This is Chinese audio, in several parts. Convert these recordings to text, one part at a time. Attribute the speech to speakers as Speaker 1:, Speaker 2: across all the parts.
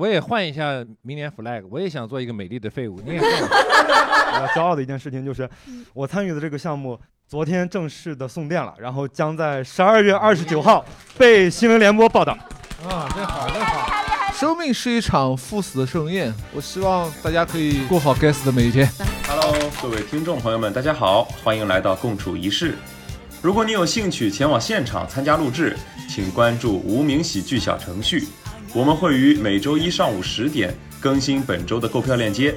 Speaker 1: 我也换一下明年 flag，我也想做一个美丽的废物。你也换吧
Speaker 2: 我骄傲的一件事情就是，我参与的这个项目昨天正式的送电了，然后将在十二月二十九号被新闻联播报道。
Speaker 1: 啊，真好，真好。
Speaker 3: 生命是一场赴死的盛宴，我希望大家可以过好该死的每一天。
Speaker 4: Hello，各位听众朋友们，大家好，欢迎来到共处一室。如果你有兴趣前往现场参加录制，请关注无名喜剧小程序，我们会于每周一上午十点更新本周的购票链接。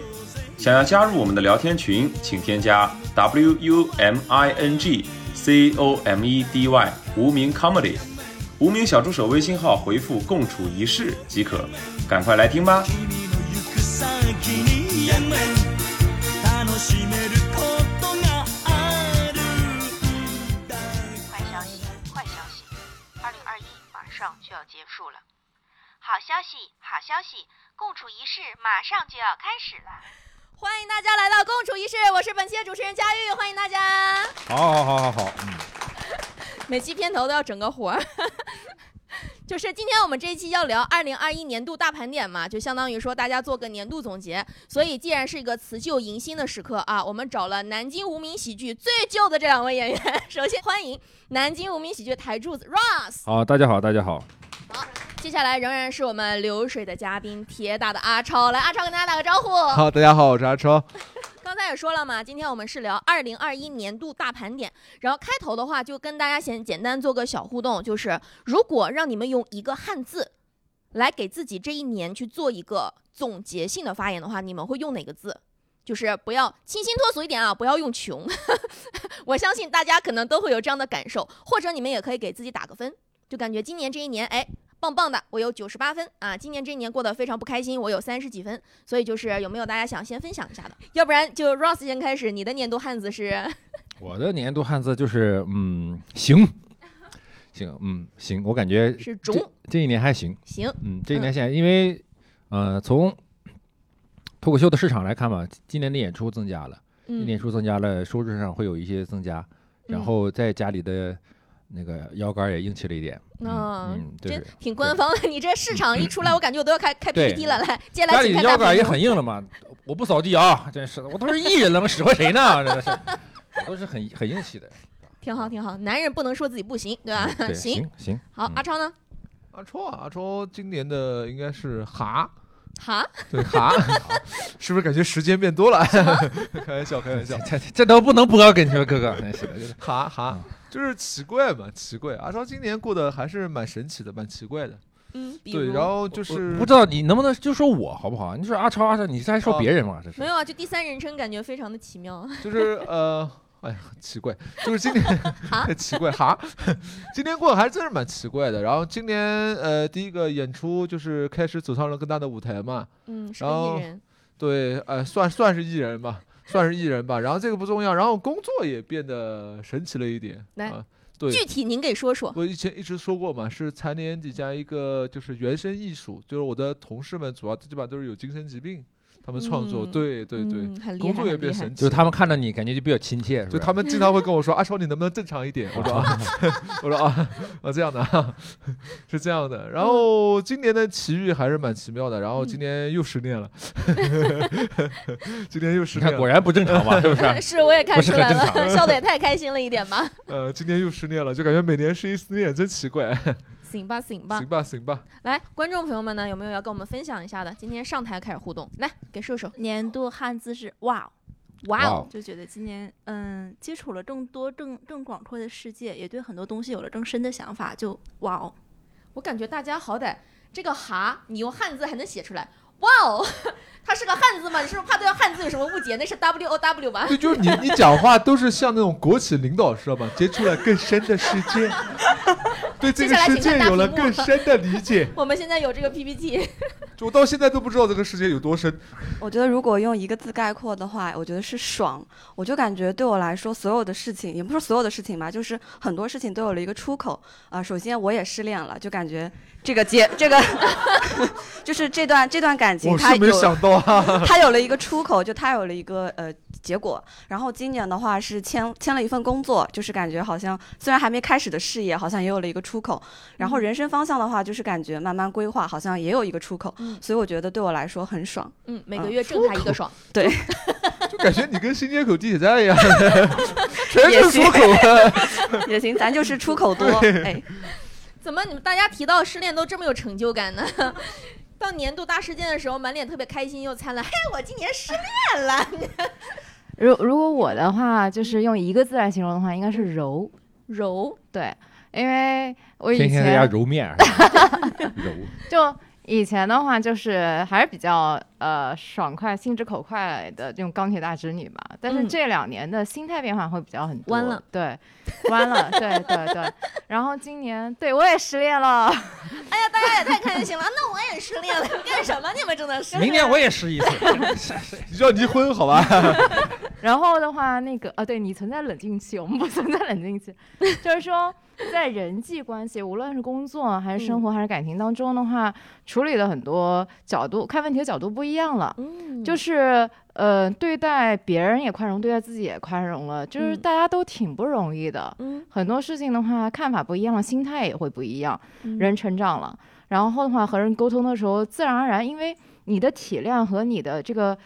Speaker 4: 想要加入我们的聊天群，请添加 W U M I N G C O M E D Y 无名 comedy，无名小助手微信号回复“共处一室”即可。赶快来听吧！
Speaker 5: 坏消息，坏消息，二零二一马上就要结束了。好消息，好消息，共处一室马上就要开始了。
Speaker 6: 欢迎大家来到共处一室，我是本期的主持人佳玉，欢迎大家。
Speaker 1: 好好好好好，嗯，
Speaker 6: 每期片头都要整个活儿。 就是今天我们这一期要聊二零二一年度大盘点嘛，就相当于说大家做个年度总结。所以既然是一个辞旧迎新的时刻啊，我们找了南京无名喜剧最旧的这两位演员。首先欢迎南京无名喜剧台柱子 Ross，
Speaker 1: 好，大家好，大家好。
Speaker 6: 接下来仍然是我们流水的嘉宾铁打的阿超，来阿超跟大家打个招呼。
Speaker 3: 好，大家好，我是阿超。
Speaker 6: 刚才也说了嘛，今天我们是聊二零二一年度大盘点，然后开头的话就跟大家先简单做个小互动，就是如果让你们用一个汉字来给自己这一年去做一个总结性的发言的话，你们会用哪个字？就是不要清新脱俗一点啊，不要用穷。我相信大家可能都会有这样的感受，或者你们也可以给自己打个分，就感觉今年这一年，哎，棒棒的，我有九十八分啊！今年这一年过得非常不开心，我有三十几分，所以就是有没有大家想先分享一下的？要不然就 Ross 先开始，你的年度汉字 是
Speaker 1: 我的年度汉字就是嗯，行，行，嗯，行，我感觉
Speaker 6: 是中
Speaker 1: 这一年还行，
Speaker 6: 行，
Speaker 1: 嗯，这一年现在因为呃，从脱口秀的市场来看吧，今年的演出增加了，今年
Speaker 6: 嗯
Speaker 1: 演出增加了，收入上会有一些增加，然
Speaker 6: 嗯
Speaker 1: 后在家里的那个腰杆儿也硬气了一点，
Speaker 6: 啊
Speaker 1: 嗯，嗯，就
Speaker 6: 真
Speaker 1: 是
Speaker 6: 挺官方的。你这市场一出来，我感觉我都要 开开
Speaker 1: 对
Speaker 6: PPT 了。来，接下
Speaker 1: 家
Speaker 6: 来请
Speaker 1: 里
Speaker 6: 开
Speaker 1: 腰
Speaker 6: 大
Speaker 1: 杆儿
Speaker 6: 屏
Speaker 1: 也
Speaker 6: 幕
Speaker 1: 很硬了嘛，我不扫地啊，真是的，我都是艺人了，我使唤谁呢？真的是，我都是很很硬气的。
Speaker 6: 挺好，挺好。男人不能说自己不行，对吧？
Speaker 1: 对，
Speaker 6: 行，
Speaker 1: 行行，
Speaker 6: 好，
Speaker 1: 嗯
Speaker 6: 阿超呢？
Speaker 3: 阿超啊，阿超今年的应该是蛤，
Speaker 6: 哈，
Speaker 3: 对蛤，是不是感觉时间变多了？开玩笑，开玩笑
Speaker 1: 这，这这都不能播，啊我跟你说，哥哥，真是的，就是
Speaker 3: 蛤蛤
Speaker 1: 嗯
Speaker 3: 就是奇怪嘛，奇怪。阿超今年过得还是蛮神奇的，蛮奇怪的。
Speaker 6: 嗯，比
Speaker 3: 对，
Speaker 6: 如
Speaker 3: 然后 就是
Speaker 1: 不知道你能不能就说我好不好？你说阿超阿超，你是还说别人吗？这
Speaker 6: 没
Speaker 1: 是
Speaker 6: 有啊，就第三人称感觉非常的奇妙。
Speaker 3: 就是呃，哎呀，奇怪，就是今年 奇怪哈，今年过得还真是蛮奇怪的。然后今年呃，第一个演出就是开始走上了更大的舞台嘛，
Speaker 6: 嗯，是
Speaker 3: 然
Speaker 6: 个
Speaker 3: 后
Speaker 6: 艺人。
Speaker 3: 对，呃，算算是艺人吧，算是艺人吧。然后这个不重要，然后工作也变得神奇了一点。
Speaker 6: 来
Speaker 3: 啊对
Speaker 6: 具体您给 说说。
Speaker 3: 我以前一直说过嘛，是残联底下一个就是原生艺术，就是我的同事们主要基本上都是有精神疾病，他们创作，
Speaker 6: 嗯
Speaker 3: 对对对，
Speaker 6: 嗯， 很厉
Speaker 3: 工
Speaker 6: 害，
Speaker 3: 作也
Speaker 6: 很厉
Speaker 3: 变
Speaker 6: 害。
Speaker 3: 神奇
Speaker 1: 就
Speaker 3: 了。
Speaker 1: 是他们看到你，感觉就比较亲切，是
Speaker 3: 就
Speaker 1: 吧
Speaker 3: 他们经常会跟我说：“阿超，你能不能正常一点？”我 说：“啊，我说啊，啊这样的、 啊，是这样的。”然后今年的奇遇还是蛮奇妙的。然
Speaker 6: 嗯
Speaker 3: 后今年又失恋了， 今年又失
Speaker 1: 你看，
Speaker 3: 恋了
Speaker 1: 果。然不正常 嘛，是不是？
Speaker 6: 是，我也看
Speaker 1: 不是
Speaker 6: 出
Speaker 1: 很
Speaker 6: 来
Speaker 1: 正
Speaker 6: 了， 笑的也太开心了一点吧。
Speaker 3: 呃，今年又失恋了，就感觉每年是一失恋，真奇怪。
Speaker 6: 行吧，行 吧
Speaker 3: 行。吧，行吧，
Speaker 6: 来，观众朋友们呢，有没有要跟我们分享一下的？今天上台开始互动，来给射手。
Speaker 7: 年度汉字是“哇
Speaker 6: 哇
Speaker 1: 哇
Speaker 6: 哦，
Speaker 1: 哦”，
Speaker 7: 就觉得今年嗯，接触了更多、更更广阔的世界，也对很多东西有了更深的想法，就“哇哦
Speaker 6: 我感觉大家好歹这个“哈”，你用汉字还能写出来。哇哦， 它是个汉字吗？你是不是怕对汉字有什么误解？那是 W O W 吧？
Speaker 3: 对，就是你，你讲话都是像那种国企领导，知道吧？接触了更深的世界，对
Speaker 6: 接
Speaker 3: 这个
Speaker 6: 下来
Speaker 3: 世
Speaker 6: 请看
Speaker 3: 界
Speaker 6: 大
Speaker 3: 有了
Speaker 6: 屏幕
Speaker 3: 更深的理解。
Speaker 6: 我们现在有这个 PPT，
Speaker 3: 就我到现在都不知道这个世界有多深。
Speaker 8: 我觉得如果用一个字概括的话，我觉得是爽。我就感觉对我来说，所有的事情也不是所有的事情吧，就是很多事情都有了一个出口啊、首先我也失恋了，就感觉这个结这个 就是这段这段感情，
Speaker 3: 我
Speaker 8: 它
Speaker 3: 是没
Speaker 8: 有
Speaker 3: 想到啊，
Speaker 8: 他有了一个出口，就他有了一个呃结果。然后今年的话是签签了一份工作，就是感觉好像虽然还没开始的事业，好像也有了一个出口。然后
Speaker 6: 嗯
Speaker 8: 人生方向的话，就是感觉慢慢规划，好像也有一个出口。
Speaker 6: 嗯
Speaker 8: 所以我觉得对我来说很爽。
Speaker 6: 嗯，每
Speaker 8: 啊
Speaker 6: 个月挣他一个爽，
Speaker 3: 就感觉你跟新街口地铁站一样， 全
Speaker 8: 也
Speaker 3: 是
Speaker 8: 许
Speaker 3: 出口 啊。
Speaker 8: 也行，咱就是出口多。哎，
Speaker 6: 怎么你们大家提到失恋都这么有成就感呢？到年度大事件的时候，满脸特别开心又灿烂。嘿，我今年失恋了，
Speaker 9: 啊如如果我的话，就是用一个字来形容的话，应该是柔。
Speaker 6: 嗯柔
Speaker 9: 对，因为我以
Speaker 1: 天
Speaker 9: 前
Speaker 1: 天在家揉面 儿是吧，揉
Speaker 9: 就以前的话，就是还是比较呃爽快、心直口快的这种钢铁大直女吧。但是
Speaker 6: 嗯
Speaker 9: 这两年的心态变化会比较很多，
Speaker 6: 弯了，
Speaker 9: 对，弯了，对对对。然后今年对我也失恋了，
Speaker 6: 哎呀，大家也太开心了。那我也失恋了，干什么？你们正在失恋？
Speaker 1: 明年我也试一次。
Speaker 3: 你要离婚好吧？
Speaker 9: 然后的话，那个啊，对你存在冷静期， 我们不存在冷静期，就是说在人际关系，无论是工作还是生活还是感情当中的话，处理的很多角度，看问题的角度不一样了。
Speaker 6: 嗯，
Speaker 9: 就是是呃，对待别人也宽容，对待自己也宽容了，就是
Speaker 6: 嗯
Speaker 9: 大家都挺不容易的。
Speaker 6: 嗯，
Speaker 9: 很多事情的话，看法不一样了，心态也会不一样。
Speaker 6: 嗯
Speaker 9: 人成长了，然后的话和人沟通的时候，自然而然，因为你的体谅和你的这个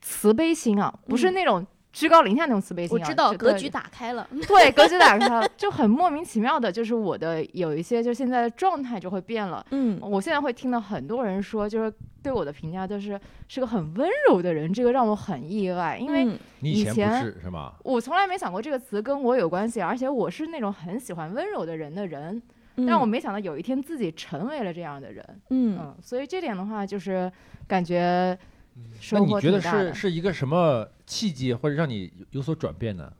Speaker 9: 慈悲心啊，不是
Speaker 6: 嗯
Speaker 9: 那种居高临下那种慈悲心、
Speaker 6: 我
Speaker 9: 啊，
Speaker 6: 知道
Speaker 9: 就
Speaker 6: 格
Speaker 9: 对
Speaker 6: 局打开了。
Speaker 9: 对，格局打 开了，就很莫名其妙的，就是我的有一些就现在的状态就会变了。
Speaker 6: 嗯
Speaker 9: 我现在会听到很多人说，就是对我的评价就是是个很温柔的人，这个让我很意外，因为
Speaker 6: 嗯
Speaker 1: 你
Speaker 9: 以
Speaker 1: 以前不
Speaker 9: 前
Speaker 1: 是是吗？
Speaker 9: 我从来没想过这个词跟我有关系，啊而且我是那种很喜欢温柔的人的人，但我没想到有一天自己成为了这样的人。
Speaker 6: 嗯
Speaker 9: 嗯，所以这点的话，就是感觉
Speaker 1: 嗯那
Speaker 9: 收
Speaker 1: 你
Speaker 9: 获
Speaker 1: 觉
Speaker 9: 挺
Speaker 1: 得
Speaker 9: 大的
Speaker 1: 是。是一个什么契机，或者让你有所转变呢？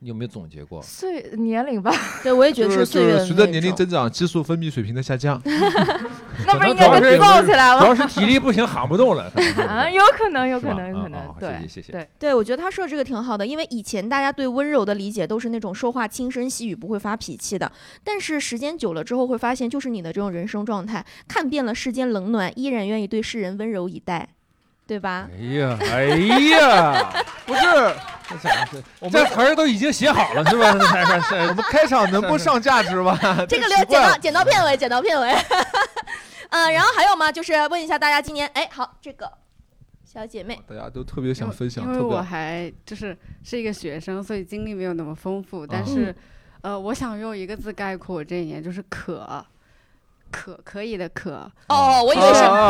Speaker 1: 你有没有总结过？
Speaker 9: 岁年龄吧，
Speaker 6: 对我也觉
Speaker 3: 就
Speaker 6: 得
Speaker 3: 是
Speaker 6: 岁
Speaker 3: 就
Speaker 6: 月
Speaker 3: 是
Speaker 6: 的
Speaker 3: 随着
Speaker 6: 那
Speaker 3: 年龄
Speaker 6: 种
Speaker 3: 增长，激素分泌水平的下降，
Speaker 9: 那
Speaker 1: 可
Speaker 9: 不
Speaker 1: 能
Speaker 9: 是应
Speaker 1: 主要是
Speaker 9: 该被
Speaker 1: 有
Speaker 9: 造
Speaker 1: 时
Speaker 9: 起来
Speaker 1: 主
Speaker 9: 了
Speaker 1: 要是体力不行，喊不动了。可能就是
Speaker 9: 啊？有可能，有
Speaker 1: 是
Speaker 9: 可
Speaker 1: 吧
Speaker 9: 能，有可
Speaker 1: 嗯
Speaker 3: 啊
Speaker 9: 能
Speaker 1: 好，
Speaker 9: 对
Speaker 1: 谢谢，谢谢。
Speaker 9: 对
Speaker 6: 呃对，我觉得他说的这个挺好的，因为以前大家对温柔的理解都是那种说话轻声细语、不会发脾气的，但是时间久了之后会发现，就是你的这种人生状态，看遍了世间冷暖，依然愿意对世人温柔以待，对吧？
Speaker 1: 哎呀，哎呀，
Speaker 3: 不是。
Speaker 1: 这咋是
Speaker 3: 我
Speaker 1: 这
Speaker 3: 们
Speaker 1: 词儿都已经写好了是 吧？是是
Speaker 3: 我们开场能不上价值吗？
Speaker 6: 这个
Speaker 3: 太
Speaker 6: 留
Speaker 3: 奇
Speaker 6: 剪到剪到
Speaker 3: 怪了
Speaker 6: 片尾，剪到片尾。 嗯，然后还有吗？就是问一下大家今年，哎，好，这个小姐妹，
Speaker 3: 大家都特别想分享，
Speaker 10: 因为
Speaker 3: 特别
Speaker 10: 我还就是是一个学生，所以经历没有那么丰富。但
Speaker 3: 嗯
Speaker 10: 是，呃，我想用一个字概括我这一年，就是可，可可以的可。
Speaker 6: 哦，我以为是，
Speaker 3: 啊啊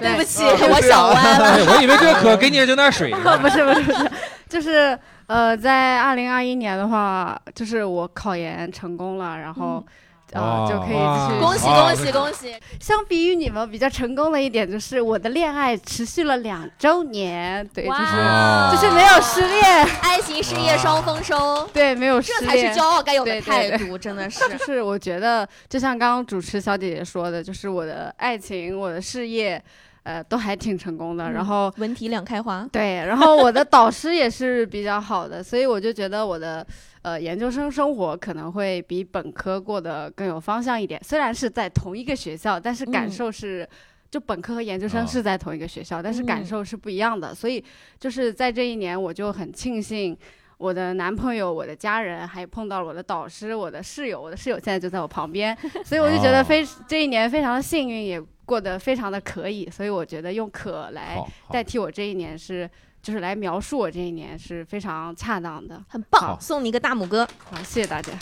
Speaker 6: 对不起，
Speaker 3: 啊
Speaker 6: 我
Speaker 3: 这样
Speaker 6: 想歪了。
Speaker 1: 哎我以为这可给你整点水呢。
Speaker 10: 不是不是不是，就是呃，在二零二一年的话，就是我考研成功了，然后、
Speaker 6: 嗯
Speaker 1: 哇
Speaker 9: 啊
Speaker 10: 呃就可以
Speaker 1: 哇
Speaker 10: 去
Speaker 6: 恭喜
Speaker 1: 啊
Speaker 6: 恭喜 恭喜！
Speaker 10: 相比于你们比较成功的一点，就是我的恋爱持续了两周年，对，就是
Speaker 1: 啊
Speaker 10: 就是没有失恋，
Speaker 6: 爱情事业双丰收，
Speaker 10: 对，没有失
Speaker 6: 这才是
Speaker 10: 恋
Speaker 6: 骄。傲该有的
Speaker 10: 对对
Speaker 6: 态
Speaker 10: 对
Speaker 6: 度，真的是。
Speaker 10: 就是我觉得，就像刚刚主持小姐姐说的，就是我的爱情、我的事业，呃，都还挺成功的。然后
Speaker 6: 文体嗯两开花，
Speaker 10: 对，然后我的导师也是比较好的，所以我就觉得我的呃研究生生活可能会比本科过得更有方向一点。虽然是在同一个学校，但是
Speaker 6: 嗯
Speaker 10: 感受是。就本科和研究
Speaker 1: 啊
Speaker 10: 生是在同一个学校，但是
Speaker 6: 嗯
Speaker 10: 感受是不一样的，所以就是在这一年，我就很庆幸我的男朋友、我的家人，还碰到了我的导师、我的室友，我的室友现在就在我旁 边，所以我就觉
Speaker 1: 哦
Speaker 10: 得非、这一年非常的幸运，也过得非常的可以，所以我觉得用可来
Speaker 1: 好，好
Speaker 10: 代替我这一年是，就是来描述我这一年是非常恰当的。
Speaker 6: 很
Speaker 1: 好
Speaker 6: 棒，送你一个大拇哥。
Speaker 10: 好，谢谢大家。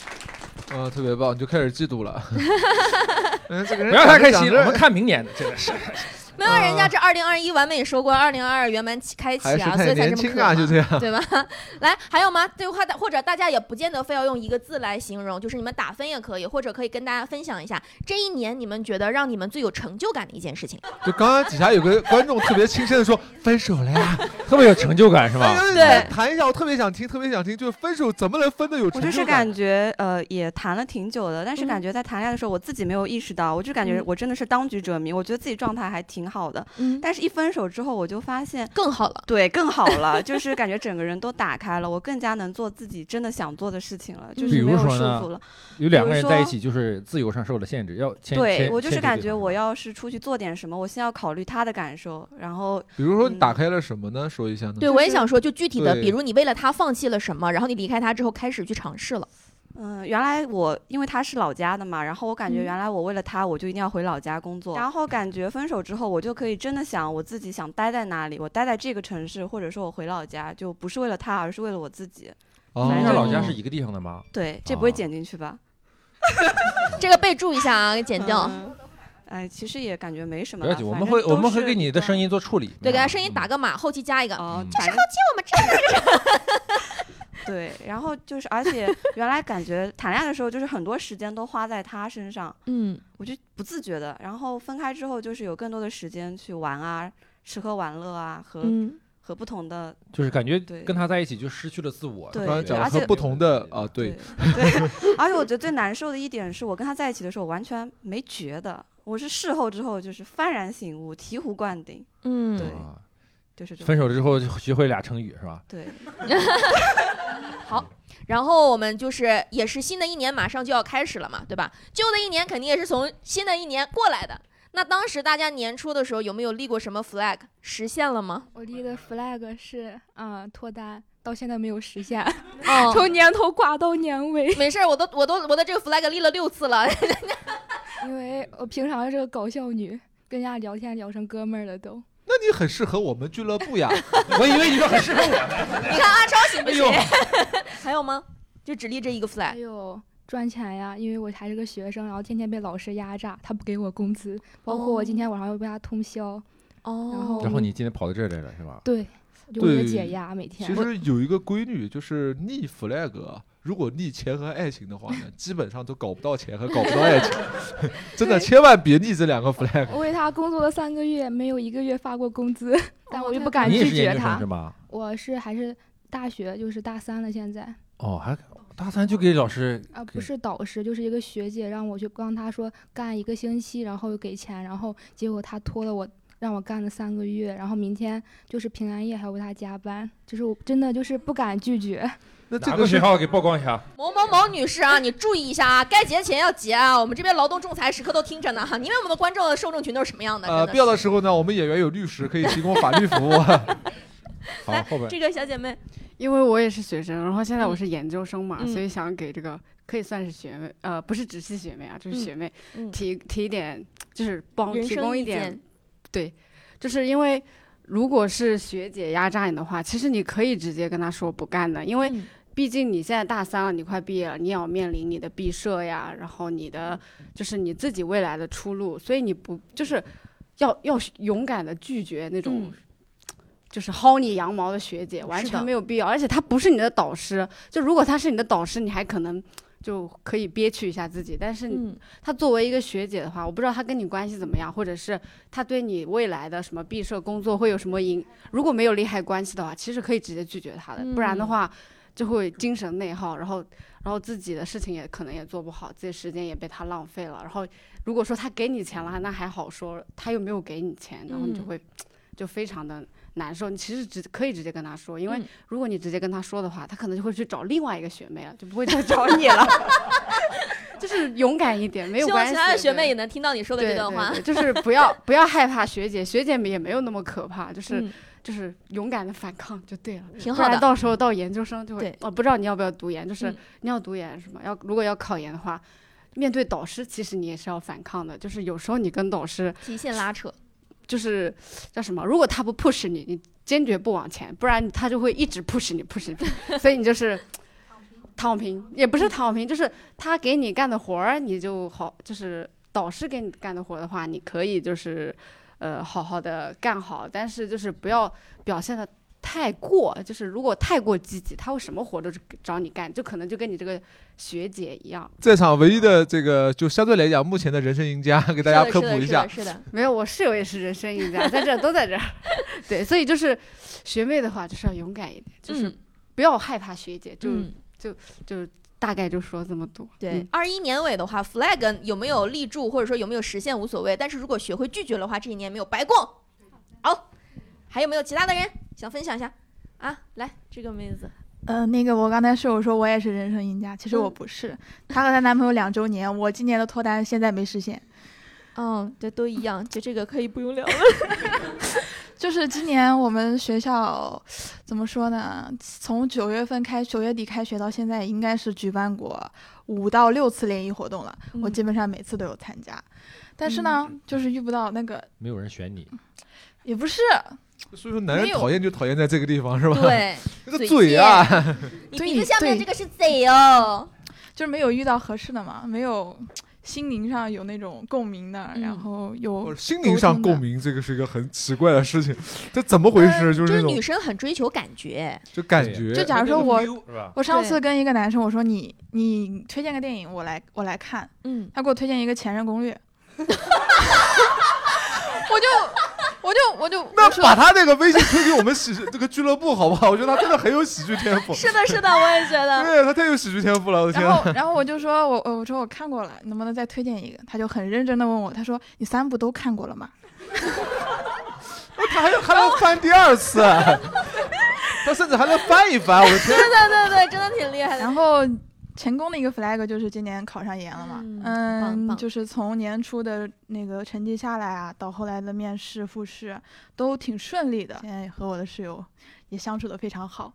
Speaker 3: 嗯，特别棒，你就开始嫉妒了。
Speaker 2: 哎
Speaker 3: 嗯，这个人
Speaker 1: 不要太开
Speaker 3: 讲
Speaker 1: 心，
Speaker 3: 着
Speaker 1: 我们看明年的，真的是。
Speaker 6: 没有，人家这二零二一完美收官，二零二二圆满起开启
Speaker 3: 还是
Speaker 6: 啊，所
Speaker 3: 太
Speaker 6: 以才
Speaker 3: 年
Speaker 6: 这么
Speaker 3: 轻
Speaker 6: 可
Speaker 3: 啊，
Speaker 6: 嘛
Speaker 3: 就这样。
Speaker 6: 对吧？ 来，还有吗？对话的，或者大家也不见得非要用一个字来形容，就是你们打分也可以，或者可以跟大家分享一下这一年你们觉得让你们最有成就感的一件事情。
Speaker 3: 就刚刚底下有个观众特别轻声的说分手了呀，
Speaker 1: 特别有成就感是吧？
Speaker 3: 哎
Speaker 6: 对
Speaker 3: 谈一下，我特别想听，特别想听，就是分手怎么能分的有
Speaker 8: 我
Speaker 3: 成就
Speaker 8: 就是
Speaker 3: 感
Speaker 8: 感觉呃，也谈了挺久的，但是
Speaker 6: 嗯
Speaker 8: 感觉在谈恋爱的时候，我自己没有意识到，我就感觉
Speaker 6: 嗯
Speaker 8: 我真的是当局者迷，我觉得自己状态还挺挺好的。
Speaker 6: 嗯
Speaker 8: 但是，一分手之后，我就发现
Speaker 6: 更好了，
Speaker 8: 对，更好 了，就是感觉整个人都打开了，我更加能做自己真的想做的事情了，就
Speaker 6: 嗯
Speaker 1: 比
Speaker 8: 是没有
Speaker 1: 如
Speaker 8: 束
Speaker 1: 说
Speaker 8: 缚
Speaker 1: 呢
Speaker 8: 了。，
Speaker 1: 有两
Speaker 8: 比
Speaker 1: 个
Speaker 8: 如
Speaker 1: 人在一
Speaker 8: 说
Speaker 1: 起，就是自由上受了限制，要签
Speaker 8: 对
Speaker 1: 签
Speaker 8: 我就
Speaker 1: 签
Speaker 8: 是
Speaker 1: 这
Speaker 8: 感
Speaker 1: 个
Speaker 8: 觉，我要是出去做点什么，我先要考虑他的感受，然后
Speaker 3: 比如说你打开了什么呢？说一下呢？
Speaker 6: 对，我也想说，就具体的，
Speaker 3: 对
Speaker 6: 比如你为了他放弃了什么，然后你离开他之后开始去尝试了。
Speaker 8: 嗯，原来我因为他是老家的嘛，然后我感觉
Speaker 6: 嗯
Speaker 8: 原来我为了他，我就一定要回老家工作。然后感觉分手之后，我就可以真的想我自己想待在哪里，我待在这个城市，或者说我回老家，就不是为了他，而是为了我自己。
Speaker 1: 哦
Speaker 8: 反
Speaker 1: 你
Speaker 8: 正
Speaker 1: 俩老家是一个地方的吗？
Speaker 8: 对，这不会剪进去吧？
Speaker 6: 这个备注一下啊，给剪掉。
Speaker 8: 嗯哎，其实也感觉没什么
Speaker 1: 不
Speaker 8: 啦。
Speaker 1: 要紧，我
Speaker 8: 反
Speaker 1: 们
Speaker 8: 正
Speaker 1: 会我
Speaker 8: 都
Speaker 1: 们会
Speaker 8: 是
Speaker 1: 给你的声音做处理。
Speaker 6: 对，给他声
Speaker 1: 嗯
Speaker 6: 音打个码，后期加一个。
Speaker 8: 哦，
Speaker 6: 就是
Speaker 8: 反
Speaker 6: 后
Speaker 8: 正
Speaker 6: 期我们这样
Speaker 8: 对，然后就是，而且原来感觉谈恋爱的时候，就是很多时间都花在他身上，
Speaker 6: 嗯，
Speaker 8: 我就不自觉的。然后分开之后，就是有更多的时间去玩啊，吃喝玩乐啊，和、
Speaker 6: 嗯
Speaker 8: 和不同的
Speaker 1: 就是感觉
Speaker 8: 对
Speaker 1: 跟他在一起就失去了自我。
Speaker 8: 对
Speaker 3: 刚才
Speaker 8: 对
Speaker 3: 讲
Speaker 8: 而
Speaker 3: 了和
Speaker 8: 且
Speaker 3: 不同的啊，对，
Speaker 8: 对，而且我觉得最难受的一点是我跟他在一起的时候，我完全没觉得，我是事后之后就是幡然醒悟，醍醐灌顶，
Speaker 6: 嗯
Speaker 8: 对，
Speaker 1: 啊
Speaker 8: 就是这种
Speaker 1: 分手了之后就学会俩成语是吧？
Speaker 8: 对，
Speaker 6: 然后我们就是也是新的一年马上就要开始了嘛，对吧？旧的一年肯定也是从新的一年过来的。那当时大家年初的时候有没有立过什么 flag？实现了吗？
Speaker 11: 我立的 flag 是啊、脱单，到现在没有实现，
Speaker 6: 哦
Speaker 11: 从年头挂到年尾。
Speaker 6: 没事儿，我都我都我的这个 flag 立了六次了。
Speaker 11: 因为我平常是个搞笑女，跟人家聊天聊成哥们儿了都。
Speaker 3: 那你 很适合我们俱乐部呀。
Speaker 1: 我以为你说很适合 我
Speaker 6: 你看阿超行不
Speaker 1: 哎
Speaker 6: 行？还有吗？就只立这一个
Speaker 11: 还
Speaker 6: flag。
Speaker 11: 有赚钱呀，因为我还是个学生，然后天天被老师压榨，他不给我工资，包括我今天晚上又被他通宵。
Speaker 6: 哦
Speaker 11: 然后
Speaker 1: 然后你今天跑到这儿来了是吧？
Speaker 11: 对，我就为了
Speaker 3: 对
Speaker 11: 解压每天。
Speaker 3: 其实有一个规律，就是逆 flag，啊如果逆钱和爱情的话 呢，基本上都搞不到钱和搞不到爱情， 真的千万别逆这两个 flag。
Speaker 11: 我为他工作了三个月，没有一个月发过工资，
Speaker 6: 哦
Speaker 11: 但我又不敢
Speaker 1: 你也
Speaker 11: 拒
Speaker 1: 是研
Speaker 11: 绝
Speaker 1: 究生
Speaker 11: 他
Speaker 1: 是。吧？
Speaker 11: 我是还是大学，就是大三了，现在
Speaker 1: 哦，还大三就给老师
Speaker 11: 啊，不
Speaker 1: 给
Speaker 11: 是导师，就是一个学姐让我去帮她说干一个星期，然后又给钱，然后结果她拖了我，让我干了三个月，然后明天就是平安夜还要为她加班，就是我真的就是不敢拒绝。
Speaker 3: 那
Speaker 1: 哪
Speaker 3: 这
Speaker 1: 个
Speaker 3: 个
Speaker 1: 学
Speaker 3: 是
Speaker 1: 校给曝光一下？
Speaker 6: 某某某女士啊，你注意一下啊，该结钱要结啊，我们这边劳动仲裁时刻都听着呢哈。你以为我们的观众受众群都是什么样的？
Speaker 3: 呃，
Speaker 6: 真
Speaker 3: 必要的时候呢，我们演员有律师可以提供法律 服务。
Speaker 1: 好，后边
Speaker 6: 这个小姐妹，
Speaker 10: 因为我也是学生，然后现在我是研究生嘛，
Speaker 6: 嗯
Speaker 10: 所以想给这个可以算是学妹，呃，不是直系学妹啊，就是
Speaker 6: 嗯
Speaker 10: 学妹、
Speaker 6: 嗯
Speaker 10: 提提一点，就是帮
Speaker 6: 人
Speaker 10: 提
Speaker 6: 生
Speaker 10: 供一
Speaker 6: 意
Speaker 10: 点
Speaker 6: 见，
Speaker 10: 对，就是因为如果是学姐压榨你的话，其实你可以直接跟她说不干的，因为
Speaker 6: 嗯
Speaker 10: 毕竟你现在大三了，你快毕业了，你也要面临你的毕设呀，然后你的就是你自己未来的出路，所以你不就是要要勇敢的拒绝那种。
Speaker 6: 嗯
Speaker 10: 就是薅你羊毛的学姐，完全没有必要，而且她不是你的导师。就如果她是你的导师，你还可能就可以憋屈一下自己，但是
Speaker 6: 嗯
Speaker 10: 她作为一个学姐的话，我不知道她跟你关系怎么样，或者是她对你未来的什么毕设工作会有什么影，如果没有利害关系的话，其实可以直接拒绝她的，不然的
Speaker 6: 嗯
Speaker 10: 话就会精神内耗，然后然后自己的事情也可能也做不好，自己时间也被她浪费了。然后如果说她给你钱了，那还好说，她又没有给你钱，然后你就
Speaker 6: 嗯
Speaker 10: 会就非常的难受。你其实直可以直接跟她说，因为
Speaker 6: 嗯
Speaker 10: 如果你直接跟她说的话，她可能就会去找另外一个学妹了，就不会再找你了。 就是勇敢一点，没有
Speaker 6: 希望
Speaker 10: 关系。
Speaker 6: 其他的学
Speaker 10: 对
Speaker 6: 妹也能听到你说的
Speaker 10: 对
Speaker 6: 这段话
Speaker 10: 对。对就是不要不要害怕学姐，学姐们也没有那么可怕，就是、
Speaker 6: 嗯
Speaker 10: 就是勇敢的反抗就对了。
Speaker 6: 挺
Speaker 10: 不
Speaker 6: 好
Speaker 10: 然
Speaker 6: 的，
Speaker 10: 到时候到研究生就会
Speaker 6: 对，
Speaker 10: 我、不知道你要不要读研，就是
Speaker 6: 嗯
Speaker 10: 你要读研是吗？要如果要考研的话，面对导师，其实你也是要反抗的。就是有时候你跟导师
Speaker 6: 极限拉扯。
Speaker 10: 就是叫什么，如果他不 push 你，你坚决不往前，不然他就会一直 push 你 push 你，所以你就是。躺平也不是躺平，就是他给你干的活儿，你就好，就是导师给你干的活儿的话，你可以就是，呃，好好的干好，但是就是不要表现的太过，就是如果太过积极，他会什么活儿都是找你干，就可能就跟你这个学姐一样。
Speaker 3: 在场唯一的这个，就相对来讲，目前的人生赢家，给大家科普一下。
Speaker 6: 是的，是的，是的。
Speaker 10: 没有，我室友也是人生赢家，在这儿都在这儿， 对，所以就是学妹的话就是要勇敢一点，就是
Speaker 6: 嗯
Speaker 10: 不要害怕学姐，就
Speaker 6: 嗯
Speaker 10: 就大概就说这么多。嗯
Speaker 6: 对，二一年尾的话，flag 有没有立住，或者说有没有实现无所谓，但是如果学会拒绝的话，这一年没有白过。好，还有没有其他的人想分享一下？啊，来，这个妹子，
Speaker 12: 呃，那个我刚才室友说我也是人生赢家，其实我
Speaker 3: 嗯
Speaker 6: 嗯
Speaker 12: 不是。她和她男朋友两周年，我今年的脱单现在没实现。
Speaker 6: 嗯，对，都一样，就这个可以不用聊了。
Speaker 12: 就是今年我们学校怎么说呢？从九月份开，九月底开学到现在，应该是举办过五到六次联谊活动了。
Speaker 3: 嗯
Speaker 12: 我基本上每次都有参加，但是呢，就是遇不到那个，
Speaker 1: 没有人选你，
Speaker 12: 也不是。
Speaker 3: 所以说，男人
Speaker 12: 没有
Speaker 3: 讨厌就讨厌在这个地方，是吧？
Speaker 12: 对
Speaker 3: 那个
Speaker 12: 嘴
Speaker 3: 嘴啊，
Speaker 6: 你
Speaker 12: 对
Speaker 6: 鼻子下面
Speaker 12: 对
Speaker 6: 这个是贼哦，
Speaker 12: 就是没有遇到合适的嘛，没有心灵上有那种共鸣的，
Speaker 6: 嗯
Speaker 12: 然后有
Speaker 3: 心灵上共鸣，这个是一个很奇怪的事情，这怎么回
Speaker 12: 呃
Speaker 3: 事？就是那种
Speaker 6: 生很追求感觉，
Speaker 3: 就感觉，
Speaker 12: 就假如说我，我上次
Speaker 6: 对
Speaker 12: 跟一个男生我说你你推荐个电影，我来我来看，
Speaker 6: 嗯，
Speaker 12: 他给我推荐一个《前任攻略》， 我就我就我就
Speaker 3: 那把他那个微信推给我们喜这个俱乐部好不好？ 我觉得他真的很有喜剧天赋。
Speaker 6: 是的，是的，我也觉得。
Speaker 3: 对他太有喜剧天赋了，我的天
Speaker 12: 然
Speaker 3: 啊！
Speaker 12: 后，然后我就说，我呃我我说我看过了，能不能再推荐一个？他就很认真的问我，他说你三部都看过 了吗？
Speaker 3: 他还要还要翻 第二次，他甚至还能翻一翻，我 的天！
Speaker 6: 对对，真的挺厉害的。
Speaker 12: 然后成功的一个 flag 就是今年考上研了嘛，嗯，就是从年初的那个成绩下来啊，到后来的面试、复试都挺顺利的。现在和我的室友也相处的非常 好，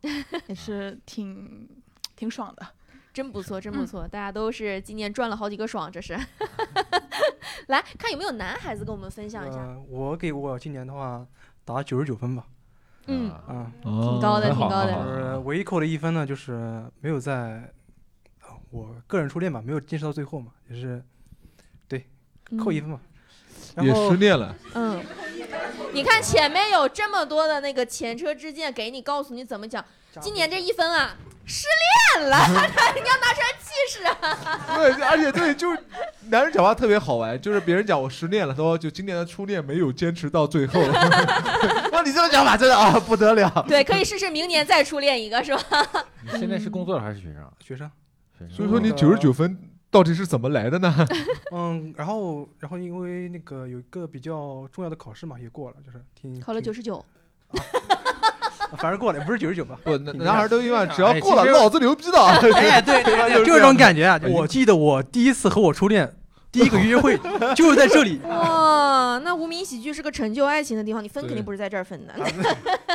Speaker 12: 也是挺挺爽的。
Speaker 6: 真不错，真
Speaker 10: 嗯
Speaker 6: 不错，大家都是今年赚了好几个爽，这是。 来看有没有男孩子跟我们分享一下，
Speaker 13: 呃，我给我今年的话打九十九分吧。
Speaker 6: 嗯
Speaker 13: 啊，
Speaker 6: 挺高的哦挺高的很好很好
Speaker 13: 就是唯一扣的一分呢，就是没有在呃我个人初恋吧，没有坚持到最后嘛，也是对扣一分嘛。然
Speaker 3: 也
Speaker 13: 后
Speaker 3: 失恋了，
Speaker 6: 嗯， 你看前面有这么多的那个前车之鉴，给你告诉你怎么讲，今年这一分啊，失恋 了， 你要拿出来气势啊。
Speaker 3: 对，而且对，就是男人讲话特别好玩，就是别人讲我失恋了，他说就今年的初恋没有坚持到最后。 哇，你这个讲法真的啊不得了。
Speaker 6: 对，可以试试明年再初恋一个，是吧？
Speaker 1: 你现在是工作了还是学生？
Speaker 13: 学生。
Speaker 3: 所以说你九十九分到底是怎么来的呢？
Speaker 13: 嗯，然后然后因为那个有一个比较重要的考试嘛，也过了，就是挺
Speaker 6: 考了
Speaker 13: 挺
Speaker 6: 九十九，
Speaker 13: 反正过了，也不是九十九吧？
Speaker 3: 不，男
Speaker 13: 挺厉害
Speaker 3: 男孩都一般，只要
Speaker 13: 哎
Speaker 3: 过
Speaker 13: 其
Speaker 3: 了，
Speaker 13: 实
Speaker 3: 老子牛逼的。 哎
Speaker 13: 哎，对对对，就是这种感觉啊！我记得我第一次和我初恋第一个约 会就是在这里，
Speaker 6: 哇，那无名喜剧是个成就爱情的地方，你分肯定不是在这儿分的，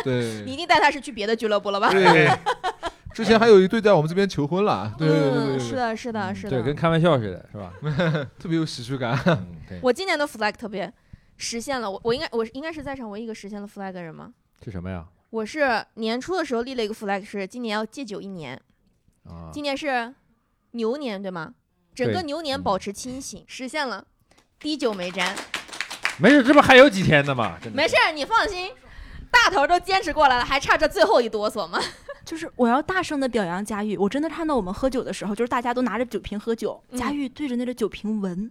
Speaker 3: 对
Speaker 6: 你一定带他是去别的俱乐部了吧？
Speaker 3: 啊 对， 之前还有一对在我们这边求婚了，对对对对
Speaker 6: 嗯，
Speaker 3: 对，
Speaker 6: 是的，是的，是
Speaker 1: 对，
Speaker 6: 的
Speaker 1: 跟。开玩笑似的，是吧？ 嗯
Speaker 3: 特别有喜剧感。
Speaker 1: 对，
Speaker 6: 我今年的 flag 特别实现了，我我应该我是应该是在场唯一一个实现了 flag 的人吗？
Speaker 1: 是什么呀？
Speaker 6: 我是年初的时候立了一个 flag，是今年要戒酒一年。
Speaker 1: 啊，
Speaker 6: 今年是牛年对吗？整
Speaker 1: 对嗯
Speaker 6: 个牛年保持清醒，实现了，滴酒没沾。
Speaker 1: 没事，这不还有几天呢吗？真的
Speaker 6: 没事，儿，你放心，大头都坚持过来了，还差这最后一哆嗦吗？
Speaker 14: 就是我要大声的表扬佳玉，我真的看到我们喝酒的时候，就是大家都拿着酒瓶喝酒，佳玉对着那个酒瓶闻，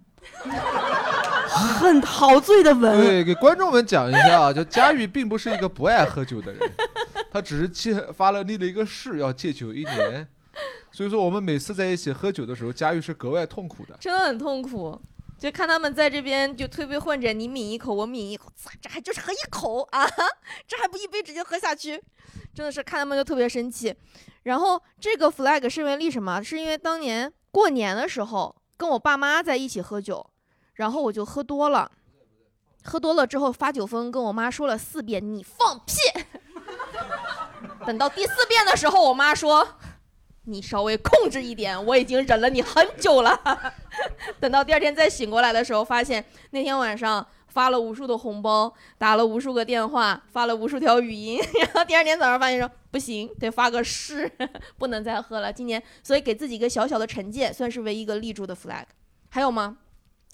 Speaker 14: 很陶醉的闻。
Speaker 3: 对，给观众们讲一下啊，就佳玉并不是一个不爱喝酒的人，他只是戒发了立了一个誓要戒酒一年，所以说我们每次在一起喝酒的时候，佳玉是格外痛苦的。
Speaker 6: 真的很痛苦。就看他们在这边就推杯换盏，你抿一口，我抿一口，呲这还就是喝一口啊， 这还不一杯直接喝下去，真的是看他们就特别生气。然后这个 flag 是因为为什么？是因为当年过年的时候跟我爸妈在一起喝酒，然后我就喝多了，喝多了之后发酒疯，跟我妈说了四遍你放屁。 等到第四遍的时候，我妈说 你稍微控制一点，我已经忍了你很久了。等到第二天再醒过来的时候，发现那天晚上发了无数的红包，打了无数个电话，发了无数条语音， 然后第二天早上发现说不行，得发个誓， 不能再喝了。今年所以给自己一个小小的惩戒，算是唯一一个立住的 flag。还有吗？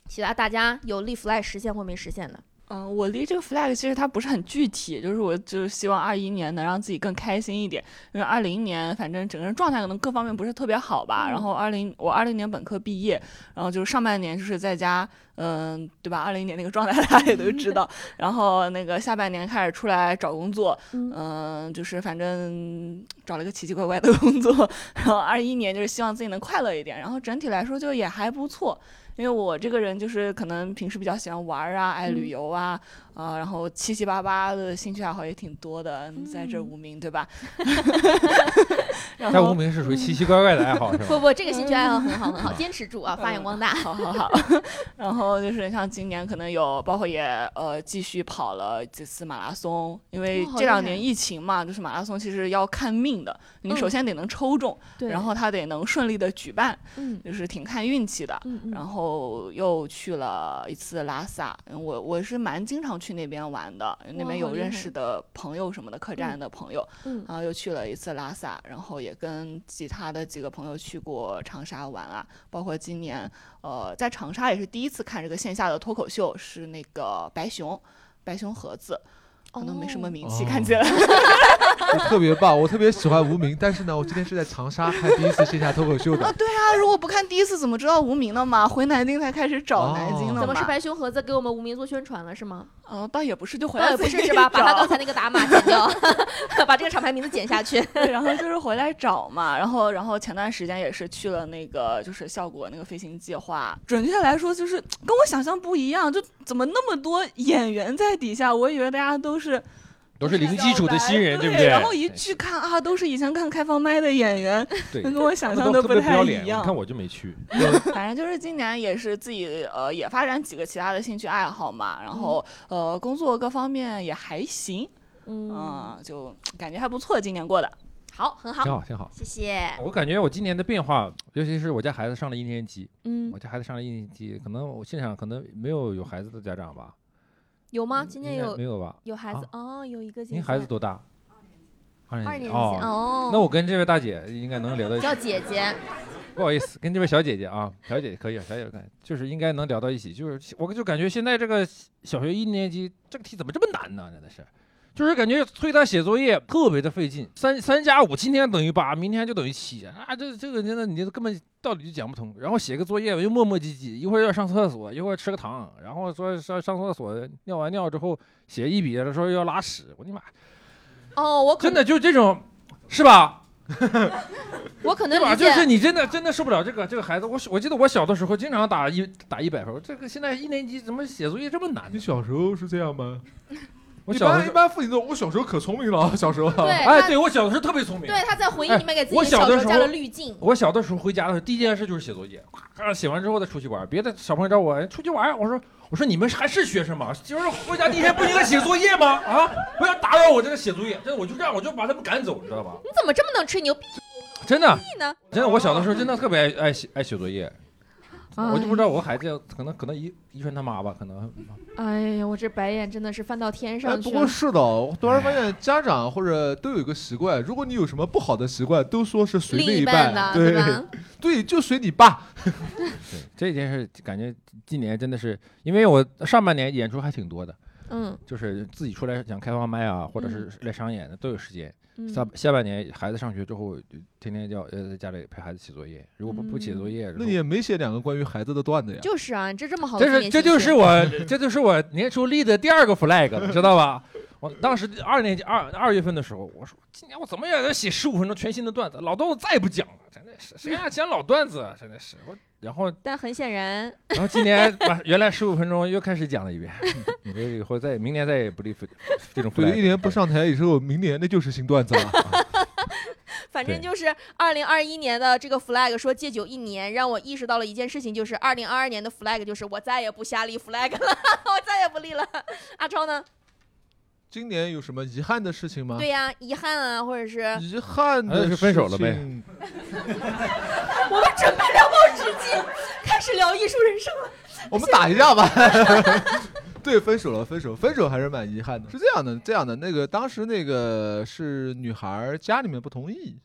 Speaker 6: 其他大家有立 flag 实现或没实现的？
Speaker 15: 嗯，我立这个 flag 其实它不是很具体，就是我就是希望二一年能让自己更开心一点，因为二零年反正整个人状态可能各方面不是特别好吧。然后二零我二零年本科毕业，然后就是上半年就是在家，嗯，对吧？二零年那个状态 大家也都知道。然后那个下半年开始出来找工作，
Speaker 6: 嗯、
Speaker 15: 就是反正找了个奇奇怪怪的工作。然后二一年就是希望自己能快乐一点，然后整体来说就也还不错。因为我这个人就是可能平时比较喜欢玩儿啊，爱旅游啊，啊、然后七七八八的兴趣爱好也挺多的，嗯在这无名对吧？然
Speaker 1: 在
Speaker 15: 后
Speaker 1: 无名是属于奇奇怪怪的爱好， 是吧？
Speaker 6: 不不，这个兴趣爱好很好很好，坚持住啊，发扬光大。
Speaker 15: 好好 好。然后就是像今年可能有，包括也呃继续跑了几次马拉松，因为
Speaker 6: 哦哇好
Speaker 15: 这
Speaker 6: 厉
Speaker 15: 两
Speaker 6: 害
Speaker 15: 年疫情嘛，就是马拉松其实要看命的，你
Speaker 6: 嗯
Speaker 15: 首先得能抽中，
Speaker 6: 对
Speaker 15: 然后它得能顺利的举办，
Speaker 6: 嗯
Speaker 15: 就是挺看运气的。
Speaker 6: 嗯嗯
Speaker 15: 然后又去了一次拉萨，嗯我我是蛮经常去那边玩的，那边
Speaker 6: 哇好
Speaker 15: 有
Speaker 6: 厉
Speaker 15: 认
Speaker 6: 害
Speaker 15: 识的朋友什么的，客栈
Speaker 6: 嗯
Speaker 15: 的朋友，
Speaker 6: 嗯
Speaker 15: 然后又去了一次拉萨，然后也跟其他的几个朋友去过长沙玩啊，包括今年呃在长沙也是第一次看这个线下的脱口秀，是那个白熊，白熊盒子，可能没什么名气，看起来。
Speaker 3: 我特别棒，我特别喜欢无名，但是呢，我今天是在长沙看第一次线下脱口秀的
Speaker 15: 啊，，对啊，如果不看第一次怎么知道无名的嘛？回南京才开始找南京的嘛。
Speaker 6: 怎么是白熊盒子给我们无名做宣传了是吗？
Speaker 15: 呃，倒也不是，就回
Speaker 6: 倒
Speaker 15: 来
Speaker 6: 也不
Speaker 15: 自己
Speaker 6: 是是吧？把他
Speaker 15: 找
Speaker 6: 刚才那个打码剪掉，
Speaker 1: 嗯
Speaker 6: 把这个厂牌名字剪下去。
Speaker 15: 对，然后就是回来找嘛，然后然后前段时间也是去了那个就是效果那个飞行计划，准确来说就是跟我想象不一样，就怎么那么多演员在底下，我以为大家都是。
Speaker 1: 都是零基础的新人，
Speaker 15: 对
Speaker 1: 不对？
Speaker 15: 哎然后一去看啊，都是以前看开放麦的演员，
Speaker 1: 对
Speaker 15: 跟我想
Speaker 1: 他们
Speaker 15: 象
Speaker 1: 都特
Speaker 15: 不
Speaker 1: 别不
Speaker 15: 太
Speaker 1: 要
Speaker 15: 一
Speaker 1: 脸
Speaker 15: 样。
Speaker 1: 你看我就没去，
Speaker 15: 反正就是今年也是自己呃也发展几个其他的兴趣爱好嘛，然后、呃工作各方面也还行，
Speaker 6: 嗯、
Speaker 15: 就感觉还不错，今年过的。
Speaker 6: 好，很好，
Speaker 1: 挺好挺好
Speaker 6: 谢谢。
Speaker 1: 我感觉我今年的变化，尤其是我家孩子上了一年级，
Speaker 6: 嗯
Speaker 1: 我家孩子上了一年级，可能我现场可能没有有孩子的家长吧。
Speaker 6: 有吗？今年
Speaker 1: 应该
Speaker 6: 有
Speaker 1: 没有吧
Speaker 6: 有孩子
Speaker 1: 啊
Speaker 6: 哦，有一个姐姐。
Speaker 1: 您孩子多大？二
Speaker 6: 二
Speaker 1: 年
Speaker 6: 年级
Speaker 1: 哦，
Speaker 6: 哦
Speaker 1: 那我跟这位大姐应该能聊到一起
Speaker 6: 叫。姐姐，
Speaker 1: 不好意思，跟这位小姐姐啊，小姐姐可以，小姐姐可以，就是应该能聊到一起。就是我就感觉现在这个小学一年级这个题怎么这么 难呢？真的是，就是感觉催他写作业特别的费劲，三三加五今天等于八，明天就等于七啊，这这个真的你根本道理就讲不通。然后写个作业又磨磨唧唧，一会儿要上厕所，一会儿吃个糖，然后说上上厕所尿完尿之后写一笔，说要拉屎，我的妈，
Speaker 6: 哦，我可
Speaker 1: 真的就这种，是吧？
Speaker 6: 我可
Speaker 1: 对
Speaker 6: 能
Speaker 1: 吧？
Speaker 6: 理
Speaker 1: 就
Speaker 6: 解，
Speaker 1: 是你真的真的受不了这个这个孩子。我小我记得我小的时候经常打一打一百分，我这个现在一年级怎么写作业这么难？你
Speaker 3: 小时候是这样吗？
Speaker 1: 我
Speaker 3: 一
Speaker 1: 小
Speaker 3: 般
Speaker 1: 时
Speaker 3: 一
Speaker 1: 候
Speaker 3: 般父亲都，我小时候可聪明了，啊小时候。
Speaker 6: 对
Speaker 1: 哎，
Speaker 6: 他
Speaker 1: 对我小的时候特别聪明。
Speaker 6: 对，他在回忆里面给自
Speaker 1: 哎我
Speaker 6: 己
Speaker 1: 小
Speaker 6: 时
Speaker 1: 的
Speaker 6: 候
Speaker 1: 时
Speaker 6: 加了
Speaker 1: 候
Speaker 6: 滤镜。
Speaker 1: 我小的时候回家的时候，第一件事就是写作业，咔写完之后再出去玩。别的小朋友找我哎出去玩，我说我说你们还是学生吗？就是回家第一天不应该写作业吗？啊，不要打扰我这个写作业，真的我就这样我就把他们赶走，你知道吧？
Speaker 6: 你怎么这么能吹牛逼
Speaker 1: 真的
Speaker 6: 呢？
Speaker 1: 真的，我小的时候真的特别爱爱写爱写作业，
Speaker 6: 啊
Speaker 1: 我就不知道我孩子可能可能遗遗传他妈吧，可能。
Speaker 6: 哎呀，我这白眼真的是翻到天
Speaker 3: 哎，
Speaker 6: 上
Speaker 3: 不
Speaker 6: 去
Speaker 3: 过
Speaker 6: 了。
Speaker 3: 是的，我突然发现家长或者都有一个习惯，如果你有什么不好的习惯，都说是随
Speaker 6: 另一
Speaker 3: 一
Speaker 6: 半
Speaker 3: 半，
Speaker 6: 的
Speaker 3: 对
Speaker 6: 对吧
Speaker 3: 对，就随你爸。
Speaker 1: 对这件事，感觉今年真的是，因为我上半年演出还挺多的，
Speaker 6: 嗯
Speaker 1: 就是自己出来想开放麦啊，或者是来商演的都有时间。
Speaker 6: 嗯
Speaker 1: 下下半年孩子上学之后，就天天要呃在家里陪孩子写作业，如果不不写作业，
Speaker 3: 那你也没写两个关于孩子的段子呀？
Speaker 6: 嗯就是啊，你这这么好的
Speaker 1: 这
Speaker 6: 负
Speaker 1: 是
Speaker 6: 面情绪，
Speaker 1: 这就是 我这就是我年初立的第二个 flag，你知道吧？ 我当时二年级二二月份的时候，我说今年我怎么也得写十五分钟全新的段子，老段子再也不讲了，真的是谁还讲老段子啊，真的是我。然后
Speaker 6: 但很显然，
Speaker 1: 然后今年把原来十五分钟又开始讲了一遍， 你这以后再明年再也不立 fl- 这种 flag
Speaker 3: 对，一年不上台以后，明年那就是新段子了。
Speaker 6: 反正
Speaker 3: 对
Speaker 6: 就是二零二一年的这个 flag 说戒酒一年，让我意识到了一件事情，就是二零二二年的 flag 就是我再也不瞎立 flag 了， 我再也不立了。阿超呢？
Speaker 3: 今年有什么遗憾的事情吗？
Speaker 6: 对呀、遗憾啊，或者是
Speaker 3: 遗憾
Speaker 1: 那
Speaker 3: 的
Speaker 1: 哎就分手了呗
Speaker 3: 事情。
Speaker 6: 我们准备聊报纸机，开始聊艺术人生了。
Speaker 3: 我们打一架 吧。对，分手了，分手，分手还是蛮遗憾的。是这样的，这样的，那个当时那个是女孩儿家里面不同意，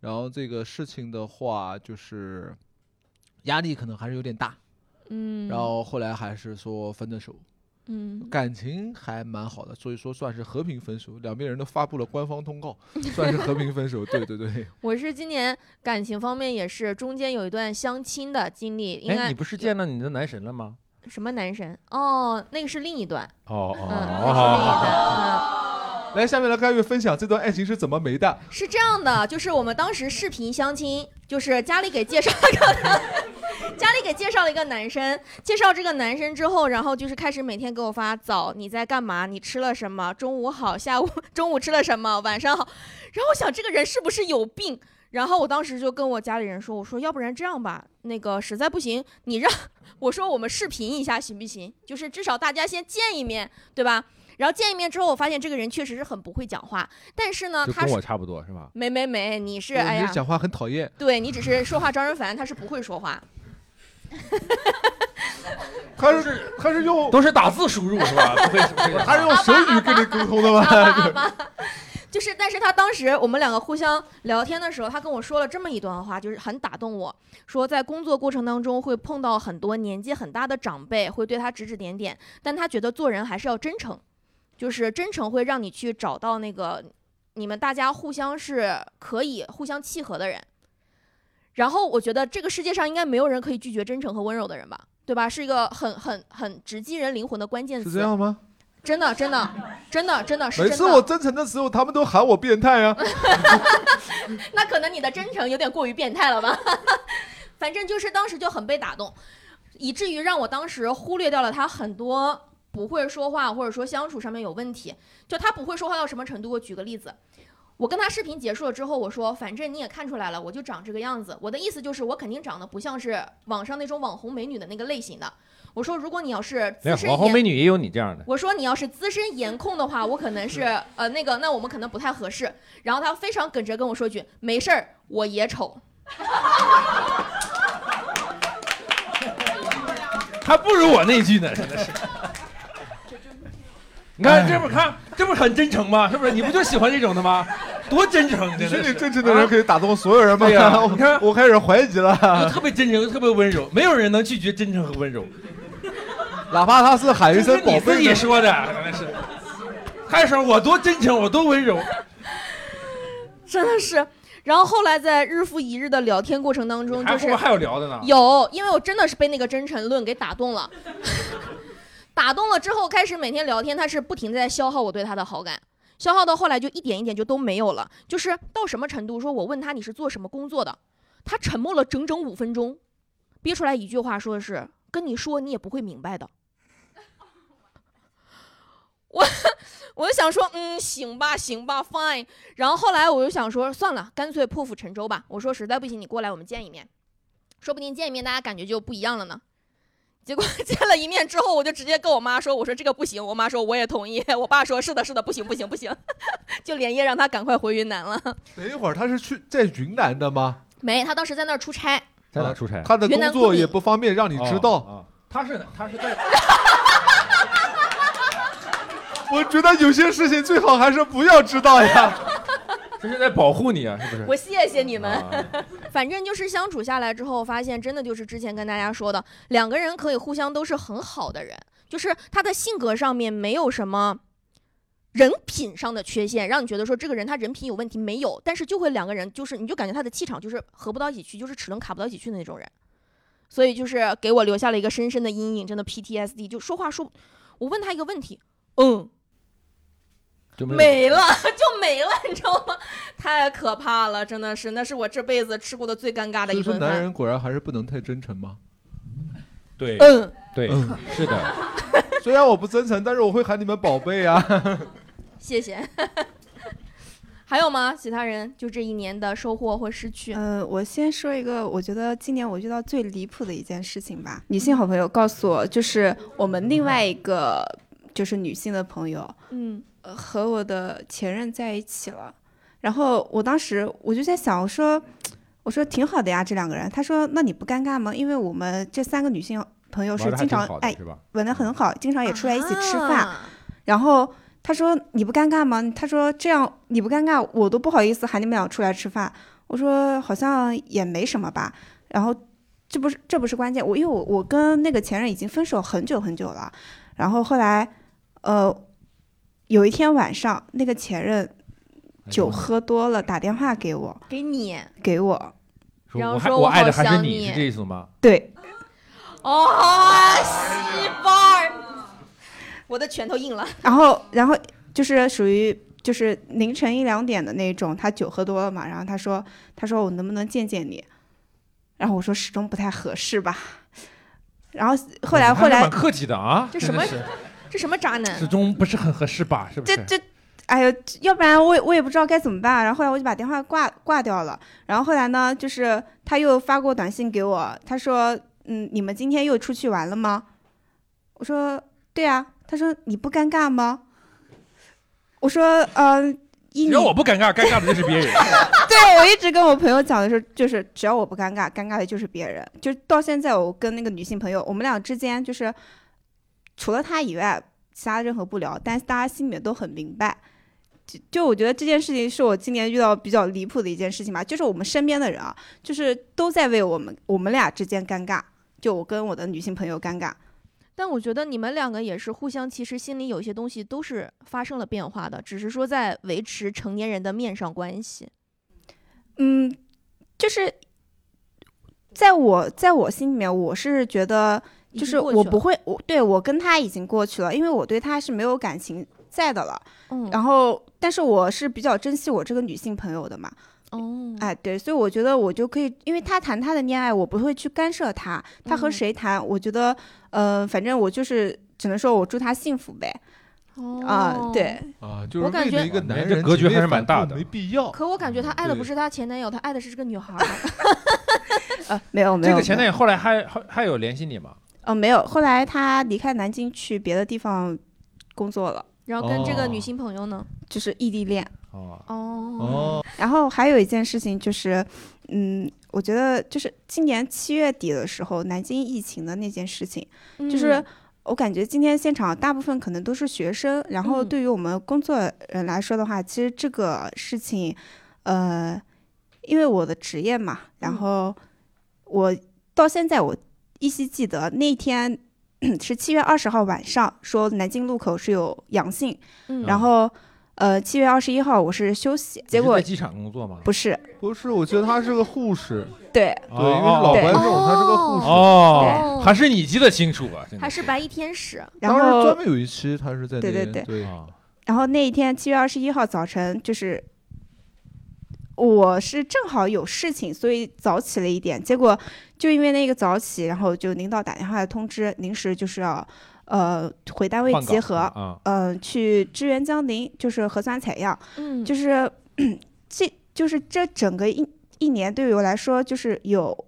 Speaker 3: 然后这个事情的话就是压力可能还是有点大，
Speaker 6: 嗯
Speaker 3: 然后后来还是说分的手，
Speaker 6: 嗯，
Speaker 3: 感情还蛮好的，所以说算是和平分手。两边人都发布了官方通告，算是和平分 手。对对对，
Speaker 6: 我是今年感情方面也是中间有一段相亲的经历，应
Speaker 1: 哎，
Speaker 6: 该
Speaker 1: 你不是见了你的男神了吗？
Speaker 6: 什么男神？哦，那个是另一段，
Speaker 1: 哦哦
Speaker 6: 嗯，
Speaker 1: 哦
Speaker 6: 哦，
Speaker 3: 嗯 来，下面来甘月分享这段爱情是怎么没的。
Speaker 6: 是这样的，就是我们当时视频相亲，就是家里给介绍一个男，家里给介绍了一个男生，介绍这个男生之后，然后就是开始每天给我发早你在干嘛，你吃了什么，中午好，下午中午吃了什么，晚上好，然后我想这个人是不是有病？然后我当时就跟我家里人说，我说要不然这样吧，那个实在不行，你让我说我们视频一下行不行？就是至少大家先见一面，对吧？然后见一面之后，我发现这个人确实是很不会讲话，但是呢，
Speaker 1: 就
Speaker 6: 他
Speaker 1: 跟
Speaker 6: 是
Speaker 1: 我差不多是吧？
Speaker 6: 没没没，你是
Speaker 3: 呃
Speaker 6: 哎
Speaker 3: 你
Speaker 6: 呀
Speaker 3: 是，讲话很讨厌，
Speaker 6: 对你只是说话招人烦，他是不会说话。
Speaker 3: 他是他是用
Speaker 1: 都是打字输入是吧？不会不会
Speaker 3: 他是用手语跟你沟通的吗？
Speaker 6: 就是，但是他当时我们两个互相聊天的时候，他跟我说了这么一段话，就是很打动我。说在工作过程当中会碰到很多年纪很大的长辈，会对他指指点点，但他觉得做人还是要真诚，就是真诚会让你去找到那个你们大家互相是可以互相契合的人。然后我觉得这个世界上应该没有人可以拒绝真诚和温柔的人吧，对吧？是一个很很很直击人灵魂的关键词。
Speaker 3: 是这样？吗？
Speaker 6: 真的，真的，真的，真的是
Speaker 3: 每
Speaker 6: 真的。
Speaker 3: 次我真诚的时候，他们都喊我变态啊。
Speaker 6: 那可能你的真诚有点过于变态了吧？ 反正就是当时就很被打动，以至于让我当时忽略掉了他很多不会说话或者说相处上面有问题。就他不会说话到什么程度？我举个例子，我跟他视频结束了之后，我说反正你也看出来了，我就长这个样子。我的意思就是我肯定长得不像是网上那种网红美女的那个类型的。我说如果你要是
Speaker 1: 那
Speaker 6: 资深
Speaker 1: 网红
Speaker 6: 演
Speaker 1: 美女也有你这样的，
Speaker 6: 我说你要是资深颜控的话，我可能是呃那个，那我们可能不太合适。然后他非常耿直地跟我说一句：“没事儿，我也 丑。
Speaker 1: 还不如我那句呢，真的是。 你
Speaker 3: 哎
Speaker 1: 看这不看这不很真诚吗？是不是？你不就喜欢这种的吗？多真诚，真的是
Speaker 3: 真诚的人可以打动所有人吗？
Speaker 1: 啊对呀
Speaker 3: 我看我开始怀疑了，
Speaker 1: 又特别真诚，又特别温柔，没有人能拒绝真诚和温柔。
Speaker 3: 哪怕他是喊一
Speaker 1: 这
Speaker 3: 声
Speaker 1: 是
Speaker 3: 宝
Speaker 1: 你
Speaker 3: 贝
Speaker 1: 自
Speaker 3: 呢，
Speaker 1: 己说的，真的是。还说我多真诚，我多温柔，”
Speaker 6: 真的是。然后后来在日复一日的聊天过程当中，就
Speaker 1: 还后
Speaker 6: 是
Speaker 1: 面还有聊的呢。
Speaker 6: 有，因为我真的是被那个真诚论给打 动了，打动了之后开始每天聊天，他是不停地在消耗我对他的好感，消耗到后来就一点一点就都没有了，就是到什么程度？说我问他你是做什么工作的，他沉默了整整五分钟，憋出来一句话说的是跟你说你也不会明白的。我我就想说，嗯，行吧，行吧，fine。然后后来我就想说，算了，干脆破釜沉舟吧。我说实在不行，你过来我们见一面。说不定见一面大家感觉就不一样了呢。结果 见了一面之后，我就直接跟我妈说：“我说这个不行。”我妈说：“我也同意。” 我爸说：“是的，是的，不行，不行，不行。” 就连夜让他赶快回云南了。
Speaker 3: 等一会儿他是去在云南的吗？
Speaker 6: 没，他当时在那儿出差。
Speaker 1: 在哪出差？啊
Speaker 3: 他的
Speaker 6: 云
Speaker 3: 工
Speaker 6: 南
Speaker 3: 作
Speaker 6: 昆明
Speaker 3: 也不方便让你知
Speaker 1: 哦
Speaker 3: 道。
Speaker 1: 他是他是在
Speaker 3: 我觉得有些事情最好还是不要知道呀。
Speaker 1: 这是在保护你啊，是啊不
Speaker 6: 我
Speaker 1: 是？
Speaker 6: 谢谢你们。 反正就是相处下来之后，发现真的就是之前跟大家说的，两个人可以互相都是很好的人，就是他的性格上面没有什么人品上的缺陷，让你觉得说这个人他人品有问题没有，但是就会两个人就是你就感觉他的气场就是合不到一起去，就是齿轮卡不到一起去的那种人。所以就是给我留下了一个深深的阴影，真的 PTSD。就说话说，我问他一个问题，嗯，
Speaker 1: 就
Speaker 6: 没了， 就没了，你知道吗？太可怕了，真的是，那是我这辈子吃过的最尴尬的
Speaker 3: 所
Speaker 6: 一
Speaker 3: 以说，
Speaker 6: 顿
Speaker 3: 男
Speaker 6: 饭。
Speaker 3: 人果然还是不能太真诚嘛。
Speaker 1: 对
Speaker 6: 嗯，
Speaker 1: 对，是的。
Speaker 3: 虽然我不真诚，但是我会喊你们宝贝啊。
Speaker 6: 谢谢。 还有吗？其他人就这一年的收获或失去？
Speaker 16: 嗯，我先说一个，我觉得今年我遇到最离谱的一件事情吧。女性好朋友告诉我，就是我们另外一个就是女性的朋友，
Speaker 6: 嗯，
Speaker 16: 呃和我的前任在一起了。然后我当时我就在想，我说，我说挺好的呀，这两个人。他说，那你不尴尬吗？因为我们这三个女性朋友
Speaker 17: 玩
Speaker 16: 是
Speaker 17: 得还
Speaker 16: 经常
Speaker 17: 挺好的
Speaker 16: 哎
Speaker 17: 是吧
Speaker 16: 玩的很好，经常也出来一起吃饭。
Speaker 17: 啊
Speaker 16: 然后他说你不尴尬吗？他说这样你不尴尬，我都不好意思喊你们俩出来吃饭。我说好像也没什么吧。然后这不是这不是关键，我因为我我跟那个前任已经分手很久很久了，然后后来，呃，有一天晚上那个前任酒喝多了，打电话给我，
Speaker 6: 给你，
Speaker 16: 给我，
Speaker 1: 说
Speaker 6: 然后
Speaker 1: 我还
Speaker 6: 说
Speaker 1: 我
Speaker 6: 我
Speaker 1: 爱的
Speaker 6: 好
Speaker 1: 还是
Speaker 6: 想
Speaker 1: 你，
Speaker 6: 你
Speaker 1: 是这意思吗？
Speaker 16: 对，
Speaker 6: 哦，媳妇儿，我的拳头硬了。
Speaker 16: 然后然后就是属于就是凌晨一两点的那种，他酒喝多了嘛，然后他说他说我能不能见见你，然后我说始终不太合适吧，然后后来
Speaker 1: 你还
Speaker 16: 后来
Speaker 1: 蛮客气的啊，
Speaker 16: 这
Speaker 1: 真
Speaker 16: 什
Speaker 1: 的
Speaker 16: 么
Speaker 1: 是
Speaker 16: 这什么渣男啊
Speaker 1: 始终不是很合适吧？是不
Speaker 16: 这
Speaker 1: 是？
Speaker 16: 这，哎呀，要不然我也我也不知道该怎么办。然后后来我就把电话挂挂掉了。然后后来呢，就是他又发过短信给我，他说：“嗯，你们今天又出去玩了吗？”我说：“对啊。”他说：“你不尴尬吗？”我说：“嗯、一你
Speaker 1: 只要我不尴尬，尴尬的就是别人。
Speaker 16: 对我一直跟我朋友讲的是，就是只要我不尴尬，尴尬的就是别人。就到现在，我跟那个女性朋友，我们俩之间就是除了她以外，其他任何不聊，但是大家心里面都很明白。就就我觉得这件事情是我今年遇到比较离谱的一件事情吧，就是我们身边的人啊，就是都在为我们我们俩之间尴尬，就我跟我的女性朋友尴尬。
Speaker 6: 但我觉得你们两个也是互相，其实心里有些东西都是发生了变化的，只是说在维持成年人的面上关系。
Speaker 16: 嗯，就是在我在我心里面，我是觉得
Speaker 6: 已
Speaker 16: 就
Speaker 6: 经
Speaker 16: 是
Speaker 6: 过
Speaker 16: 我
Speaker 6: 去
Speaker 16: 不
Speaker 6: 了
Speaker 16: 会，我对我跟他已经过去了，因为我对他是没有感情在的了。
Speaker 6: 嗯
Speaker 16: 然后，但是我是比较珍惜我这个女性朋友的嘛。
Speaker 6: 哦，
Speaker 16: 哎，对，所以我觉得我就可以，因为他谈他的恋爱，我不会去干涉他，他和
Speaker 6: 嗯
Speaker 16: 谁谈，我觉得，呃，反正我就是只能说我祝他幸福呗。
Speaker 6: 哦
Speaker 16: 啊、 对，
Speaker 3: 啊，就是
Speaker 6: 我感
Speaker 3: 为
Speaker 6: 觉
Speaker 3: 了一个男
Speaker 1: 这
Speaker 3: 人，
Speaker 1: 格局
Speaker 3: 姐妹
Speaker 1: 还是蛮
Speaker 3: 反
Speaker 1: 大
Speaker 3: 共
Speaker 1: 的
Speaker 3: 没必要。
Speaker 6: 可我感觉她爱的不
Speaker 3: 对
Speaker 6: 是她前男友，她爱的是这个女孩儿。
Speaker 16: 呃没有哦没
Speaker 1: 这
Speaker 16: 有，
Speaker 1: 个前
Speaker 16: 没
Speaker 1: 男
Speaker 16: 有
Speaker 1: 友后来还还还有联系你吗？
Speaker 16: 呃，没有，后来他离开南京去别的地方工作了，
Speaker 6: 然后跟这个女性朋友呢？
Speaker 16: 就是异地恋。
Speaker 1: 哦
Speaker 6: 哦，
Speaker 16: 然后还有一件事情就是，嗯，我觉得就是今年七月底的时候，南京疫情的那件事情，就是
Speaker 6: 嗯
Speaker 16: 我感觉今天现场大部分可能都是学生，然
Speaker 6: 嗯
Speaker 16: 后对于我们工作人来说的话，其实这个事情，呃，因为我的职业嘛，然后我到现在我依稀记得那天 是七月二十号晚上，说南京路口是有阳性，
Speaker 6: 嗯
Speaker 16: 然后呃七月二十一号我是休息，结
Speaker 1: 你
Speaker 16: 果
Speaker 1: 是在机场工作吗？
Speaker 16: 不是，
Speaker 3: 不是，我觉得他是个护士，
Speaker 16: 对
Speaker 3: 对，因为是老观众，他是个护士。
Speaker 1: 哦，还是你记得清楚啊！真的
Speaker 6: 还是白衣天使。
Speaker 16: 然后
Speaker 3: 当时专门有一期他是在那
Speaker 16: 对对对
Speaker 3: 对
Speaker 1: 哦
Speaker 16: 然后那一天七月二十一号早晨，就是我是正好有事情，所以早起了一点。结果就因为那个早起，然后就领导打电话通知，临时就是要呃回单位
Speaker 6: 换岗
Speaker 16: 集合，
Speaker 6: 啊
Speaker 16: 嗯、去支援江宁，就是核酸采样。
Speaker 6: 嗯
Speaker 16: 就是 这就是这整个一一年对于我来说，就是有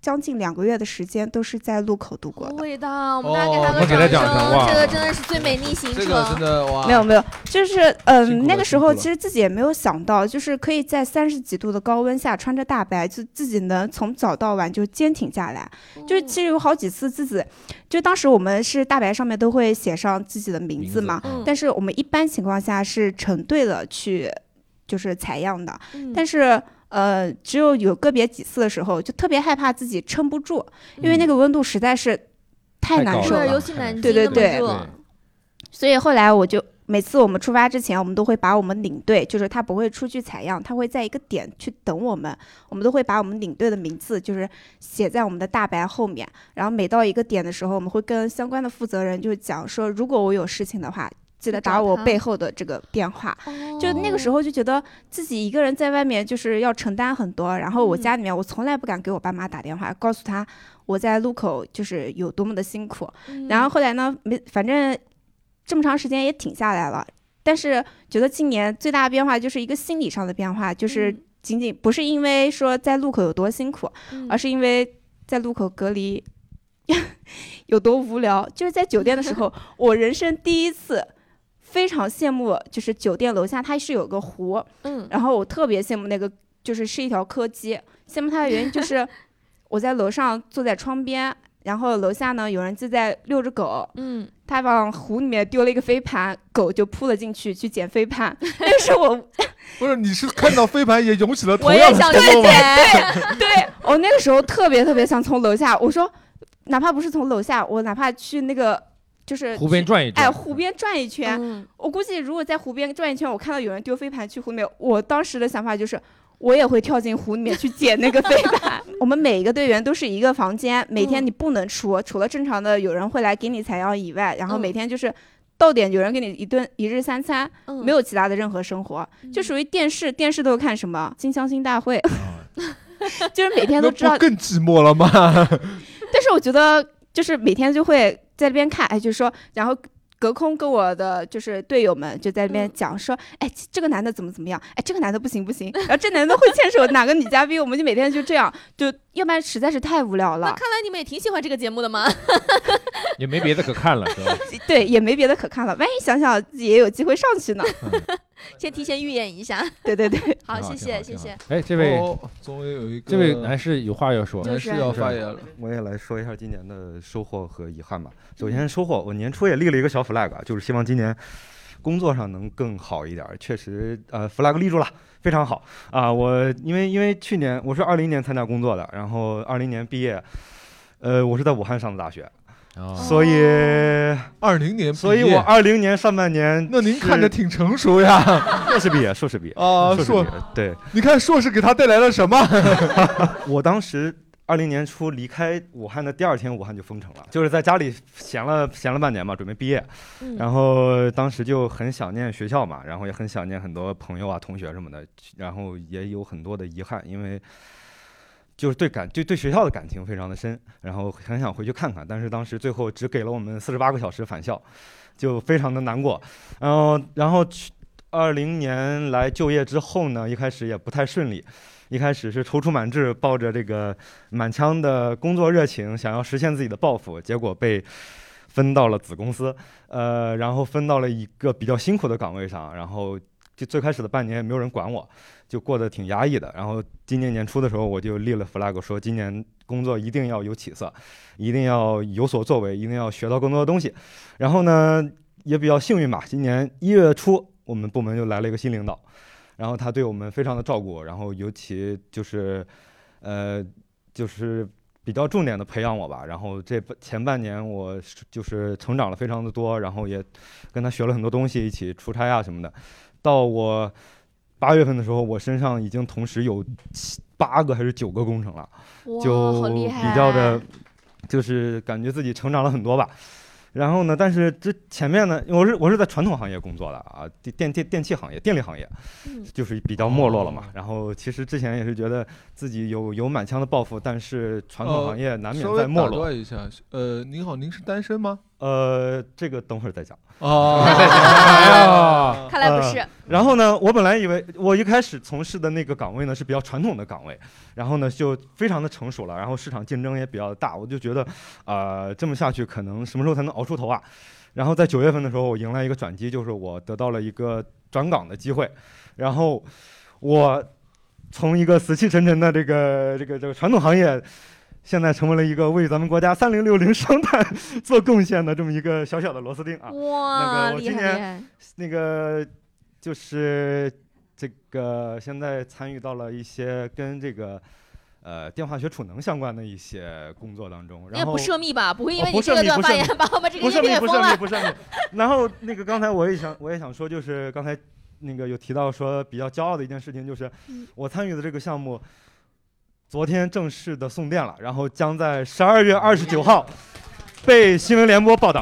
Speaker 16: 将近两个月的时间都是在路口度过的。
Speaker 6: 伟大，我们大家给
Speaker 16: 哦
Speaker 6: 她
Speaker 16: 我
Speaker 6: 个
Speaker 16: 给她掌声
Speaker 6: 声，
Speaker 16: 哇
Speaker 6: 这个真的是最美丽行程。
Speaker 3: 这个真的
Speaker 6: 啊
Speaker 3: 哇，
Speaker 16: 没有没有，就是嗯、那
Speaker 3: 了
Speaker 16: 个
Speaker 3: 辛
Speaker 16: 时
Speaker 3: 苦
Speaker 16: 候
Speaker 3: 了
Speaker 16: 其实自己也没有想到，就是可以在三十几度的高温下穿着大白，就自己能从早到晚就坚挺下来。
Speaker 6: 哦
Speaker 16: 就是其实有好几次自己，就当时我们是大白上面都会写上自己的名字嘛，
Speaker 6: 嗯
Speaker 16: 但是我们一般情况下是成对的去就是采样的，
Speaker 6: 嗯
Speaker 16: 但是。呃，只有有个别几次的时候，就特别害怕自己撑不住，因为那个温度实在是太
Speaker 6: 太
Speaker 16: 难
Speaker 6: 高
Speaker 16: 受
Speaker 6: 了
Speaker 16: 了。
Speaker 6: 嗯对尤其南
Speaker 16: 对
Speaker 6: 京
Speaker 16: 对
Speaker 6: 那么
Speaker 16: 对
Speaker 6: 热，
Speaker 16: 所以后来我就每次我们出发之前，我们都会把我们领队，就是他不会出去采样，他会在一个点去等我们，我们都会把我们领队的名字就是写在我们的大白后面。然后每到一个点的时候，我们会跟相关的负责人就讲说，如果我有事情的话。记得
Speaker 6: 找
Speaker 16: 打我
Speaker 6: 他
Speaker 16: 背后的这个电话，就那个时候就觉得自己一个人在外面就是要承担很多。然后我家里面我从来不敢给我爸妈打电话，告诉他我在路口就是有多么的辛苦。然后后来呢，没反正这么长时间也挺下来了，但是觉得今年最大的变化就是一个心理上的变化，就是仅仅不是因为说在路口有多辛苦，而是因为在路口隔离 有多无聊。就是在酒店的时候，我人生第一次。非常羡慕，就是酒店楼下它是有个湖，
Speaker 6: 嗯
Speaker 16: 然后我特别羡慕那个，就是是一条柯基。羡慕它的原 因就是，我在楼上坐在窗边，然后楼下呢有人就在遛着狗，
Speaker 6: 嗯，
Speaker 16: 他往湖里面丢了一个飞盘，狗就扑了进去去捡飞盘，那是我
Speaker 3: 不是，你是看到飞盘也涌起了同
Speaker 16: 我也
Speaker 3: 样的
Speaker 16: 想
Speaker 3: 冲动吗？
Speaker 16: 对 对，我那个时候特别特别想从楼下，我说哪怕不是从楼下，我哪怕去那个就是
Speaker 1: 湖边
Speaker 16: 去
Speaker 1: 转一转
Speaker 16: 哎，湖边转一圈。我估计如果在湖边转一圈，我看到有人丢飞盘去湖里面，我当时的想法就是。我也会跳进湖里面去捡那个飞盘。我们每一个队员都是一个房间，每天你不能出，除了正常的有人会来给你采样以外，然后每天就是到点有人给你一顿一日三餐，没有其他的任何生活，就属于电视，电视都看什么《金香星大会》 就是每天都知道
Speaker 3: 哦那不更寂寞了吗？
Speaker 16: 但是我觉得就是每天就会在那边看，哎，就是说，然后隔空跟我的就是队友们就在那
Speaker 6: 嗯
Speaker 16: 边讲说，哎，这个男的怎么怎么样，哎，这个男的不行不行， 然后这男的会牵手哪个女嘉宾，我们就每天就这样，就要不然实在是太无聊了。
Speaker 6: 看来你们也挺喜欢这个节目的嘛。
Speaker 1: 也没别的可看了，是吧？
Speaker 16: 对，也没别的可看了，万一想想自己也有机会上去呢。
Speaker 6: 先提前预演一 下。
Speaker 16: 对对对，
Speaker 6: 好，
Speaker 1: 挺好
Speaker 6: 谢谢谢谢。
Speaker 1: 哎，这位
Speaker 3: 哦，终于有一个
Speaker 1: 这位男士有话要说，
Speaker 3: 男士要发言了。
Speaker 2: 我也来说一下今年的收获和遗憾吧。
Speaker 1: 嗯
Speaker 2: 首先收获，我年初也立了一个小 flag，啊就是希望今年工作上能更好一点儿。确实，呃，flag 立住了，非常好啊！我因为因为去年我是二零年参加工作的，然后二零年毕业，呃，我是在武汉上的大学。
Speaker 1: 哦
Speaker 2: 所以
Speaker 3: 二零年，
Speaker 2: 所以我二零年上半年，
Speaker 3: 那您看着挺成 熟呀，
Speaker 2: 硕士毕业，硕士毕业
Speaker 3: 啊
Speaker 2: 硕士
Speaker 3: 硕
Speaker 2: 毕业对，
Speaker 3: 你看硕士给他带来 了什么？
Speaker 2: 我当时二零年初离开武汉的第二天，武汉就封城了，就是在家里闲了闲了半年嘛，准备毕业
Speaker 17: 嗯，
Speaker 2: 然后当时就很想念学校嘛，然后也很想念很多朋友啊、同学什么的，然后也有很多的遗憾，因为。就是对感对对学校的感情非常的深，然后很想回去看看，但是当时最后只给了我们四十八个小时返校，就非常的难过。然后然后去二零年来就业之后呢，一开始也不太顺利，一开始是踌躇满志，抱着这个满腔的工作热情，想要实现自己的抱负，结果被分到了子公司，呃，然后分到了一个比较辛苦的岗位上，然后就最开始的半年也没有人管我，就过得挺压抑的。然后今年年初的时候，我就立了 flag，说今年工作一定要有起色，一定要有所作为，一定要学到更多的东西。然后呢，也比较幸运吧，今年一月初我们部门就来了一个新领导，然后他对我们非常的照顾，然后尤其就是，呃，就是比较重点的培养我吧。然后这半前半年我是就是成长了非常的多，然后也跟他学了很多东西，一起出差啊什么的。到我八月份的时候，我身上已经同时有七八个还是九个工程了，
Speaker 17: 哇
Speaker 2: 就
Speaker 17: 好厉
Speaker 2: 比较的
Speaker 17: 害，
Speaker 2: 就是感觉自己成长了很多吧。然后呢，但是这前面呢，我是我是在传统行业工作的啊，电电电电器行业、电力行业，就是比较没落了嘛。
Speaker 3: 哦
Speaker 2: 然后其实之前也是觉得自己有有满腔的抱负，但是传统行业难免
Speaker 3: 哦稍微
Speaker 2: 在没
Speaker 3: 打
Speaker 2: 落。
Speaker 3: 断一下，呃，您好，您是单身吗？
Speaker 2: 呃，这个等会儿再讲。
Speaker 3: 哦
Speaker 2: 呀
Speaker 3: 看来不是
Speaker 2: 呃然后呢，我本来以为我一开始从事的那个岗位呢是比较传统的岗位，然后呢就非常的成熟了，然后市场竞争也比较大，我就觉得，呃，这么下去可能什么时候才能熬出头啊？然后在九月份的时候，我迎来一个转机，就是我得到了一个转岗的机会，然后我从一个死气沉沉的这个这个这个传统行业，现在成为了一个为咱们国家三零六零生态 做贡献的这么一个小小的螺丝钉啊。
Speaker 6: 哇
Speaker 2: 那个我
Speaker 6: 厉
Speaker 2: 今
Speaker 6: 害厉害
Speaker 2: 年那个就是这个现在参与到了一些跟这个。呃，电化学储能相关的一些工作当中，
Speaker 6: 应
Speaker 2: 然
Speaker 6: 该
Speaker 2: 后
Speaker 6: 不涉密吧？不会因
Speaker 2: 哦
Speaker 6: 为
Speaker 2: 不
Speaker 6: 你这
Speaker 2: 涉
Speaker 6: 个
Speaker 2: 密
Speaker 6: 段
Speaker 2: 不
Speaker 6: 发
Speaker 2: 涉
Speaker 6: 言
Speaker 2: 密
Speaker 6: 把我们这个
Speaker 2: 不
Speaker 6: 音
Speaker 2: 涉
Speaker 6: 频
Speaker 2: 密
Speaker 6: 给
Speaker 2: 不
Speaker 6: 封
Speaker 2: 涉
Speaker 6: 了
Speaker 2: 密。不涉密。然后那个刚才我也想我也想说，就是刚才那个有提到说比较骄傲的一件事情，就是
Speaker 17: 嗯
Speaker 2: 我参与的这个项目，昨天正式的送电了，然后将在十二月二十九号被新闻联播报道。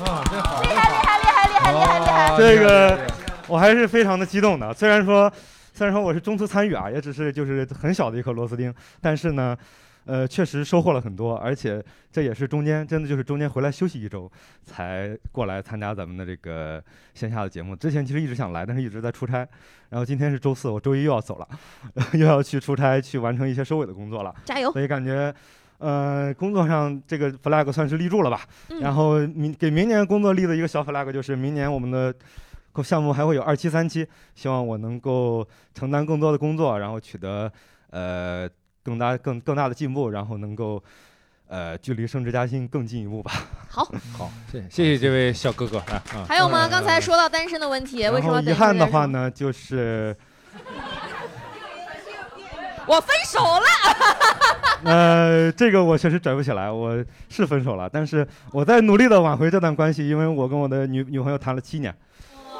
Speaker 3: 啊，这好，
Speaker 6: 厉害厉害厉害厉害厉害厉害！
Speaker 2: 啊这个我还是非常的激动的。虽然说，虽然说我是中途参与啊，也只是就是很小的一颗螺丝钉，但是呢，呃，确实收获了很多，而且这也是中间真的就是中间回来休息一周才过来参加咱们的这个线下的节目。之前其实一直想来，但是一直在出差。然后今天是周四，我周一又要走了， 又要去出差去完成一些收尾的工作了。
Speaker 6: 加油
Speaker 2: 所以感觉。呃，工作上这个 flag 算是立住了吧，
Speaker 6: 嗯
Speaker 2: 然后明给明年工作立的一个小 flag 就是明年我们的项目还会有二期、三期，希望我能够承担更多的工作，然后取得呃更大、更更大的进步，然后能够呃距离升职加薪更进一步吧。
Speaker 6: 好，
Speaker 2: 好，
Speaker 1: 谢谢谢这位小哥哥，来啊，
Speaker 6: 还有吗？刚才说到单身的问题，为
Speaker 2: 然
Speaker 6: 什么
Speaker 2: 后
Speaker 6: 等
Speaker 2: 遗
Speaker 6: 一会儿
Speaker 2: 憾的
Speaker 6: 再说
Speaker 2: 话呢，就是
Speaker 6: 我分手了。
Speaker 2: 呃，这个我确实拽不起来，我是分手了，但是我在努力的挽回这段关系，因为我跟我的女女朋友谈了七年。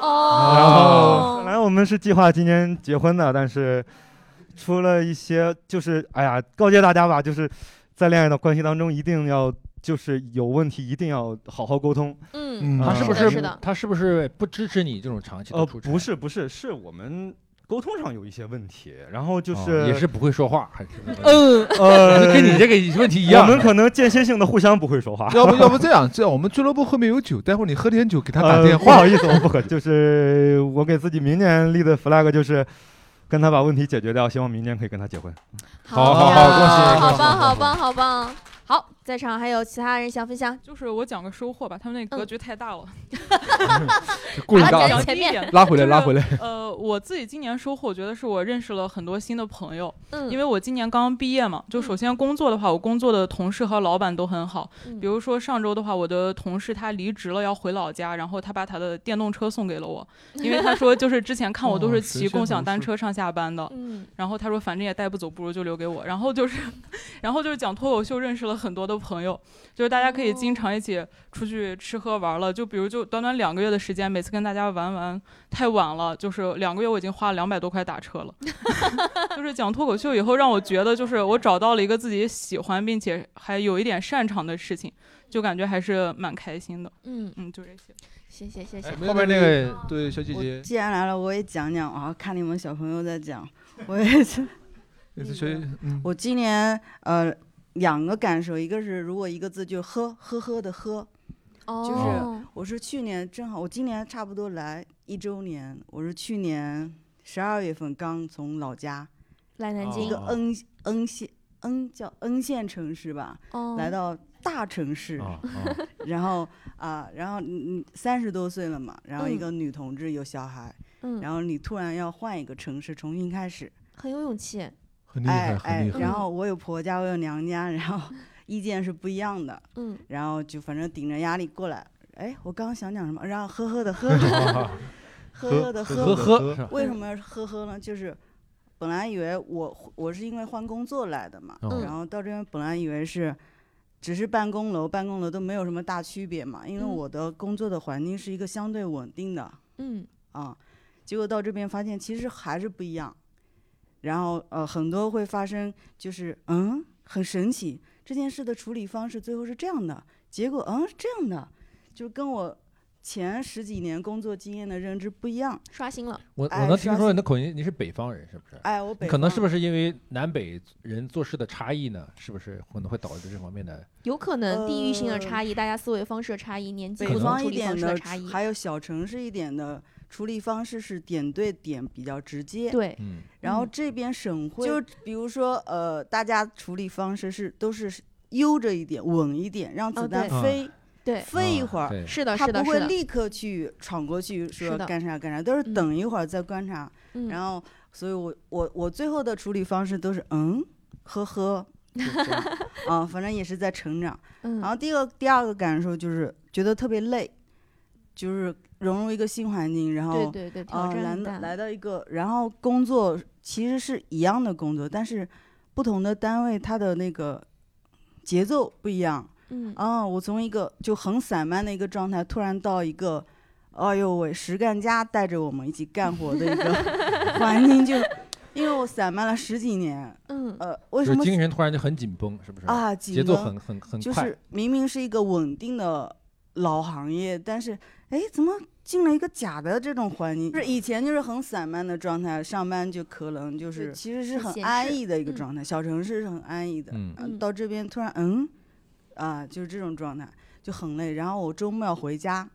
Speaker 2: 然后本来我们是计划今年结婚的，但是出了一些，就是哎呀，告诫大家吧，就是在恋爱的关系当中，一定要就是有问题，一定要好好沟通。啊
Speaker 1: 嗯他是不他是不是不支持你这种长期的
Speaker 2: 呃，
Speaker 1: 出差？
Speaker 2: 不是不是，是我们沟通上有一些问题，然后就
Speaker 1: 哦
Speaker 2: 是
Speaker 1: 也是不会说话，还是
Speaker 2: 嗯呃，
Speaker 1: 跟你这个问题一样
Speaker 2: 我
Speaker 1: 的。
Speaker 2: 们可能间歇性的互相不会说话。
Speaker 3: 要不要不这样，这样我们俱乐部后面有酒，待会儿你喝点酒给他打电话。
Speaker 2: 呃不好意 思，我不可，就是我给自己明年立的 flag 就是跟他把问题解决掉，希望明年可以跟他结婚。
Speaker 6: 好
Speaker 1: 好好恭
Speaker 6: 好
Speaker 1: 喜恭喜
Speaker 6: 棒，好棒，好棒！好，在场还有其他人想分享？嗯
Speaker 17: 就是我讲个收获吧，他们那格局太大 了。
Speaker 3: 故意
Speaker 17: 拉
Speaker 3: 拉
Speaker 16: 啊
Speaker 17: 讲前面
Speaker 3: 拉回来，拉回 来。
Speaker 17: 呃，我自己今年收获，我觉得是我认识了很多新的朋友。
Speaker 6: 嗯，
Speaker 17: 因为我今年刚刚毕业嘛，就首先工作的话，我工作的同事和老板都很好。
Speaker 6: 嗯
Speaker 17: 比如说上周的话，我的同事他离职了，要回老家，然后他把他的电动车送给 了我，因为他说就是之前看我都
Speaker 15: 哇
Speaker 17: 是
Speaker 15: 神
Speaker 17: 骑
Speaker 15: 仙
Speaker 17: 共享
Speaker 15: 同
Speaker 17: 单
Speaker 15: 事
Speaker 17: 车上下班的。
Speaker 6: 嗯，
Speaker 17: 然后他说反正也带不走，不如就留给我。然后就是，然后就是讲脱口秀认识了很多的朋友，就是大家可以
Speaker 6: 哦
Speaker 17: 经常一起出去吃喝玩乐。就比如就短短两个月的时间，每次跟大家玩玩太晚了，就是两个月我已经花了两百 多块打车了。就是讲脱口秀以后，让我觉得就是我找到了一个自己喜欢并且还有一点擅长的事情，就感觉还是蛮开心的。
Speaker 6: 嗯
Speaker 17: 嗯，就这些。
Speaker 6: 谢谢谢
Speaker 17: 谢
Speaker 3: 哎后面那个对小姐姐，
Speaker 18: 既然来了，我也讲讲啊，看你们小朋友在讲，我也是。
Speaker 3: 那个小姐，嗯，
Speaker 18: 我今年呃两个感受，一个是如果一个字就是喝呵呵的喝，
Speaker 6: 哦
Speaker 18: 就是我是去年正好我今年差不多来一周年，我是去年十二月份刚从老家
Speaker 6: 来南京
Speaker 18: 一个 N N 县 N 叫 N 线城市吧，
Speaker 6: 哦
Speaker 18: 来到大城市， 然后啊、然后你三十多岁了嘛，然后一
Speaker 6: 嗯
Speaker 18: 个女同志有小孩，
Speaker 6: 嗯
Speaker 18: 然后你突然要换一个城市重新开始，
Speaker 6: 很有勇气。
Speaker 3: 很
Speaker 18: 哎哎，
Speaker 6: 害
Speaker 18: 然后我有婆家，我有娘家，然 后意见是不一样的，
Speaker 6: 嗯，，
Speaker 18: 然后就反正顶着压力过来。哎，我刚刚想讲什么？然后呵呵的呵呵呵的
Speaker 6: 呵
Speaker 18: 呵
Speaker 6: 呵呵
Speaker 18: 为什么呵呵呢？就是本来以为我我是因为换工作来的嘛，
Speaker 6: 嗯
Speaker 18: 然后到这边本来以为是只是办公楼，办公楼都没有什么大区别嘛，因为
Speaker 6: 嗯
Speaker 18: 我的工作的环境是一个相对稳定的，
Speaker 6: 嗯
Speaker 18: 啊，结果到这边发现其实还是不一样。然后呃，很多会发生就是嗯，很神奇，这件事的处理方式最后是这样的，结果嗯是这样的，就是跟我前十几年工作经验的认知不一样，
Speaker 6: 刷新了。
Speaker 1: 我
Speaker 18: 哎
Speaker 1: 我能听
Speaker 18: 刷
Speaker 1: 出
Speaker 18: 新
Speaker 1: 来你的口音，你是北方人是不是？
Speaker 18: 哎我
Speaker 1: 你
Speaker 18: 北
Speaker 1: 可能
Speaker 18: 方
Speaker 1: 是不是因为南北人做事的差异呢？是不是可能会导致这方面的？
Speaker 6: 有可能地域性的
Speaker 18: 呃
Speaker 6: 差异，大家思维方式的差异，年纪
Speaker 18: 北
Speaker 6: 不同
Speaker 18: 方
Speaker 6: 处
Speaker 18: 一
Speaker 6: 理方
Speaker 18: 点
Speaker 6: 式
Speaker 18: 的
Speaker 6: 的
Speaker 18: 处
Speaker 6: 差异，
Speaker 18: 还有小城市一点的处理方式是点对点比较直接。
Speaker 6: 对
Speaker 1: 嗯
Speaker 18: 然后
Speaker 6: 嗯
Speaker 18: 这边省会就比如说呃，大家处理方式是都是悠着一点、稳一点，让
Speaker 6: 哦
Speaker 18: 子弹
Speaker 6: 对
Speaker 18: 飞。
Speaker 6: 对
Speaker 18: 飞一会
Speaker 6: 啊对
Speaker 18: 儿，
Speaker 6: 是的
Speaker 18: 他
Speaker 6: 是的
Speaker 18: 不
Speaker 6: 是
Speaker 18: 会
Speaker 6: 的
Speaker 18: 立刻去闯过去说
Speaker 6: 是的
Speaker 18: 干啥干啥，都是嗯等一会儿再观察。
Speaker 6: 嗯
Speaker 18: 然后，所以我我我最后的处理方式都是嗯，呵呵，就这样啊，反正也是在成长。
Speaker 6: 嗯
Speaker 18: 然后第二个第二个感受就是觉得特别累，就是融入一个新环境，然后
Speaker 6: 对对对挑
Speaker 18: 啊
Speaker 6: 战
Speaker 18: 来
Speaker 6: 很
Speaker 18: 到
Speaker 6: 大
Speaker 18: 来到一个，然后工作其实是一样的工作，但是不同的单位它的那个节奏不一样。
Speaker 6: 嗯
Speaker 18: 啊，我从一个就很散漫的一个状态，突然到一个，哎呦喂，实干家带着我们一起干活的一个 环境就，因为我散漫了十几年，
Speaker 6: 嗯，
Speaker 18: 呃，为
Speaker 1: 就
Speaker 18: 什
Speaker 1: 是
Speaker 18: 么
Speaker 1: 精神突然就很紧绷，是不是？
Speaker 18: 啊，
Speaker 1: 节
Speaker 18: 紧
Speaker 1: 奏
Speaker 18: 绷
Speaker 1: 很很很
Speaker 18: 就
Speaker 1: 快
Speaker 18: 是。明明是一个稳定的老行业，但是哎，怎么进了一个假的这种环境？就是以前就是很散漫的状态，上班就可能就是
Speaker 6: 对
Speaker 18: 其实是
Speaker 6: 很
Speaker 18: 很
Speaker 6: 闲
Speaker 18: 安
Speaker 6: 适
Speaker 18: 逸的一个
Speaker 6: 嗯
Speaker 18: 状态，小城市是很安逸的，
Speaker 1: 嗯
Speaker 18: 呃
Speaker 6: 嗯
Speaker 18: 到这边突然嗯啊，就是这种状态就很累。然后我周末要回家，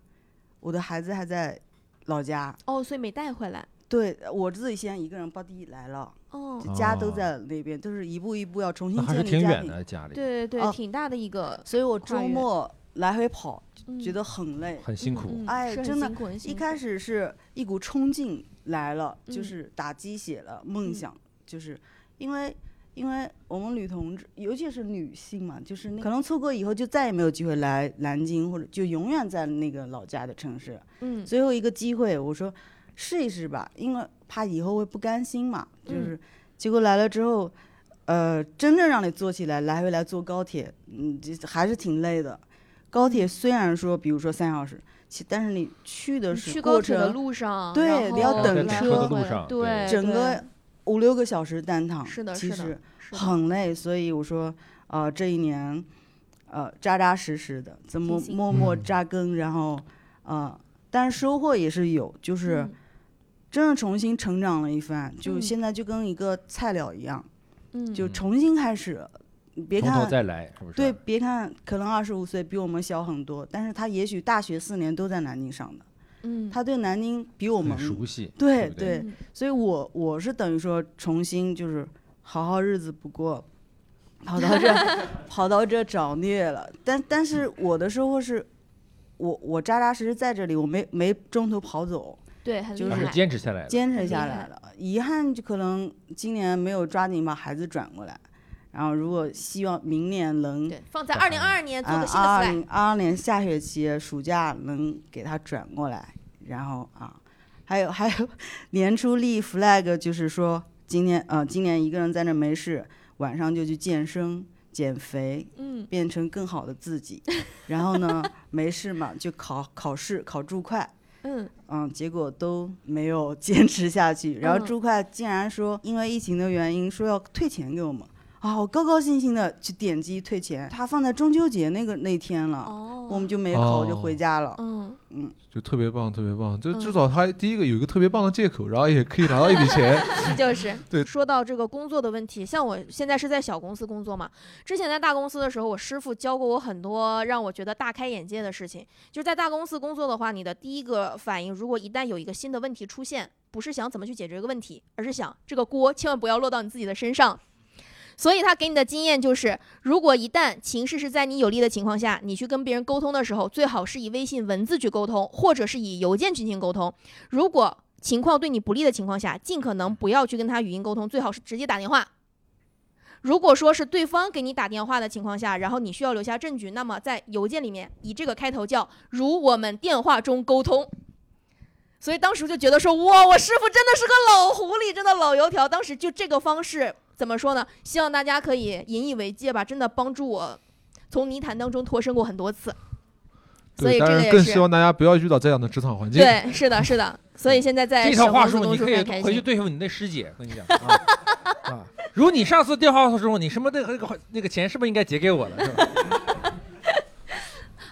Speaker 18: 我的孩子还在老家，
Speaker 6: 哦，所以没带回来。
Speaker 18: 对我自己先一个人抱地来了。
Speaker 6: 哦
Speaker 18: 就家都
Speaker 1: 哦
Speaker 18: 在那边，就是一步一步要重新
Speaker 1: 那还
Speaker 18: 建
Speaker 1: 是
Speaker 18: 立
Speaker 1: 挺
Speaker 18: 家
Speaker 1: 远
Speaker 18: 庭
Speaker 1: 的家里
Speaker 6: 对对对，
Speaker 18: 啊
Speaker 6: 挺大的一个。
Speaker 18: 所以我
Speaker 6: 跨越
Speaker 18: 周末来回跑，就
Speaker 6: 嗯
Speaker 18: 觉得很累，
Speaker 1: 很辛苦嗯嗯
Speaker 18: 哎，
Speaker 6: 是很
Speaker 18: 真的
Speaker 6: 辛苦很，辛
Speaker 18: 一开始是一股冲劲来了，就
Speaker 6: 嗯
Speaker 18: 是打鸡血了，梦想，就是因为因为我们女同志，尤其是女性嘛，就是
Speaker 6: 嗯
Speaker 18: 那可能错过以后就再也没有机会来南京，或者就永远在那个老家的城市。
Speaker 6: 嗯
Speaker 18: 最
Speaker 6: 嗯
Speaker 18: 后一个机会，我说试一试吧，因为怕以后会不甘心嘛，就是。结果来了之后，呃，真正让你坐起来，来回来坐高铁，嗯，这还是挺累的。高铁虽然说，比如说三小时，其但是你去的是
Speaker 6: 去
Speaker 18: 过
Speaker 6: 高铁的
Speaker 18: 程
Speaker 6: 路上然
Speaker 18: 对，你要
Speaker 6: 后
Speaker 18: 等
Speaker 6: 来
Speaker 18: 车，
Speaker 6: 回对
Speaker 18: 整个
Speaker 6: 对
Speaker 18: 五六个小时单趟，
Speaker 6: 是的
Speaker 18: 其
Speaker 6: 是的
Speaker 18: 实
Speaker 6: 是的
Speaker 18: 很累。所以我说，呃，这一年，呃，扎扎实实的，怎么
Speaker 6: 辛辛
Speaker 18: 默
Speaker 6: 苦
Speaker 1: 嗯
Speaker 18: 默扎根，然后，呃，但是收获也是有，就是
Speaker 6: 嗯
Speaker 18: 真的重新成长了一番，就
Speaker 6: 嗯
Speaker 18: 现在就跟一个菜鸟一样，
Speaker 6: 嗯
Speaker 18: 就重新开始。别
Speaker 1: 从
Speaker 18: 看
Speaker 1: 头再来是不是
Speaker 18: 对，别看可能二十五岁比我们小很多，但是他也许大学四年都在南京上的，
Speaker 6: 嗯，
Speaker 18: 他对南京比我们
Speaker 1: 很熟悉
Speaker 18: 对
Speaker 1: 对不对嗯
Speaker 18: 所以我我是等于说重新就是好好日子不过，跑到这 跑到这找虐了，但但是我的收获是，我我扎扎实实在这里，我没没中途跑走，
Speaker 6: 对，很
Speaker 18: 就
Speaker 6: 厉
Speaker 18: 是
Speaker 6: 害
Speaker 1: 坚持下来了
Speaker 18: 坚持
Speaker 6: 很厉
Speaker 18: 下
Speaker 6: 害
Speaker 18: 来了。遗憾就可能今年没有抓紧把孩子转过来，然后如果希望明年能
Speaker 6: 放在二零二二年做
Speaker 18: 啊
Speaker 6: 个新的
Speaker 18: 二零
Speaker 6: flag，
Speaker 18: 二二年下学期暑假能给他转过来，然后啊，还有 还有年初立 flag 就是说今天呃今年一个人在那没事，晚上就去健身减肥，
Speaker 6: 嗯
Speaker 18: 变成更好的 自己，然后呢没事嘛就考考试考注会。
Speaker 6: 嗯，
Speaker 18: 嗯，结果都没有 坚持下去。然后
Speaker 6: 嗯
Speaker 18: 朱快竟然说，因为疫情的原因，说要退钱给我们啊！我高高兴兴的去点击退钱，他放在中秋节那个那天了，我们就没考，就回家了。
Speaker 6: 嗯
Speaker 18: 嗯，
Speaker 3: 就特别棒，特别棒。就
Speaker 6: 嗯
Speaker 3: 至少他第一个有一个特别棒的借口，然后也可以拿到一笔钱。
Speaker 6: 就是
Speaker 3: 对
Speaker 6: 说到这个工作的问题，像我现在是在小公司工作嘛，之前在大公司的时候，我师傅教过我很多让我觉得大开眼界的事情。就是在大公司工作的话，你的第一个反应，如果一旦有一个新的问题出现，不是想怎么去解决这个问题，而是想这个锅千万不要落到你自己的身上。所以他给你的经验就是，如果一旦情势是在你有利的情况下，你去跟别人沟通的时候，最好是以微信文字去沟通，或者是以邮件进行沟通。如果情况对你不利的情况下，尽可能不要去跟他语音沟通，最好是直接打电话。如果说是对方给你打电话的情况下，然后你需要留下证据，那么在邮件里面以这个开头叫“如我们电话中沟通”。所以当时就觉得说，哇，我师傅真的是个老狐狸，真的老油条。当时就这个方式怎么说呢？希望大家可以引以为戒吧，真的帮助我从泥潭当中脱身过很多次。所以这
Speaker 3: 对，当
Speaker 6: 个
Speaker 3: 然
Speaker 6: 也
Speaker 3: 更
Speaker 6: 是
Speaker 3: 希望大家不要遇到这样的职场环境。
Speaker 6: 对，是的，是的。所以现在在
Speaker 1: 这套
Speaker 6: 小
Speaker 1: 话
Speaker 6: 公司
Speaker 1: 术
Speaker 6: 公
Speaker 1: 你
Speaker 6: 司
Speaker 1: 可
Speaker 6: 很
Speaker 1: 以
Speaker 6: 开
Speaker 1: 回去
Speaker 6: 心
Speaker 1: 对付你那师姐，我跟你讲啊啊，如你上次电话的时候，你什么那个那个那个钱是不是应该结给我了？是吧？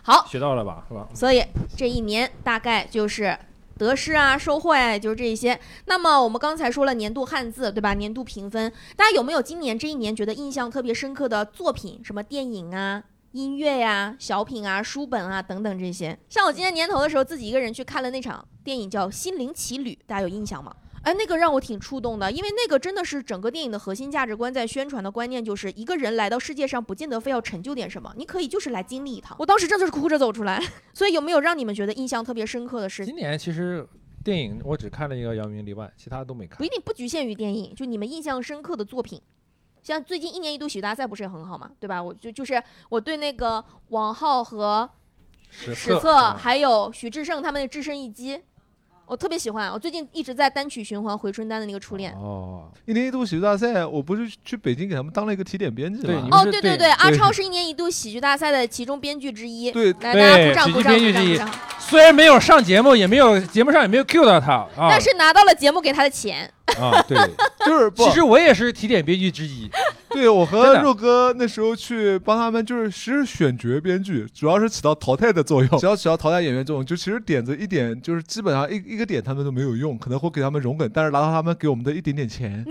Speaker 6: 好，
Speaker 1: 学到了吧？是吧？
Speaker 6: 所以这一年大概就是得失啊、收获呀、就是这一些。那么我们刚才说了年度汉字，对吧？年度评分，大家有没有今年这一年觉得印象特别深刻的作品？什么电影啊？音乐呀、小品啊、书本啊等等这些，像我今年年头的时候，自己一个人去看了那场电影叫《心灵奇旅》，大家有印象吗？哎，那个让我挺触动的，因为那个真的是整个电影的核心价值观在宣传的观念，就是一个人来到世界上，不见得非要成就点什么，你可以就是来经历一趟。我当时真的是哭着走出来， 所以有没有让你们觉得印象特别深刻的事情
Speaker 1: 今？年其实电影我只看了一个《扬名立万》，其他都没看。
Speaker 6: 不一定不局限于电影，就你们印象深刻的作品，像最近一年一度喜剧大赛不是也很好嘛，对吧？我就就是我对那个王浩和
Speaker 1: 史
Speaker 6: 史
Speaker 1: 啊
Speaker 6: 策还有许志胜他们的《只身一击》，我特别喜欢。我最近一直在单曲循环《回春丹》的那个初恋。
Speaker 1: 哦，
Speaker 3: 一年一度喜剧大赛，我不是去北京给他们当了一个提点编辑
Speaker 1: 对
Speaker 3: 吗？
Speaker 6: 哦，对对对，阿 超是一年一度喜剧大赛的其中编剧之一。
Speaker 3: 对
Speaker 6: 来大家鼓掌
Speaker 1: 喜
Speaker 6: 鼓
Speaker 1: 剧
Speaker 6: 掌鼓
Speaker 1: 编剧
Speaker 6: 掌
Speaker 1: 之
Speaker 6: 鼓
Speaker 1: 一
Speaker 6: 掌。，
Speaker 1: 虽然没有上节目，也没有节目上也没有 cue 到他啊，
Speaker 6: 但是拿到了节目给他的钱。
Speaker 1: 啊， 对，
Speaker 3: 就是不
Speaker 1: 其实我也是提点编剧之一，
Speaker 3: 对我
Speaker 1: 真
Speaker 3: 和
Speaker 1: 的
Speaker 3: 肉哥那时候去帮他们，就是其实选角编剧，主要是起到淘汰的作用。只要起到淘汰演员作用，就其实点子一点，就是基本上一一个点他们都没有用，可能会给他们容忍，但是拿到他们给我们的一点 点钱。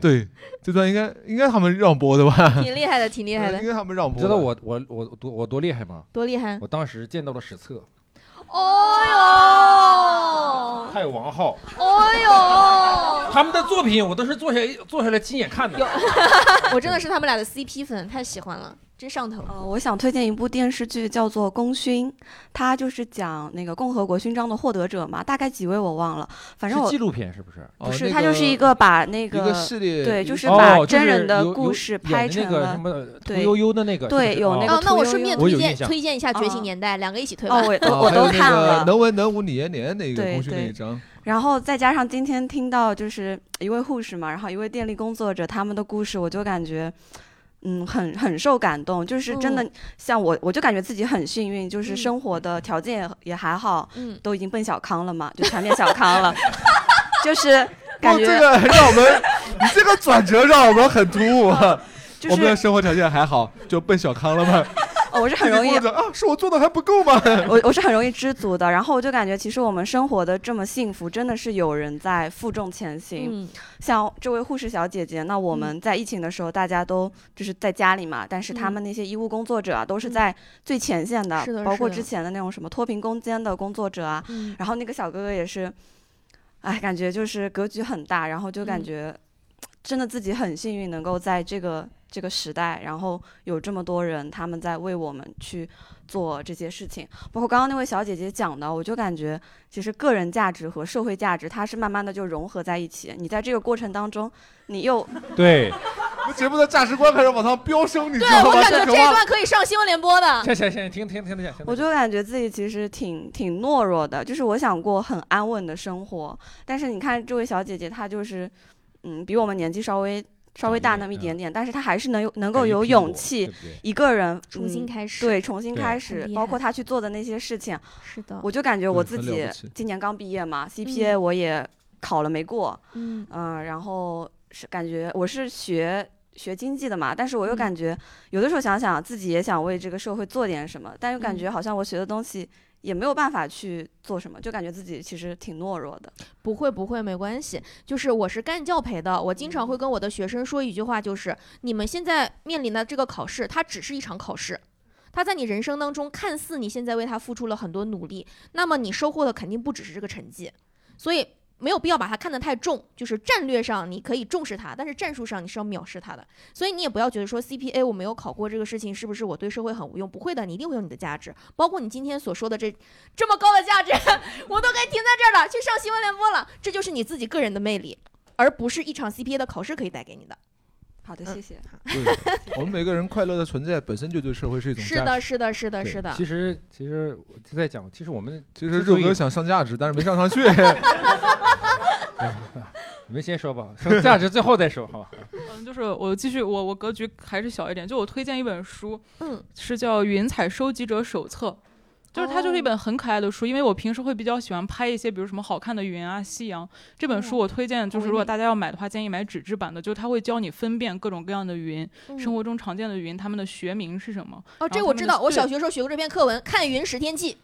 Speaker 3: 对，这段应该应该他们让播的吧？
Speaker 6: 挺厉害的，挺厉害的
Speaker 3: 应。该他们让播。
Speaker 1: 你知道我我我多我多厉害吗？
Speaker 6: 多厉害
Speaker 1: 我当时见到了史策，
Speaker 6: 哦
Speaker 1: 还有王浩，
Speaker 6: 呦， 哦
Speaker 1: 他们的作品我都是坐下坐下来亲眼看的。
Speaker 6: 呦，我真的是他们俩的 CP 粉，太喜欢了，真上头。
Speaker 8: 呃，我想推荐一部电视剧，叫做《功勋》，它就是讲那个共和国勋章的获得者嘛，大概几位我忘了，反正
Speaker 1: 是
Speaker 8: 我
Speaker 1: 纪录片是不是？哦
Speaker 8: 不是，它就是一个把那
Speaker 1: 个系列
Speaker 8: 对，
Speaker 1: 一
Speaker 8: 就
Speaker 1: 个
Speaker 8: 是
Speaker 1: 系列
Speaker 8: 把
Speaker 1: 哦就
Speaker 8: 真
Speaker 1: 是
Speaker 8: 人的
Speaker 1: 有
Speaker 8: 故
Speaker 1: 有
Speaker 8: 事
Speaker 1: 演
Speaker 8: 拍
Speaker 1: 的那
Speaker 8: 成
Speaker 1: 个
Speaker 8: 了
Speaker 1: 什么屠
Speaker 8: 对
Speaker 1: 呦呦的那个是不
Speaker 8: 对，
Speaker 1: 是
Speaker 8: 有
Speaker 1: 哦
Speaker 8: 那
Speaker 6: 哦
Speaker 8: 个，
Speaker 6: 那
Speaker 8: 屠
Speaker 6: 我
Speaker 8: 呦
Speaker 6: 顺便
Speaker 8: 呦
Speaker 1: 我
Speaker 6: 推
Speaker 1: 有
Speaker 6: 荐
Speaker 1: 印象
Speaker 6: 推荐一下《觉醒年代》，两个一起推吧。
Speaker 8: 啊哦我
Speaker 3: 哦
Speaker 8: 我
Speaker 3: 还有
Speaker 8: 都看
Speaker 3: 那个
Speaker 8: 了
Speaker 3: 能文能武你延年那个
Speaker 8: 对
Speaker 3: 功勋那
Speaker 8: 对
Speaker 3: 一章，
Speaker 8: 然后再加上今天听到就是一位护士嘛，然后一位电力工作者他们的故事，我就感觉。嗯，很很受感动，就是真的
Speaker 6: 嗯
Speaker 8: 像我，我就感觉自己很幸运，就是
Speaker 6: 嗯
Speaker 8: 生活的条件也也还好，
Speaker 6: 嗯
Speaker 8: 都已经奔小康了嘛，就全面小康 了，就是感觉、
Speaker 3: 这 个让我们，你这个转折让我们很突兀 啊。
Speaker 8: 就是
Speaker 3: 我们的生活条件还好，就奔小康了吗？
Speaker 8: 哦，我是很容易
Speaker 3: 自己过着啊，是我做的还不够吗？
Speaker 8: 我我是很容易知足的，然后我就感觉其实我们生活的这么幸福，真的是有人在负重前行。
Speaker 6: 嗯
Speaker 8: 像这位护士小姐姐，那我们在疫情的时候，大家都就是在家里嘛，但是他们那些医务工作者啊，都是在最前线的，
Speaker 6: 嗯是的
Speaker 8: 包括
Speaker 6: 是的
Speaker 8: 之前的那种什么脱贫攻坚的工作者啊，
Speaker 6: 嗯
Speaker 8: 然后那个小哥哥也是，哎，感觉就是格局很大，然后就感
Speaker 6: 嗯
Speaker 8: 觉真的自己很幸运，能够在这个这个时代，然后有这么多人他们在为我们去做这些事情。包括刚刚那位小姐姐讲的，我就感觉其实个人价值和社会价值它是慢慢的就融合在一起。你在这个过程当中，你又
Speaker 1: 对，
Speaker 3: 我们节目的价值观开始往上飙升，你知
Speaker 6: 对
Speaker 3: 道吗？
Speaker 6: 我感觉这
Speaker 3: 种
Speaker 6: 一段可以上新闻联播的。
Speaker 1: 行行行，停停停停停，
Speaker 8: 我就感觉自己其实挺挺懦弱的，就是我想过很安稳的生活，但是你看这位小姐姐，她就是，嗯，比我们年纪稍微稍微大那么
Speaker 6: 嗯
Speaker 8: 一点点，但是她还是能有能够
Speaker 6: 敢于
Speaker 8: 有
Speaker 6: 拼
Speaker 8: 勇
Speaker 6: 搏
Speaker 8: 气
Speaker 6: 对不对
Speaker 8: 一个人
Speaker 6: 重新
Speaker 8: 嗯
Speaker 6: 开始
Speaker 8: 对，重新
Speaker 6: 对
Speaker 8: 开
Speaker 6: 很
Speaker 8: 始
Speaker 6: 厉，
Speaker 8: 包
Speaker 6: 害
Speaker 8: 括她去做的那些事情，
Speaker 6: 是的
Speaker 8: 我就感觉我
Speaker 6: 对
Speaker 8: 自
Speaker 6: 很了
Speaker 8: 己
Speaker 6: 不起
Speaker 8: 今年刚毕业嘛，CPA
Speaker 6: 嗯
Speaker 8: 我也考了没过，
Speaker 6: 嗯
Speaker 8: 嗯、然后是感觉我是学学经济的嘛，但是我又感觉有的时候想想自己也想为这个社会做点什么，但又感觉好像我学的东西也没有办法去做什么，就感觉自己其实挺懦弱的。
Speaker 6: 不会不会，没关系。就是我是干教培的，我经常会跟我的学生说一句话，就是你们现在面临的这个考试，它只是一场考试。它在你人生当中，看似你现在为它付出了很多努力，那么你收获的肯定不只是这个成绩，所以没有必要把它看得太重。就是战略上你可以重视它，但是战术上你是要藐视它的。所以你也不要觉得说 CPA 我没有考过这个事情，是不是我对社会很无用？不会的，你一定会有你的价值。包括你今天所说的这这么高的价值， 我都该停在这儿了，去上新闻联播了。这就是你自己个人的魅力，而不是一场 CPA 的考试可以带给你的。
Speaker 8: 好
Speaker 17: 嗯
Speaker 8: 的，谢谢。
Speaker 3: 我们每个人快乐的存在本身就对社会是一种
Speaker 6: 是
Speaker 3: 价值
Speaker 6: 的，是的，是的，
Speaker 3: 对
Speaker 6: 是的。
Speaker 1: 其实其实我就在讲，其实我们
Speaker 3: 其
Speaker 1: 其
Speaker 3: 实肉
Speaker 1: 肉
Speaker 3: 哥想上价值，但是没上上去。
Speaker 1: 你们先说吧，说价值最后再说，好 吧？
Speaker 17: 嗯，就是我继续，我我格局还是小一点，就我推荐一本书，
Speaker 6: 嗯，
Speaker 17: 是叫《云彩收集者手册》。就是它
Speaker 6: 哦
Speaker 17: 就是一本很可爱的书，因为我平时会比较喜欢拍一些，比如什么好看的云啊、夕阳。这本
Speaker 6: 嗯
Speaker 17: 书我推荐，就是如果大家要买的话，建议买纸质版的，就它会教你分辨各种各样的云，
Speaker 6: 嗯
Speaker 17: 生活中常见的云，它们的学名是什么。
Speaker 6: 哦，这
Speaker 17: 然后它
Speaker 6: 我
Speaker 17: 们
Speaker 6: 知
Speaker 17: 的
Speaker 6: 道，我
Speaker 17: 对
Speaker 6: 小学时候学过这篇课文，《看云识天际》。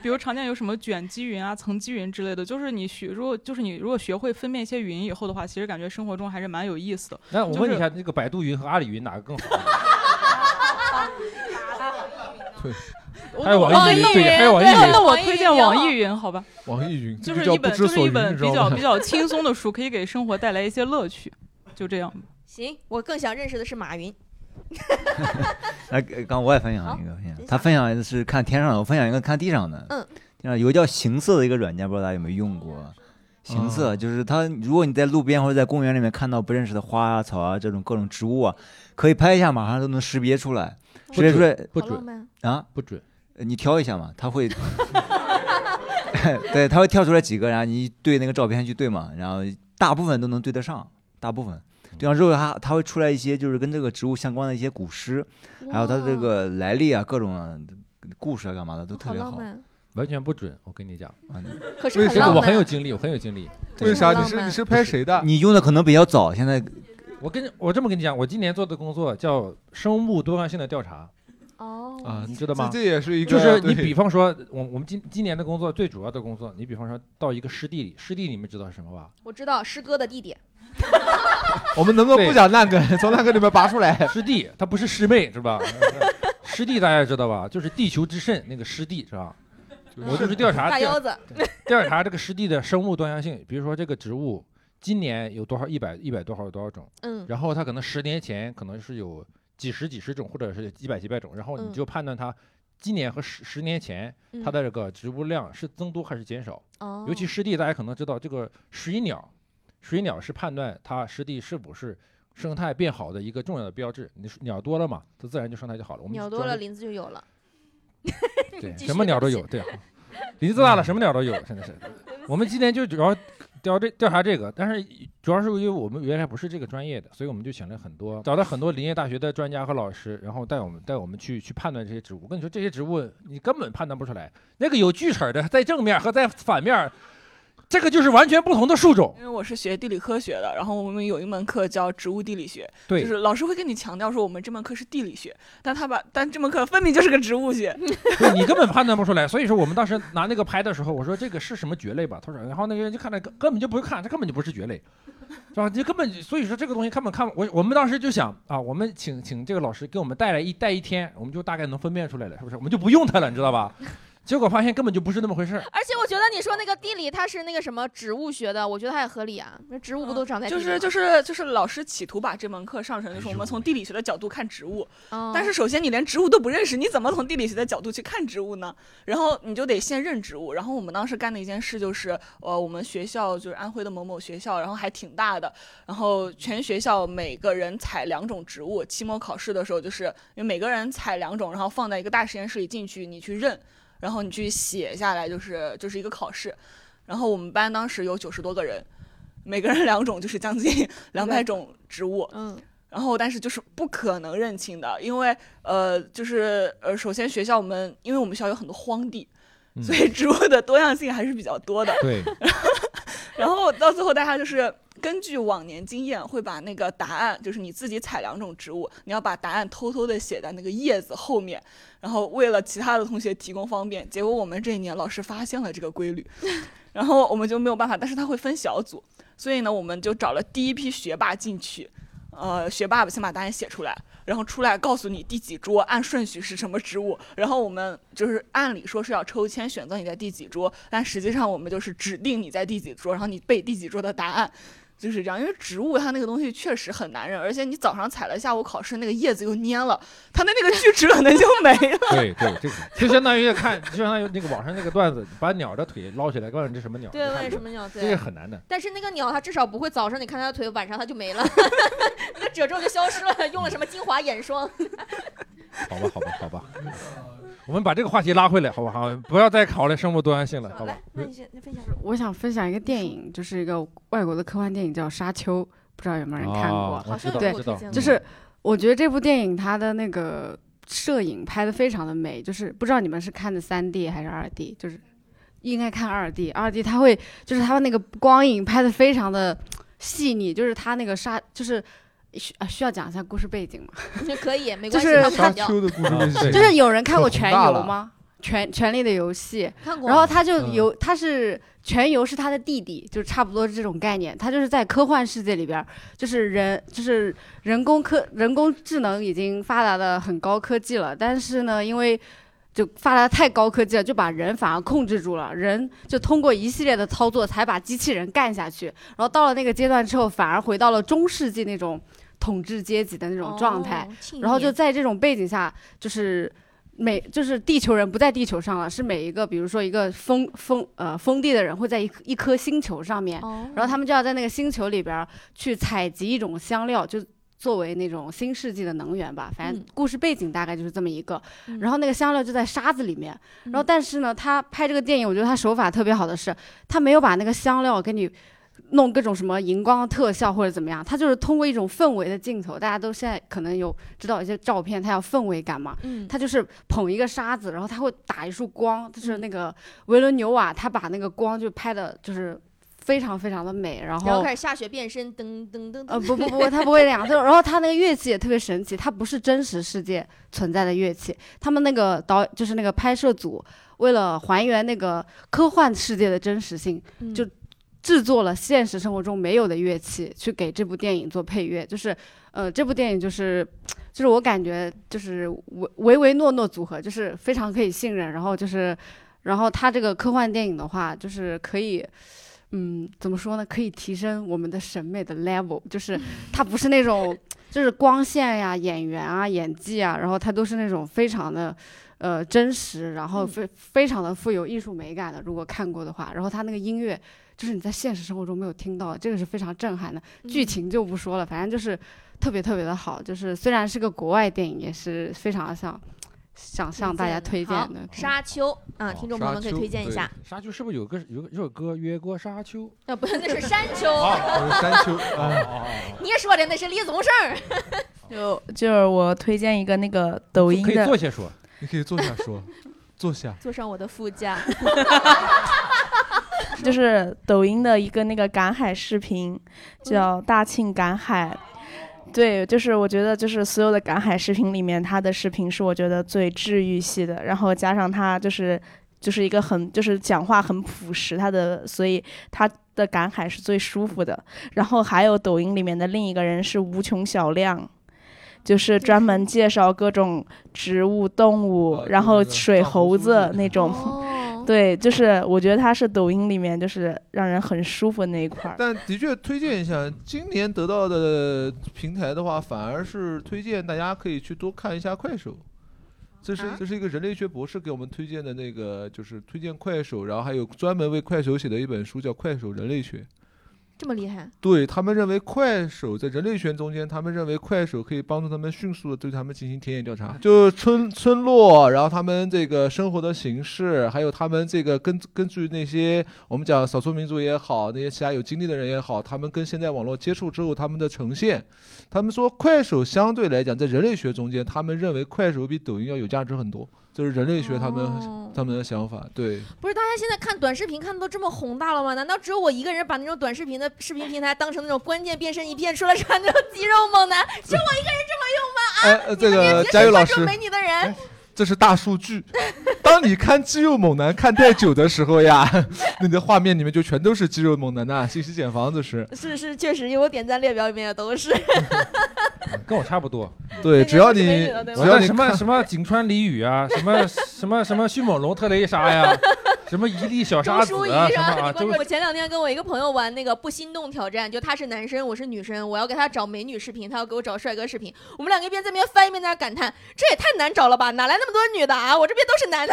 Speaker 17: 比如常见有什么卷积云啊、层积云之类的，就是你学如果就是你如果学会分辨一些云以后的话，其实感觉生活中还是蛮有意思的。
Speaker 1: 那我
Speaker 17: 就
Speaker 1: 问
Speaker 17: 是
Speaker 1: 一下，那个百度云和阿里云哪个更好？
Speaker 17: 我
Speaker 1: 还有网易云
Speaker 17: 那
Speaker 1: 对还有网易
Speaker 17: 那
Speaker 1: 云
Speaker 17: 那我推荐网易云，好吧？
Speaker 3: 网易云
Speaker 17: 就
Speaker 3: 这
Speaker 17: 是
Speaker 3: 个
Speaker 17: 一
Speaker 3: 叫
Speaker 17: 本
Speaker 3: 不知
Speaker 17: 就是
Speaker 3: 所
Speaker 17: 一
Speaker 3: 云，
Speaker 17: 本
Speaker 3: 你知道
Speaker 17: 比
Speaker 3: 吗
Speaker 17: 较比较轻松的书，可以给生活带来一些乐趣，就这样。
Speaker 6: 行，我更想认识的是马云。
Speaker 19: 来，刚刚我也分享一个，分享他分享的是看天上的，我分享一个看地上的。
Speaker 6: 嗯，
Speaker 19: 天上有个叫行色的一个软件，不知道大家有没有用
Speaker 1: 嗯
Speaker 19: 过？行色就是它，如果你在路边或者在公园里面看到不认识的花啊、草啊这种各种植物啊，可以拍一下，马上都能识别出来。识别出来
Speaker 1: 不准好浪漫
Speaker 19: 啊？
Speaker 1: 不准，
Speaker 19: 你挑一下嘛，它会 对，它会跳出来几个，然后你对那个照片去对嘛，然后大部分都能对得上，大部分。
Speaker 1: 嗯
Speaker 19: 对上之后，它它会出来一些就是跟这个植物相关的一些古诗，还有它这个来历啊，各种啊故事啊，干嘛的都特别好。啊
Speaker 1: 完全不准，我跟你讲。
Speaker 6: 可
Speaker 19: 是
Speaker 1: 这
Speaker 19: 很
Speaker 1: 个
Speaker 19: 浪
Speaker 1: 我
Speaker 19: 漫
Speaker 1: 很有经历，我很有经历。
Speaker 19: 对为啥你是
Speaker 3: 你是拍谁的？
Speaker 19: 你用的可能比较早，现在
Speaker 1: 我跟你我这么跟你讲，我今年做的工作叫生物多样性的调查。
Speaker 6: 哦
Speaker 1: 啊，你知道吗？
Speaker 3: 这这也是一个
Speaker 1: 就是你
Speaker 3: 对
Speaker 1: 比方说，我我们今今年的工作最主要的工作，你比方说到一个湿地里，湿地你们知道是什么吧？
Speaker 6: 我知道师哥的弟弟。
Speaker 3: 我们能不能不讲烂梗，从烂梗里面拔出来？
Speaker 1: 湿地，它不是师妹是吧？ 湿地大家也知道吧？就是地球之肾那个湿地是吧？我就是调查
Speaker 6: 大
Speaker 1: 调
Speaker 6: 腰子
Speaker 1: 调查这个湿地的生物多样性，比如说这个植物今年有多少一百一百多少多少种，
Speaker 6: 嗯
Speaker 1: 然后它可能十年前可能是有几十几十种，或者是几百几百种，然后
Speaker 6: 嗯
Speaker 1: 你就判断它今年和十十年前
Speaker 6: 嗯
Speaker 1: 它的这个植物量是增多还是减少。
Speaker 6: 哦
Speaker 1: 尤其湿地，大家可能知道这个水鸟，水鸟是判断它湿地是不是。生态变好的一个重要的标志，你鸟多了嘛，它自然就生态就好了。我们
Speaker 6: 鸟
Speaker 1: 主
Speaker 6: 多
Speaker 1: 要
Speaker 6: 了，
Speaker 1: 是
Speaker 6: 林子就有了。
Speaker 1: 对
Speaker 6: 继续
Speaker 1: 什么鸟都
Speaker 6: 对不
Speaker 1: 有，对。啊林子大了，什么鸟都有，真的是。我们今天就主要调这调查这个，但是主要是因为我们原来不是这个专业的，所以我们就请了很多，找了很多林业大学的专家和老师，然后带我们带我们去去判断这些植物。我跟你说，这些植物你根本判断不出来，那个有锯齿儿的在正面和在反面，这个就是完全不同的树种。
Speaker 15: 因为我是学地理科学的，然后我们有一门课叫植物地理学，
Speaker 1: 对
Speaker 15: 就是老师会跟你强调说我们这门课是地理学，但他把但这门课分明就是个植物学，
Speaker 1: 对你根本判断不出来。所以说我们当时拿那个拍的时候，我说这个是什么蕨类吧？他说，然后那个人就看了，根根本就不是看，这根本就不是蕨类，是吧？你根本就所以说这个东西根本看不我我们当时就想啊，我们请请这个老师给我们带来一带一天，我们就大概能分辨出来了，是不是？我们就不用它了，你知道吧？结果发现根本就不是那么回事儿。
Speaker 6: 而且我觉得你说那个地理它是那个什么植物学的，我觉得它也合理啊，那植物不都长在
Speaker 15: 嗯
Speaker 6: 地
Speaker 15: 就
Speaker 6: 里
Speaker 15: 是
Speaker 6: 吗
Speaker 15: 就是就是老师企图把这门课上成就是我们从地理学的角度看植物，
Speaker 6: 哦
Speaker 15: 但是首先你连植物都不认识，你怎么从地理学的角度去看植物呢？然后你就得先认植物。然后我们当时干的一件事就是，呃，我们学校就是安徽的某某学校，然后还挺大的，然后全学校每个人采两种植物，期末考试的时候就是因为每个人采两种，然后放在一个大实验室里进去，你去认，然后你去写下来，就是就是一个考试。然后我们班当时有九十多个人，每个人两种，就是将近两百种植物。
Speaker 6: 嗯。
Speaker 15: 然后，但是就是不可能认清的，因为呃，就是呃，首先学校我们，因为我们学校有很多荒地， 所以植物的多样性还是比较多的。
Speaker 1: 对。
Speaker 15: 然后到最后，大家就是根据往年经验，会把那个答案，就是你自己采两种植物，你要把答案偷偷的写在那个叶子后面，然后为了其他的同学提供方便。结果我们这一年老师发现了这个规律，然后我们就没有办法，但是他会分小组，所以呢，我们就找了第一批学霸进去，呃，学霸先把答案写出来，然后出来告诉你第几桌按顺序是什么植物，然后我们就是按理说是要抽签选择你在第几桌，但实际上我们就是指定你在第几桌，然后你背第几桌的答案。就是这样，因为植物它那个东西确实很难认，而且你早上采了，下午考试那个叶子又蔫了，它的那个锯齿可能就没了。
Speaker 1: 对对，这个就相当于看，就相当于那个网上那个段子，把鸟的腿捞起来，告诉你这什么鸟。
Speaker 6: 对，
Speaker 1: 你看
Speaker 6: 问什么鸟？对，
Speaker 1: 这个很难的。
Speaker 6: 但是那个鸟，它至少不会早上你看它的腿，晚上它就没了， 那褶皱就消失了。用了什么精华眼霜？
Speaker 1: 好吧，好吧，好吧，我们把这个话题拉回来，好不好？不要再考虑生物多样性了，好吧？
Speaker 7: 那你先那分享
Speaker 10: 我想分享一个电影，就是一个外国的科幻电影叫《沙丘》，不知道有没有人看过？
Speaker 1: 哦我知道
Speaker 10: 对
Speaker 1: 我知道，
Speaker 10: 就是我觉得这部电影它的那个摄影拍的非常的美，就是不知道你们是看的三 D 还是二 D，就是应该看二 D，二 D 它会就是它的那个光影拍的非常的细腻，就是它那个沙就是。需啊需要讲一下故事背景吗？
Speaker 6: 可以，没
Speaker 10: 就
Speaker 6: 关系。
Speaker 10: 是
Speaker 6: 他们砍掉
Speaker 10: 就是有人看过《
Speaker 6: 可
Speaker 10: 全
Speaker 6: 宏大
Speaker 10: 游》
Speaker 6: 了
Speaker 10: 吗？权权力的游戏，
Speaker 6: 看过
Speaker 10: 然后他就
Speaker 6: 嗯
Speaker 10: 有，他是全游是他的弟弟，就差不多是这种概念。他就是在科幻世界里边儿，就是人，就是人工科人工智能已经发达的很高科技了，但是呢，因为就发达太高科技了，就把人反而控制住了，人就通过一系列的操作才把机器人干下去。然后到了那个阶段之后，反而回到了中世纪那种统治阶级的那种状态，
Speaker 6: 哦庆
Speaker 10: 然后就
Speaker 6: 年
Speaker 10: 在这种背景下，就是每就是地球人不在地球上了，是每一个比如说一个封封呃封地的人会在一颗一颗星球上面，
Speaker 6: 哦
Speaker 10: 然后他们就要在那个星球里边儿去采集一种香料，就作为那种新世纪的能源吧。反正
Speaker 6: 嗯
Speaker 10: 故事背景大概就是这么一个。
Speaker 6: 嗯
Speaker 10: 然后那个香料就在沙子里面，然后但是呢，他拍这个电影，我觉得他手法特别好的是，他没有把那个香料给你。弄各种什么荧光特效或者怎么样，他就是通过一种氛围的镜头，大家都现在可能有知道一些照片，它要氛围感嘛，
Speaker 6: 嗯
Speaker 10: 他就是捧一个沙子，然后他会打一束光，就是那个维伦纽瓦，他把那个光就拍的就是非常非常的美，然后
Speaker 6: 然后开始下雪变身，噔噔噔。
Speaker 10: 呃，不不不，他不会那样。就然后他那个乐器也特别神奇，它不是真实世界存在的乐器。他们那个导就是那个拍摄组，为了还原那个科幻世界的真实性，
Speaker 6: 嗯
Speaker 10: 就制作了现实生活中没有的乐器，去给这部电影做配乐。就是，呃，这部电影就是，就是我感觉就是唯唯唯诺诺组合，就是非常可以信任。然后就是，然后他这个科幻电影的话，就是可以。嗯，怎么说呢？可以提升我们的审美的 level，就是它不是那种就是光线呀、演员啊、演技啊，然后它都是那种非常的呃真实，然后非非常的富有艺术美感的。如果看过的话，然后它那个音乐就是你在现实生活中没有听到的，这个是非常震撼的。剧
Speaker 6: 嗯
Speaker 10: 情就不说了，反正就是特别特别的好。就是虽然是个国外电影，也是非常像想向大家推荐
Speaker 6: 好
Speaker 10: 的。，
Speaker 6: 沙丘啊，听众朋友们可以推荐一下。
Speaker 1: 哦沙丘是不是有个有个有首歌约过沙丘？
Speaker 6: 啊，不是，那是山丘。
Speaker 1: 啊山丘啊，
Speaker 6: 你也说的那是李宗盛。
Speaker 20: 就就是我推荐一个那个抖音
Speaker 3: 可以
Speaker 20: 的，
Speaker 3: 坐下说，你可以坐下 说，坐下。
Speaker 20: 坐上我的 副驾，就是抖音的一个那个赶海视频，
Speaker 6: 嗯
Speaker 20: 叫大庆赶海。对，就是我觉得就是所有的赶海视频里面，他的视频是我觉得最治愈系的，然后加上他就是就是一个很就是讲话很朴实，他的所以他的赶海是最舒服的。然后还有抖音里面的另一个人是无穷小亮。就是专门介绍各种植物、动物，然后水猴子那种。对，就是我觉得他是抖音里面就是让人很舒服那一块儿。
Speaker 3: 但的确推荐一下，今年得到的平台的话，反而是推荐大家可以去多看一下快手。这是这是一个人类学博士给我们推荐的那个，就是推荐快手，然后还有专门为快手写的一本书叫《快手人类学》。
Speaker 6: 这么厉害？啊
Speaker 3: 对他们认为快手在人类学中间，他们认为快手可以帮助他们迅速的对他们进行田野调查，就是村村落，然后他们这个生活的形式，还有他们这个根根据那些我们讲少数民族也好，那些其他有经历的人也好，他们跟现在网络接触之后他们的呈现，他们说快手相对来讲在人类学中间，他们认为快手比抖音要有价值很多，这、是人类学他们、他们的想法，对。
Speaker 6: 不是，大家现在看短视频看的都这么宏大了吗？难道只有我一个人把那种短视频的视频平台当成那种关键变身一变出来穿那种肌肉猛男？只有我一个人这么用吗？啊，
Speaker 3: 哎呃这
Speaker 6: 你
Speaker 3: 个
Speaker 6: 们这些
Speaker 3: 佳宇老
Speaker 6: 关注
Speaker 3: 师哎
Speaker 6: 没你的人，
Speaker 3: 这是大数据。当你看肌肉猛男看太久的时候呀， 你的画面里面就全都是肌肉猛男呐、信息茧房子是。
Speaker 6: 是是，确实，因为我点赞列表里面也都是。
Speaker 1: 跟我差 不多。
Speaker 3: 对，只要你只
Speaker 1: 我
Speaker 3: 要
Speaker 1: 在
Speaker 3: 你
Speaker 1: 什么
Speaker 3: 看
Speaker 1: 什么井川里雨 啊，什么什么什么迅猛龙特雷莎呀，什么一粒 小沙
Speaker 6: 周
Speaker 1: 子
Speaker 6: 淑怡
Speaker 1: 啊，什
Speaker 6: 吧？
Speaker 1: 么啊，
Speaker 6: 你关
Speaker 1: 周
Speaker 6: 注我前两天跟我一个朋友玩那个不心动挑战，就他是男生，我是女生，我要给他找美女视频，他要给我找帅哥视频，我们两个一边在那边翻一边在那感叹，这也太难找了吧，哪来那么多女的啊？我这边都是男的。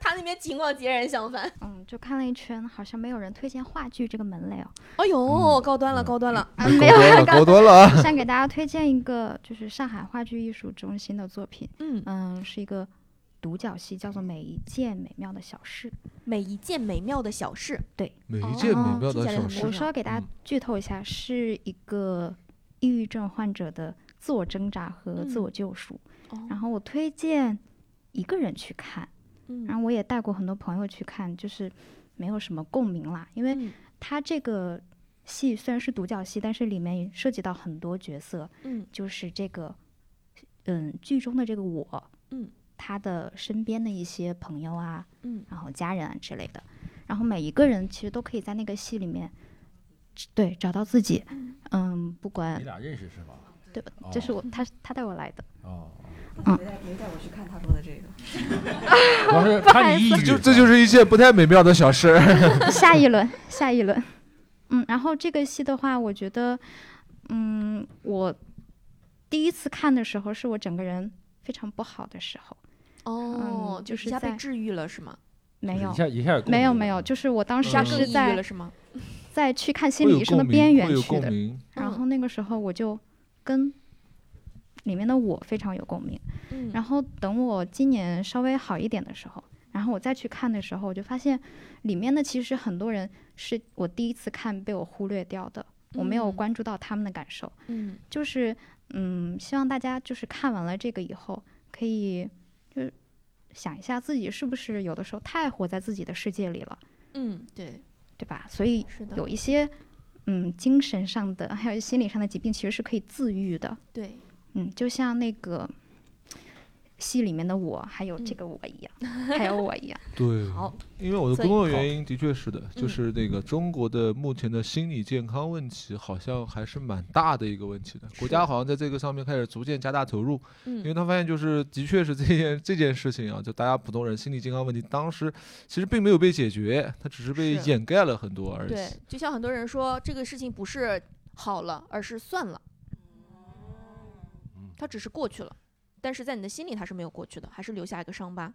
Speaker 6: 他那边情况截然相反。
Speaker 21: 嗯，就看了一圈，好像没有人推荐话剧这个门类哦。
Speaker 6: 哎呦，
Speaker 3: 嗯
Speaker 6: 高端了，高端了，
Speaker 21: 啊，没有
Speaker 3: 端了
Speaker 21: 刚
Speaker 3: 嗯高端了啊
Speaker 21: 想给大家推荐一个，就是上海话剧艺术中心的作品。
Speaker 6: 嗯
Speaker 21: 是一个独角戏，叫做《每一件美妙的小事》。
Speaker 6: 每一件美妙的小事，哦
Speaker 21: 对，
Speaker 3: 每一件美妙的小事嗯
Speaker 21: 我稍微给大家剧透一下，是一个抑郁症患者的自我挣扎和自我
Speaker 6: 嗯
Speaker 21: 救赎。
Speaker 6: 哦
Speaker 21: 然后我推荐一个人去看，
Speaker 4: 嗯
Speaker 6: 嗯
Speaker 21: 然后我也带过很多朋友去看，就是没有什么共鸣啦，因
Speaker 6: 嗯
Speaker 21: 为他这个戏虽然是独角戏，但是里面涉及到很多角色，
Speaker 6: 嗯
Speaker 21: 就是这个，嗯，剧中的这个我，
Speaker 6: 嗯，
Speaker 21: 他的身边的一些朋友啊，
Speaker 6: 嗯
Speaker 21: 然后家人啊之类的，然后每一个人其实都可以在那个戏里面，对，找到自己，嗯，不管
Speaker 1: 你俩认识是吧？
Speaker 21: 对，这是
Speaker 1: 哦
Speaker 21: 我他他带我来的，
Speaker 1: 哦，
Speaker 21: 嗯，
Speaker 8: 没带我去看他说的这 个。
Speaker 3: 主要是
Speaker 21: 不好意思
Speaker 3: 就这就是一件不太美妙的小事。
Speaker 21: 下一轮，下一轮。嗯，然后这个戏的话，我觉得，嗯，我第一次看的时候，是我整个人非常不好的时候。
Speaker 6: 哦
Speaker 21: 嗯就
Speaker 6: 就
Speaker 21: 是
Speaker 6: 一下被
Speaker 21: 在
Speaker 6: 治愈了是吗？
Speaker 21: 没有，
Speaker 1: 一下一下有共
Speaker 21: 没有
Speaker 1: 鸣
Speaker 21: 没有，就是我当时
Speaker 6: 一下更
Speaker 21: 是
Speaker 6: 嗯抑郁
Speaker 21: 在
Speaker 6: 了是吗？
Speaker 21: 在去看心
Speaker 3: 会有
Speaker 21: 理医生的
Speaker 3: 共鸣
Speaker 21: 边
Speaker 3: 会
Speaker 21: 缘
Speaker 3: 有
Speaker 21: 去
Speaker 3: 共
Speaker 21: 的
Speaker 3: 鸣，
Speaker 21: 然后那个时候我就跟里面的我非常有共鸣。
Speaker 4: 嗯
Speaker 6: 嗯
Speaker 21: 然后等我今年稍微好一点的时候，然后我再去看的时候，我就发现里面的其实很多人是我第一次看被我忽略掉的，我没有
Speaker 6: 嗯
Speaker 21: 关注到他们的感受。
Speaker 6: 嗯
Speaker 21: 就是嗯，希望大家就是看完了这个以后，可以就是想一下自己是不是有的时候太活在自己的世界里了。
Speaker 6: 嗯，对，
Speaker 21: 对吧？所以
Speaker 6: 是的
Speaker 21: 有一些嗯精神上的还有心理上的疾病，其实是可以自愈的。
Speaker 6: 对，
Speaker 21: 嗯，就像那个戏里面的我，还有
Speaker 6: 嗯
Speaker 21: 这个我一样， 还有我一 样。
Speaker 3: 对，
Speaker 21: 好
Speaker 3: 因为我的
Speaker 21: 所以
Speaker 3: 工作原因的确是的，就
Speaker 21: 嗯
Speaker 3: 是那个中国的目前的心理健康问题好像还是蛮大的一个问题的，国家好像在这个上面开始逐渐加大投入，
Speaker 6: 嗯
Speaker 3: 因为他发现就是的确是这件这件事情啊，就大家普通人心理健康问题当时其实并没有被解决，它只是被
Speaker 6: 是
Speaker 3: 掩盖了很多而已。
Speaker 6: 对，就像很多人说，这个事情不是好了，而是算了，它只是过去了，但是在你的心里它是没有过去的，还是留下一个伤疤。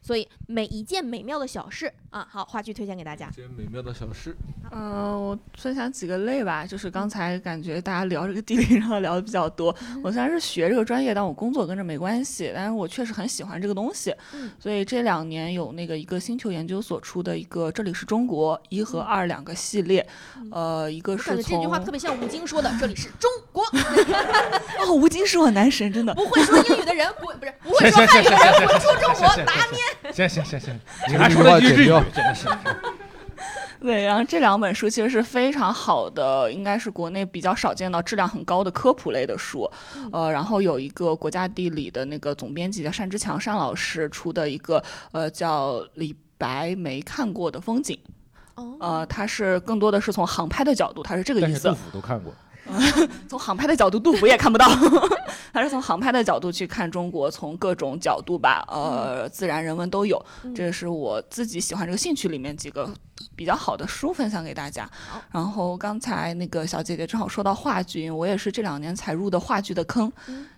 Speaker 6: 所以每一件美妙的小事啊，好，话剧推荐给大家。
Speaker 3: 美妙的小事，
Speaker 15: 嗯，我分享几个类吧，就是
Speaker 6: 嗯
Speaker 15: 刚才感觉大家聊这个地理上聊的比较多。我虽然是学这个专业，但我工作跟这没关系，但是我确实很喜欢这个东西。
Speaker 6: 嗯
Speaker 15: 所以这两年有那个一个星球研究所出的一个《这里是中国》一和二两个系列，呃，一个
Speaker 6: 嗯我
Speaker 15: 是
Speaker 6: 感
Speaker 15: 从
Speaker 6: 觉这句话特别像吴京说的，这里是中国，
Speaker 15: 哦，吴京是我男神，真的
Speaker 6: 不会说英语的人不 不是不会
Speaker 1: 行
Speaker 6: 说
Speaker 1: 行
Speaker 6: 汉语
Speaker 1: 行
Speaker 6: 的人
Speaker 1: 行行行
Speaker 6: 会说中
Speaker 1: 行
Speaker 6: 国
Speaker 1: 行
Speaker 6: 答面。
Speaker 1: 行行行行，
Speaker 3: 你
Speaker 1: 你还
Speaker 3: 这
Speaker 1: 说
Speaker 3: 句话
Speaker 1: 了句
Speaker 3: 剪
Speaker 1: 日语
Speaker 3: 掉，
Speaker 1: 真的是。
Speaker 15: 对，然后这两本书其实是非常好的，应该是国内比较少见到质量很高的科普类的书。呃，然后有一个国家地理的那个总编辑叫单之强单老师出的一个呃叫李白没看过的风景。呃，它是更多的是从航拍的角度，它是这个
Speaker 1: 但
Speaker 15: 意
Speaker 1: 是
Speaker 15: 思。
Speaker 1: 杜甫都看过，
Speaker 15: 从航拍的角度，杜甫也看不到， 他是从航拍的角度去看中国，从各种角度吧，呃，自然人文都有。这是我自己喜欢这个兴趣里面几个比较好的书分享给大家。然后刚才那个小姐姐正好说到话剧，因为我也是这两年才入的话剧的坑。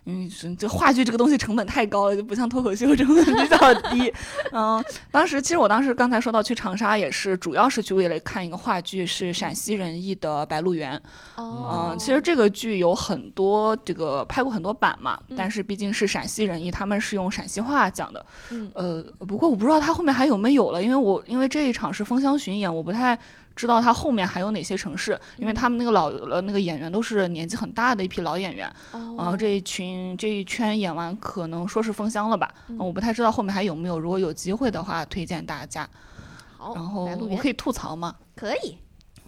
Speaker 15: 嗯，是这话剧这个东西成本太高了，就不像脱口秀成本比较低。嗯，当时其实我当时刚才说到去长沙也是，主要是去为了看一个话剧，是陕西人艺的《白鹿原》。
Speaker 6: 哦
Speaker 15: 嗯，其实这个剧有很多这个拍过很多版嘛，
Speaker 6: 嗯
Speaker 15: 但是毕竟是陕西人艺，他们是用陕西话讲的。
Speaker 6: 嗯
Speaker 15: 呃，不过我不知道他后面还有没有了，因为我因为这一场是封箱巡演，我不太知道他后面还有哪些城市，
Speaker 6: 嗯
Speaker 15: 因为他们那个老呃那个演员都是年纪很大的一批老演员，
Speaker 6: 哦
Speaker 15: 然啊
Speaker 16: 哦
Speaker 15: 后这一群这一圈演完可能说是封箱了吧，
Speaker 6: 嗯
Speaker 15: 我不太知道后面还有没有，如果有机会的话推荐大家。
Speaker 6: 好，
Speaker 15: 然后
Speaker 6: 白鹿
Speaker 15: 我
Speaker 6: 原
Speaker 15: 可以吐槽吗？
Speaker 6: 可以，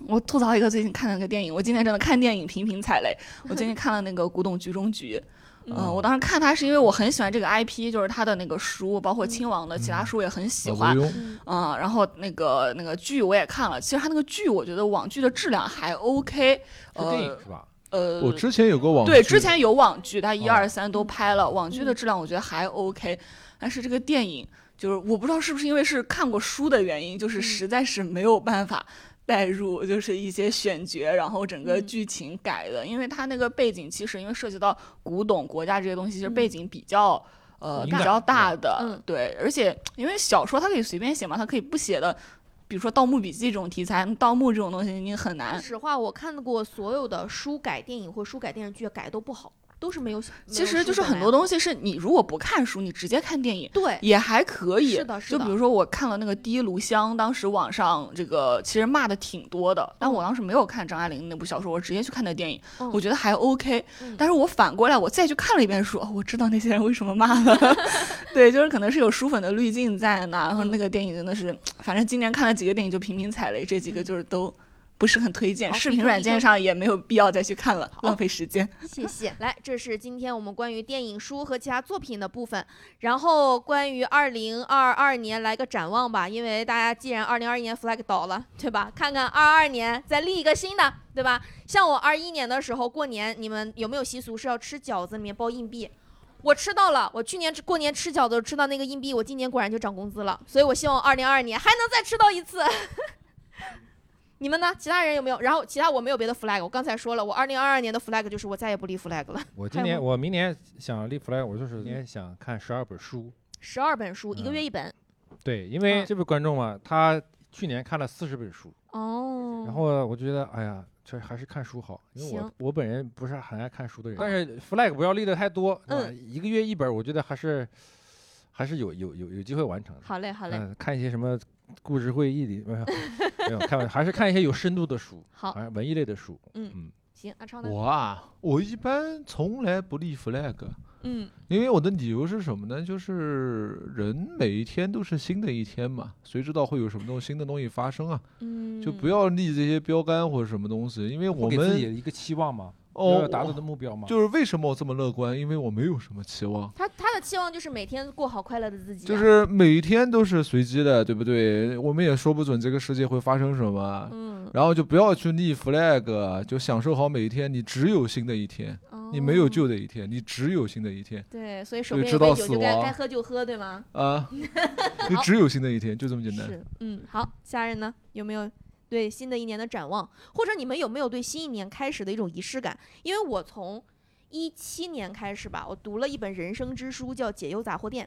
Speaker 15: 我吐槽一个最近看了个电影，我今天真的看电影频频踩雷。我最近看了那个《古董局中局》。 嗯，我当时看它是因为我很喜欢这个 IP，就是它的那个书，包括
Speaker 6: 嗯
Speaker 15: 亲王的其
Speaker 3: 嗯
Speaker 15: 他书也很喜
Speaker 6: 啊
Speaker 15: 欢
Speaker 6: 无忧。
Speaker 15: 嗯，然后那个那个剧我也看了，其实它那个剧我觉得网剧的质量还 OK。
Speaker 3: 是电影
Speaker 15: 呃
Speaker 3: 是吧？
Speaker 15: 呃，
Speaker 3: 我之前有个网
Speaker 15: 对，
Speaker 3: 剧嗯
Speaker 15: 之前有网剧，它一二三都拍了，网剧的质量我觉得还 OK，但是这个电影就是我不知道是不是因为是看过书的原因，就是实在是没有办法。代入就是一些选角，然后整个剧情改的，因为它那个背景其实因为涉及到古董、国家这些东西，其实背景比较、呃
Speaker 6: 敏
Speaker 15: 比
Speaker 6: 感
Speaker 15: 较大的，对，而且因为小说它可以随便写嘛，它可以不写的，比如说《盗墓笔记》这种题材，《盗墓》这种东西你很难
Speaker 6: 说实话，我看过所有的书改电影或书改电视剧，改的都不好，都是没有。
Speaker 15: 其实就是很多东西是你如果不看书，你直接看电影，
Speaker 6: 对
Speaker 15: 也还可以。
Speaker 6: 是的是的
Speaker 15: 就比如说我看了那个《第一炉香》，当时网上这个其实骂的挺多的，但我当时没有看张爱玲那部小说，我直接去看的电影，
Speaker 6: 嗯
Speaker 15: 我觉得还 OK、但是我反过来我再去看了一遍书，哦我知道那些人为什么骂 了。对，就是可能是有书粉的滤镜在那，然后
Speaker 6: 嗯
Speaker 15: 那个电影真的是，反正今年看了几个电影就频频踩雷，这几
Speaker 6: 嗯
Speaker 15: 个就是都。不是很推荐，
Speaker 6: 好
Speaker 15: 视
Speaker 6: 比
Speaker 15: 频
Speaker 6: 如
Speaker 15: 软
Speaker 6: 一
Speaker 15: 件
Speaker 6: 个
Speaker 15: 上也没有必要再去看了，
Speaker 6: 哦
Speaker 15: 浪费时间。
Speaker 6: 谢谢。来，这是今天我们关于电影、书和其他作品的部分。然后关于二零二二年来个展望吧，因为大家既然二零二一年 flag 倒了，对吧？看看二二年再立一个新的，对吧？像我二一年的时候过年，你们有没有习俗是要吃饺子里面包硬币？我吃到了，我去年吃过年吃饺子吃到那个硬币，我今年果然就涨工资了，所以我希望二零二二年还能再吃到一次。 你们呢？其他人有没有？然后其他我没有别的 flag，我刚才说了，我二零二二年的 flag 就是我再也不立 flag 了。
Speaker 1: 我今年我明年想立 flag，我就是
Speaker 6: 嗯
Speaker 1: 明年想看十二本书。
Speaker 6: 十二本
Speaker 3: 嗯
Speaker 6: 书，一个月一本。
Speaker 1: 对，
Speaker 6: 啊
Speaker 1: 因为这位观众嘛，他去年看了四十本书，
Speaker 6: 哦，
Speaker 1: 然后我觉得，哎呀，这还是看书好，因为
Speaker 6: 行
Speaker 1: 我我本人不是很爱看书的人。但是 flag 不要立的太多，
Speaker 6: 嗯
Speaker 1: 对吧？一个月一本，我觉得还是还是有有有有机会完成的。
Speaker 6: 好嘞，好嘞，
Speaker 1: 嗯，看一些什么故事会议里没有没有看，还是看一些有深度的书，
Speaker 6: 好
Speaker 1: 还是文艺类的书。
Speaker 6: 嗯
Speaker 1: 嗯，
Speaker 6: 行，阿超呢？
Speaker 3: 我啊，我一般从来不立 flag，
Speaker 6: 嗯，
Speaker 3: 因为我的理由是什么呢？就是人每一天都是新的一天嘛，谁知道会有什么东新的东西发生啊？
Speaker 6: 嗯
Speaker 3: 就不要立这些标杆或者什么东西，因为
Speaker 1: 不
Speaker 3: 我
Speaker 1: 给自己
Speaker 3: 们
Speaker 1: 一个期望吗？
Speaker 3: 哦
Speaker 1: 要达到的目标吗？
Speaker 3: 就是为什么我这么乐观？因为我没有什么期望。
Speaker 6: 他他的期望就是每天过好快乐的自己啊、
Speaker 3: 就是每天都是随机的，对不对？我们也说不准这个世界会发生什么，
Speaker 6: 嗯，
Speaker 3: 然后就不要去立 flag，就享受好每一天。你只有新的一天，你没有旧的一天，你只有新的一天。
Speaker 6: 哦对，所以手
Speaker 3: 对
Speaker 6: 边
Speaker 3: 直
Speaker 6: 有杯
Speaker 3: 到
Speaker 6: 酒
Speaker 3: 死
Speaker 6: 就该
Speaker 3: 亡
Speaker 6: 该喝就喝，对吗？，
Speaker 3: 啊 你
Speaker 6: 好
Speaker 3: 只有新的一天，就这么简单。
Speaker 6: 是，嗯，好，家人呢有没有对新的一年的展望，或者你们有没有对新一年开始的一种仪式感？因为我从一七年开始吧，我读了一本人生之书，叫《解忧杂货店》，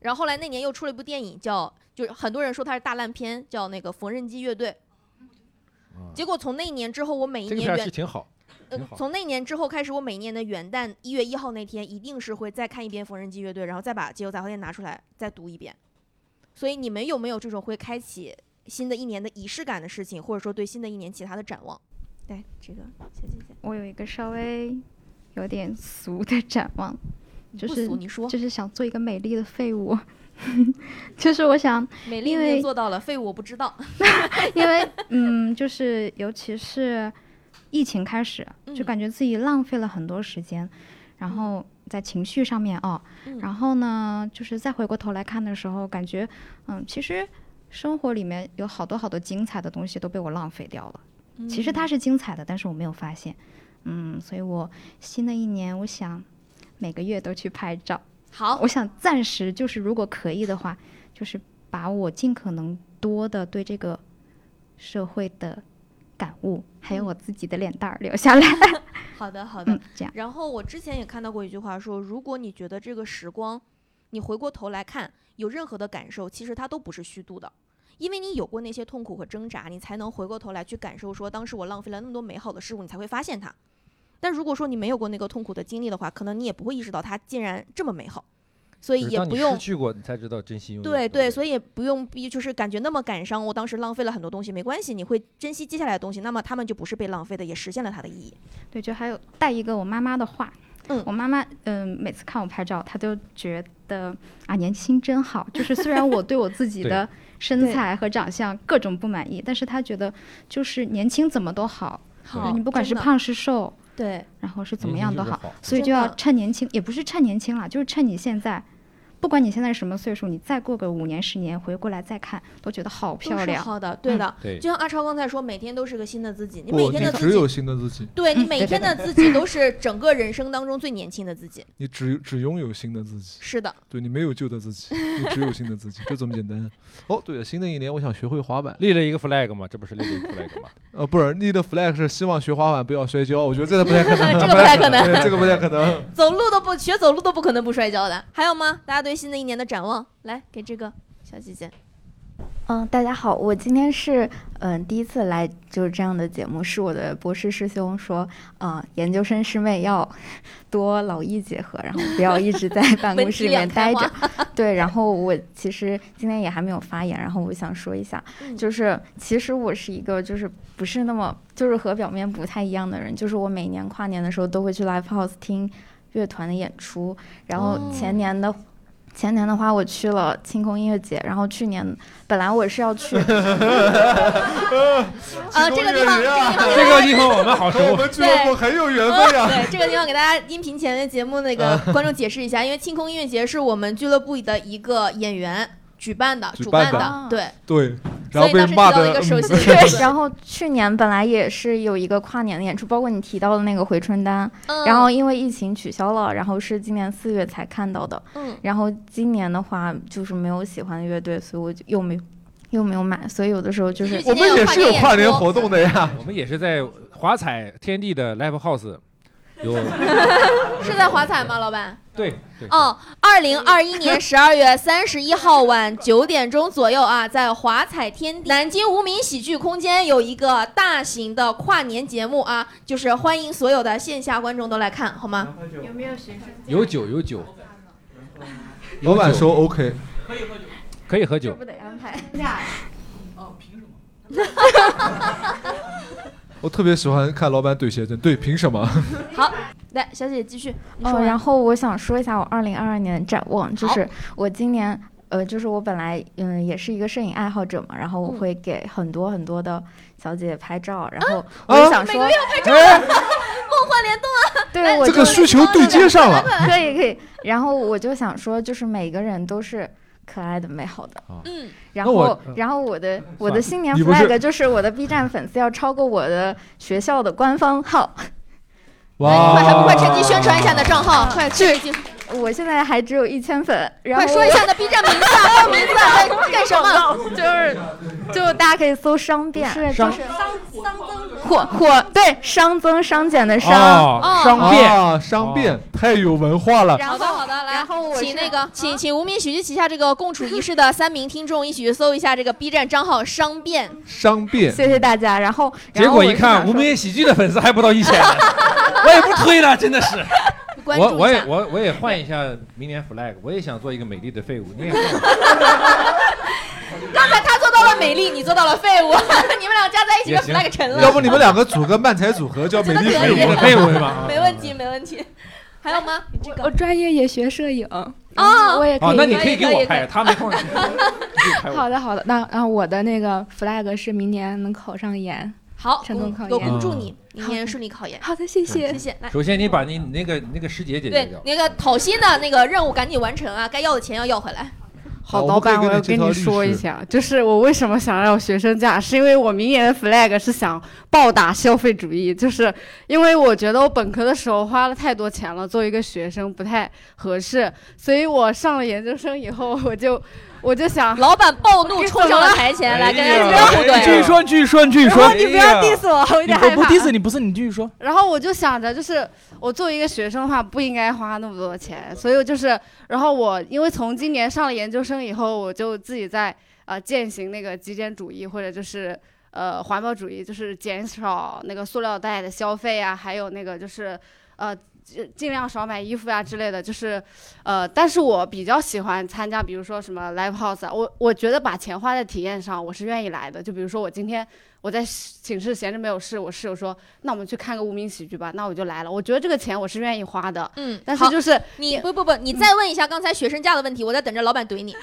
Speaker 6: 然后后来那年又出了一部电影叫，就是很多人说它是大烂片，叫那个缝纫机乐队。结果从那一年之后，我每一
Speaker 1: 嗯这个
Speaker 6: 年
Speaker 1: 片儿
Speaker 6: 元
Speaker 1: 是挺好，挺好。
Speaker 6: 呃从那年之后开始，我每年的元旦一月一号那天，一定是会再看一遍《缝纫机乐队》，然后再把《街友杂货店》拿出来再读一遍。所以你们有没有这种会开启新的一年的仪式感的事情，或者说对新的一年其他的展望？对，这个谢谢谢。
Speaker 21: 我有一个稍微有点俗的展望，就
Speaker 6: 不
Speaker 21: 是
Speaker 6: 俗你说
Speaker 21: 就是想做一个美丽的废物， 就是我想
Speaker 6: 美丽
Speaker 21: 因
Speaker 6: 你也
Speaker 21: 为
Speaker 6: 做到了，废物我不知道。
Speaker 21: 因为嗯，就是尤其是疫情开始，就感觉自己浪费了很多时间，然后在情绪上面哦，然后呢，就是再回过头来看的时候，感觉嗯，其实生活里面有好多好多精彩的东西都被我浪费掉了。其实它是精彩的，但是我没有发现。嗯，所以我新的一年，我想每个月都去拍照。
Speaker 6: 好，
Speaker 21: 我想暂时就是，如果可以的话，就是把我尽可能多的对这个社会的感悟，还
Speaker 6: 嗯
Speaker 21: 有我自己的脸蛋儿留下 来。
Speaker 6: 好的，好的
Speaker 21: 嗯，这样
Speaker 6: 然后我之前也看到过一句话说，如果你觉得这个时光，你回过头来看有任何的感受，其实它都不是虚度的，因为你有过那些痛苦和挣扎，你才能回过头来去感受说，当时我浪费了那么多美好的事物，你才会发现它。但如果说你没有过那个痛苦的经历的话，可能你也不会意识到它竟然这么美好，所以
Speaker 1: 就是
Speaker 6: 也
Speaker 1: 当
Speaker 6: 不
Speaker 1: 你
Speaker 6: 用
Speaker 1: 失去过，你才知道珍惜拥有。
Speaker 6: 对对，所以也不用逼，就是感觉那么感伤，我当时浪费了很多东西，没关系，你会珍惜接下来的东西，那么他们就不是被浪费的，也实现了它的意义。
Speaker 21: 对，就还有带一个我妈妈的话。嗯，我妈妈嗯、每次看我拍照，她就觉得啊，年轻真好。就是虽然我对我自己
Speaker 4: 对
Speaker 21: 的身材和长相各种不满意，但是她觉得就是年轻怎么都好，就是
Speaker 6: 好
Speaker 21: 你不管
Speaker 6: 真
Speaker 21: 是
Speaker 6: 的
Speaker 21: 胖是瘦，
Speaker 6: 对，
Speaker 21: 然后是怎
Speaker 6: 年
Speaker 21: 么样
Speaker 6: 轻就
Speaker 21: 都
Speaker 6: 是
Speaker 1: 哎
Speaker 21: 好
Speaker 6: 好，
Speaker 21: 所以
Speaker 6: 真
Speaker 21: 就要
Speaker 6: 的
Speaker 21: 趁年轻，也不是趁年轻啦，就是趁你现在。不管你现在什么岁数，你再过个五年十年，回过来再看，都觉得好
Speaker 6: 都
Speaker 21: 漂
Speaker 6: 是
Speaker 21: 亮。
Speaker 6: 好的，对的
Speaker 21: 嗯，
Speaker 3: 对
Speaker 6: 就像阿超刚才说，每天都是个新的自己，你每
Speaker 3: 不，
Speaker 6: 天
Speaker 3: 你
Speaker 6: 的
Speaker 3: 只有
Speaker 6: 自己，
Speaker 3: 新的自己，
Speaker 6: 对你
Speaker 21: 嗯
Speaker 6: 每
Speaker 21: 对
Speaker 6: 天
Speaker 21: 对
Speaker 6: 的
Speaker 21: 对
Speaker 6: 自己都是整个人生当中最年轻的自己。
Speaker 3: 你只只拥有新的自己。
Speaker 6: 是的，
Speaker 3: 对你没有旧的 自己，你只有新的自己，就这么简单。哦，对了，新的一年我想学会滑板，
Speaker 1: 立了一个 flag 嘛，这不 是立了一个 flag 吗？
Speaker 3: 呃，不是，立的 flag 是希望学滑板不要摔跤，我觉得这个不太可能，
Speaker 6: 这个不太可能
Speaker 3: 对这个不太可能。
Speaker 6: 走路都不学走路都不可能不摔跤的。还有吗？大家对新的一年的展望，来给这个小姐姐。
Speaker 4: 嗯，大家好，我今天是嗯、第一次来就是这样的节目，是我的博士师兄说啊、研究生师妹要多劳逸结合，然后不要一直在办公
Speaker 6: 文
Speaker 4: 室
Speaker 6: 体
Speaker 4: 里面
Speaker 6: 两开
Speaker 4: 待着
Speaker 6: 花。
Speaker 4: 对，然后我其实今天也还没有发言，然后我想说一下，就是其实我是一个就是不是那么就是和表面不太一样的人，就是我每年跨年的时候都会去 live house 听乐团的演出，然后
Speaker 6: 哦
Speaker 4: 前年的前年的话，我去了清空音乐节，然后去年本来我是要 去， 呃
Speaker 6: 啊，这个地方，
Speaker 1: 这个地方
Speaker 3: 哦
Speaker 1: 我们好熟，
Speaker 3: 我们俱乐部很有缘分呀。
Speaker 6: 哦
Speaker 3: 嗯
Speaker 6: 对，这个地方给大家音频前的节目那个观众解释一下，因为清空音乐节是我们俱乐部的一个演员举办的，
Speaker 3: 举
Speaker 6: 主
Speaker 3: 办的
Speaker 6: 的，对，
Speaker 3: 对，
Speaker 4: 所
Speaker 3: 然后
Speaker 4: 以
Speaker 3: 被
Speaker 4: 当时
Speaker 3: 骂嗯
Speaker 4: 提到
Speaker 3: 的
Speaker 4: 了一个 熟悉的人，然后去年本来也是有一个跨年的演出，包括你提到的那个回春丹，
Speaker 6: 嗯
Speaker 4: 然后因为疫情取消了，然后是今年四月才看到的。
Speaker 6: 嗯
Speaker 4: 然后今年的话就是没有喜欢的乐队，所以我就又没又没有买，所以有的时候就是
Speaker 3: 我们也是有跨年活动的呀。
Speaker 1: 我们也是在华彩天地的 live house 有
Speaker 3: 哦
Speaker 6: 是在华彩吗，老板？
Speaker 1: 对对
Speaker 6: 哦，二零二一年十二月三十一号晚九点钟左右啊，在华彩天地南京无名喜剧空间有一个大型的跨年节目啊，就是欢迎所有的线下观众都来看，好吗？有没有学生？
Speaker 1: 有酒有酒，
Speaker 3: 老板说 OK，
Speaker 1: 可以喝酒，
Speaker 4: 不得安排。
Speaker 3: 我特别喜欢看老板怼鞋针，对，凭什 么？
Speaker 6: 好，来，小姐姐继续。你说
Speaker 4: 哦，
Speaker 6: 完
Speaker 4: 然后我想说一下我二零二二年的展望，就是我今年呃，就是我本来嗯也是一个摄影爱好者嘛，然后我会给很多很多的小姐姐拍照，然后我就想
Speaker 6: 啊哦每
Speaker 4: 说，
Speaker 6: 个月拍 照了，梦幻联动啊！
Speaker 4: 对，我
Speaker 3: 这
Speaker 4: 就
Speaker 3: 个需求对接上了
Speaker 4: 可以可以。然后我就想说，就是每个人都是可爱的、美好的。
Speaker 6: 嗯。
Speaker 4: 然
Speaker 6: 那我
Speaker 4: 后，然后我的我的新年
Speaker 6: 你不是
Speaker 4: flag 就是我的 B 站粉丝要超过我的学校的官方号。哦
Speaker 3: 哇！
Speaker 6: 还不快趁机宣传一下你的账号，快去！
Speaker 4: 啊我现在还只有一千粉，然后
Speaker 6: 快说一下你的 B 站名字 啊，报名字啊，在干什么？
Speaker 4: 就是就大家可以搜商变，
Speaker 6: 是就是商
Speaker 4: 商增火火对熵增熵减的熵，
Speaker 3: 啊，
Speaker 4: 哦
Speaker 3: 啊商变太有文化了。
Speaker 6: 好的好的，来，请那个请请无名喜剧旗下这个共处一室的三名听众一起去搜一下这个 B 站账号商变。
Speaker 3: 商变，
Speaker 4: 谢谢大家。然后
Speaker 1: 结果一看，无名喜剧的粉丝还不到一千， 我也不推了，真的是。
Speaker 6: 关注一
Speaker 1: 我
Speaker 6: 下
Speaker 1: 我也我我也换一下明年 flag，我也想做一个美丽的废物。 你也
Speaker 6: 刚才他做到了美丽，你做到了废物， 你们俩加在一起
Speaker 1: 也
Speaker 6: 把
Speaker 1: 行
Speaker 6: flag 沉了。
Speaker 3: 要不你们两个组个漫才组合叫美丽
Speaker 6: 可以
Speaker 3: 废物，
Speaker 1: 废物是吧？
Speaker 6: 没问题没问题。还有吗？
Speaker 11: 我专业也学摄影
Speaker 6: 啊，
Speaker 11: 我也可以。
Speaker 1: 哦，那你可以给我拍，他没空。
Speaker 11: 好的，好的。那啊，我的那个 flag 是明年能考上研，
Speaker 6: 好，
Speaker 11: 成功考
Speaker 6: 有
Speaker 11: 研。
Speaker 6: 恭祝你明年顺利考研。
Speaker 11: 好的，谢
Speaker 1: 谢
Speaker 6: 谢谢。来，
Speaker 1: 首先你把你那个那个师姐解决
Speaker 6: 对
Speaker 1: 掉。
Speaker 6: 那个讨薪的那个任务赶紧完成啊，该要的钱要要回来。
Speaker 10: 好，老板，我要跟你说一下，就是我为什么想要学生价，是因为我明年的 flag 是想暴打消费主义，就是因为我觉得我本科的时候花了太多钱了，作为一个学生不太合适，所以我上了研究生以后，我就我就想，哎
Speaker 6: 老板暴怒冲上了台前来跟大家互怼
Speaker 5: 继续说，继续说，继续说。
Speaker 10: 然后你不要 diss 我我有点
Speaker 5: 哎你
Speaker 10: 害
Speaker 5: 不不
Speaker 10: 怕
Speaker 5: diss 你，不是你继续说。
Speaker 10: 然后我就想着，就是我作为一个学生的话，不应该花那么多钱，所以我就是，然后我因为从今年上了研究生以后，我就自己在呃践行那个极简主义，或者就是呃环保主义，就是减少那个塑料袋的消费啊，还有那个就是呃。尽尽量少买衣服呀、之类的，就是，呃，但是我比较喜欢参加，比如说什么 live house 啊，我我觉得把钱花在体验上，我是愿意来的。就比如说我今天我在寝室闲着没有事，我室友说，那我们去看个无名喜剧吧，那我就来了。我觉得这个钱我是愿意花的，
Speaker 6: 嗯，
Speaker 10: 但是
Speaker 6: 好
Speaker 10: 就是
Speaker 6: 你不不不，你再问一下刚才学生价的问题，我在等着老板怼你。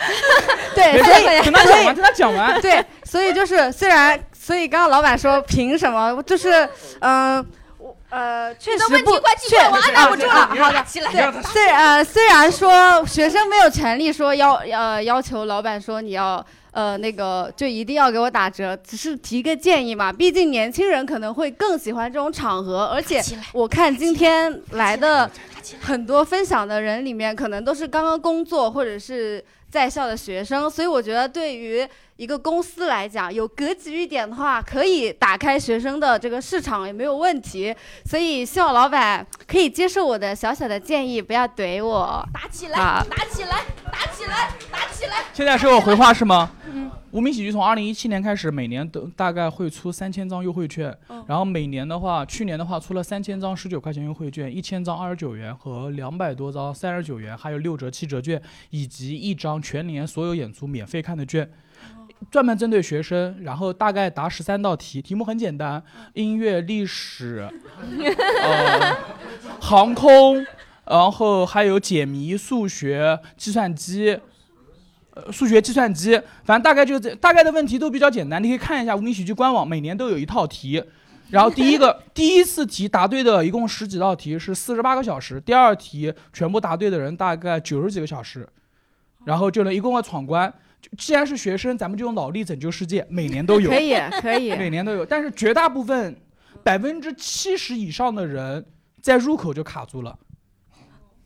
Speaker 10: 对，
Speaker 6: 没
Speaker 10: 所
Speaker 6: 事
Speaker 10: 以
Speaker 6: 等他讲完
Speaker 10: 所以
Speaker 6: 等他讲完
Speaker 10: 对，所以就是虽然，所以刚刚老板说凭什么，就是嗯。呃我呃，确实
Speaker 6: 你的问题
Speaker 10: 不，
Speaker 6: 快记住了
Speaker 10: 确
Speaker 6: 我按捺不住了
Speaker 10: 啊好
Speaker 6: 你
Speaker 10: 的
Speaker 6: 让，起来你让他
Speaker 10: 对，虽呃虽然说学生没有权利说要呃要求老板说你要呃那个就一定要给我打折，只是提个建议嘛，毕竟年轻人可能会更喜欢这种场合，而且我看今天来的很多分享的人里面，可能都是刚刚工作或者是在校的学生，所以我觉得对于一个公司来讲，有格局一点的话，可以打开学生的这个市场也没有问题。所以希望老板可以接受我的小小的建议，不要怼我。
Speaker 6: 打起来，
Speaker 10: 啊
Speaker 6: 打起来，打起来，打起来！
Speaker 5: 现在是我回话是吗？
Speaker 6: 嗯
Speaker 5: 无名喜剧从二零一七年开始，每年都大概会出三千张优惠券，
Speaker 10: 嗯
Speaker 5: 然后每年的话，去年的话出了三千张十九块钱优惠券，一千张二十九元和两百多张三十九元，还有六折七折券，以及一张全年所有演出免费看的券。
Speaker 10: 哦
Speaker 5: 专门针对学生，然后大概答十三道题，题目很简单，
Speaker 10: 嗯
Speaker 5: 音乐、历史、呃、航空，然后还有解谜、数学、计算机，呃，数学、计算机，反正大概就这，大概的问题都比较简单，你可以看一下无名喜剧官网，每年都有一套题。然后第一个第一次题答对的，一共十几道题是四十八个小时，第二题全部答对的人大概九十几个小时，然后就能一共要闯关。就既然是学生，咱们就用脑力拯救世界，每年都有，
Speaker 10: 可以可以
Speaker 5: 每年都有。但是绝大部分百分之七十以上的人在入口就卡住了，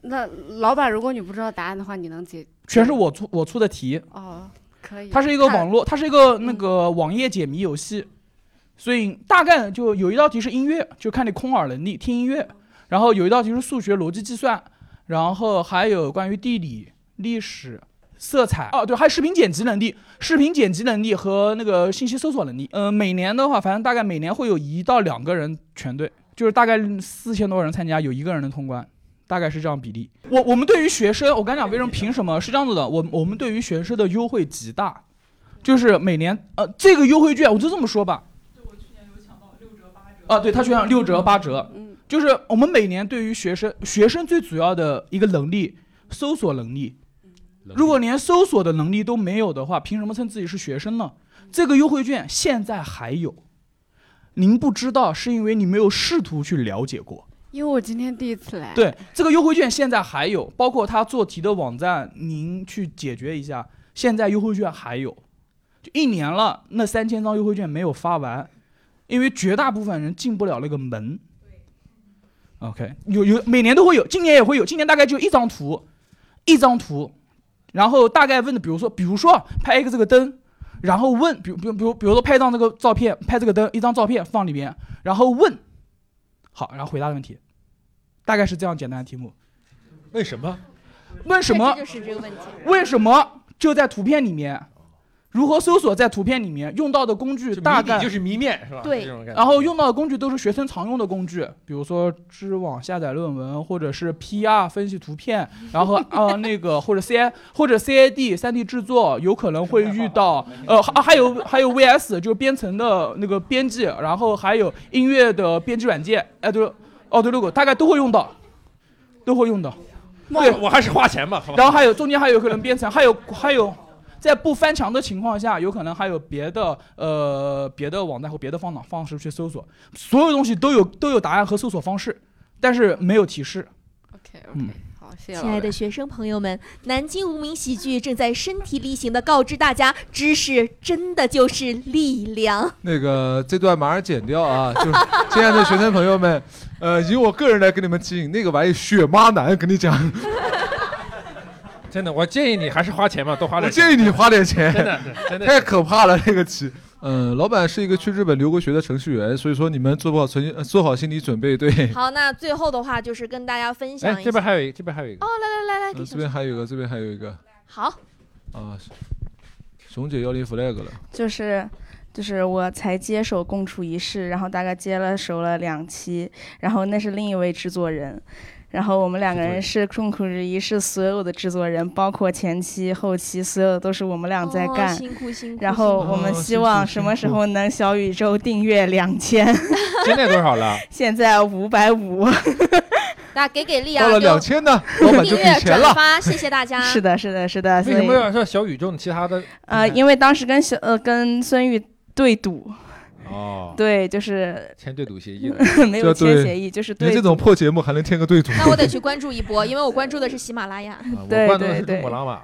Speaker 10: 那老板，如果你不知道答案的话，你能解？
Speaker 5: 全是我出我出的题。
Speaker 10: 哦，可以。
Speaker 5: 它是一个
Speaker 10: 看
Speaker 5: 网络，它是一个那个网页解谜游戏，所以大概就有一道题是音乐，就看你空耳能力听音乐，然后有一道题是数学逻辑计算，然后还有关于地理、历史、色彩，哦对，还有视频剪辑能力、视频剪辑能力和那个信息搜索能力。嗯、每年的话，反正大概每年会有一到两个人全对，就是大概四千多人参加，有一个人能通关。大概是这样比例。我我们对于学生，我刚讲为什么凭什么是这样子的，我我们对于学生的优惠极大，就是每年呃这个优惠券，我就这么说吧。啊，对他学校六折八折，就是我们每年对于学生学生最主要的一个能力，搜索能力。如果连搜索的能力都没有的话，凭什么称自己是学生呢？这个优惠券现在还有，您不知道是因为你没有试图去了解过。
Speaker 10: 因为我今天第一次来。
Speaker 5: 对，这个优惠券现在还有，包括他做题的网站，您去解决一下。现在优惠券还有，就一年了，那三千张优惠券没有发完，因为绝大部分人进不了那个门。OK，有有每年都会有，今年也会有，今年大概就一张啊图，一张图，然后大概问的，比如说，比如说拍一个这个灯，然后问，比如比如比如比如说拍一张这个照片，拍这个灯一张照片放里边，然后问，好，然后回答问题，大概是这样简单的题目。
Speaker 1: 为什么？
Speaker 5: 问什么？
Speaker 6: 就是这个问题。
Speaker 5: 为什么就在图片里面？如何搜索在图片里面用到的工具大概
Speaker 1: 就是谜面是吧
Speaker 5: 对
Speaker 1: 这种感，觉
Speaker 5: 然后用到的工具都是学生常用的工具，比如说知网下载论文，或者是 PR 分析图片，然后呃 那个或者 CI 或者 CAD 3D 制作，有可能会遇到呃还还有还有 VS 就是编程的那个编辑，然后还有音乐的编辑软件，哎对，哦对 logo 大概都会用到，都会用到。对，
Speaker 1: 我还是花钱吧好吧
Speaker 5: 然后还有中间还有可能编程，还有还有在不翻墙的情况下，有可能还有别的呃别的网站或别的方法方式去搜索，所有东西都有都有答案和搜索方式，但是没有提示。
Speaker 6: OK
Speaker 5: 嗯，
Speaker 6: 好，
Speaker 5: 谢谢
Speaker 6: 亲爱
Speaker 5: 老师
Speaker 6: 的学生朋友们，南京无名喜剧正在身体力行的告知大家，知识真的就是力 量。
Speaker 3: 那个这段马上剪掉啊！就是 亲爱的学生朋友们，呃，以我个人来给你们提醒，那个玩意血妈难，跟你讲，
Speaker 1: 真的，我建议你还是花钱吧，多花
Speaker 3: 我
Speaker 1: 点。
Speaker 3: 建议你花点钱，
Speaker 1: 真的 是真的是
Speaker 3: 太可怕了，这个棋。嗯，老板是一个去日本留过学的程序员，所以说你们做不好存呃做好心理准备，对。
Speaker 6: 好，那最后的话就是跟大家分享一下。
Speaker 3: 哎，这边还有一，这边还有一个
Speaker 6: 哦，，来来来来，给
Speaker 3: 嗯
Speaker 6: 小
Speaker 3: 这边还有一个，这边还有一个
Speaker 6: 好，
Speaker 3: 啊，熊姐要立 flag 了。
Speaker 20: 就是就是我才接手《共处一室》，然后大概接了手了两期，然后那是另一位制作人，然后我们两个人是《共处一室》所有的制作人，包括前期、后期，所有都是我们俩在
Speaker 6: 哦
Speaker 20: 干。
Speaker 6: 辛苦辛苦
Speaker 20: 然后
Speaker 6: 辛苦
Speaker 20: 我们
Speaker 6: 哦
Speaker 20: 希
Speaker 6: 辛苦
Speaker 20: 望什么时候能小宇宙订阅两千？
Speaker 1: 现在多 少了？
Speaker 20: 现在五百五。
Speaker 6: 大家给给力啊！
Speaker 1: 到了
Speaker 6: 留
Speaker 3: 2000呢
Speaker 1: 老板就
Speaker 6: 订
Speaker 1: 给
Speaker 6: 阅
Speaker 1: 钱
Speaker 6: 转
Speaker 1: 了
Speaker 6: 发，谢谢大家。
Speaker 20: 是的，是的，是的。
Speaker 1: 为
Speaker 20: 所
Speaker 1: 什
Speaker 20: 以
Speaker 1: 么要要小宇宙？你其他的
Speaker 20: 呃，因为当时跟小呃跟孙玉对赌，
Speaker 1: 哦，
Speaker 20: 对，就是
Speaker 1: 签对赌协议
Speaker 20: 呃 没有签协议，就是对
Speaker 3: 你这
Speaker 20: 赌
Speaker 3: 种破节目还能添个对赌？
Speaker 6: 那我得去关注一波，因为我关注的是喜马拉
Speaker 3: 啊
Speaker 6: 雅。
Speaker 20: 对
Speaker 1: 关注的
Speaker 20: 对
Speaker 1: 是
Speaker 20: 对
Speaker 1: 珠穆朗玛，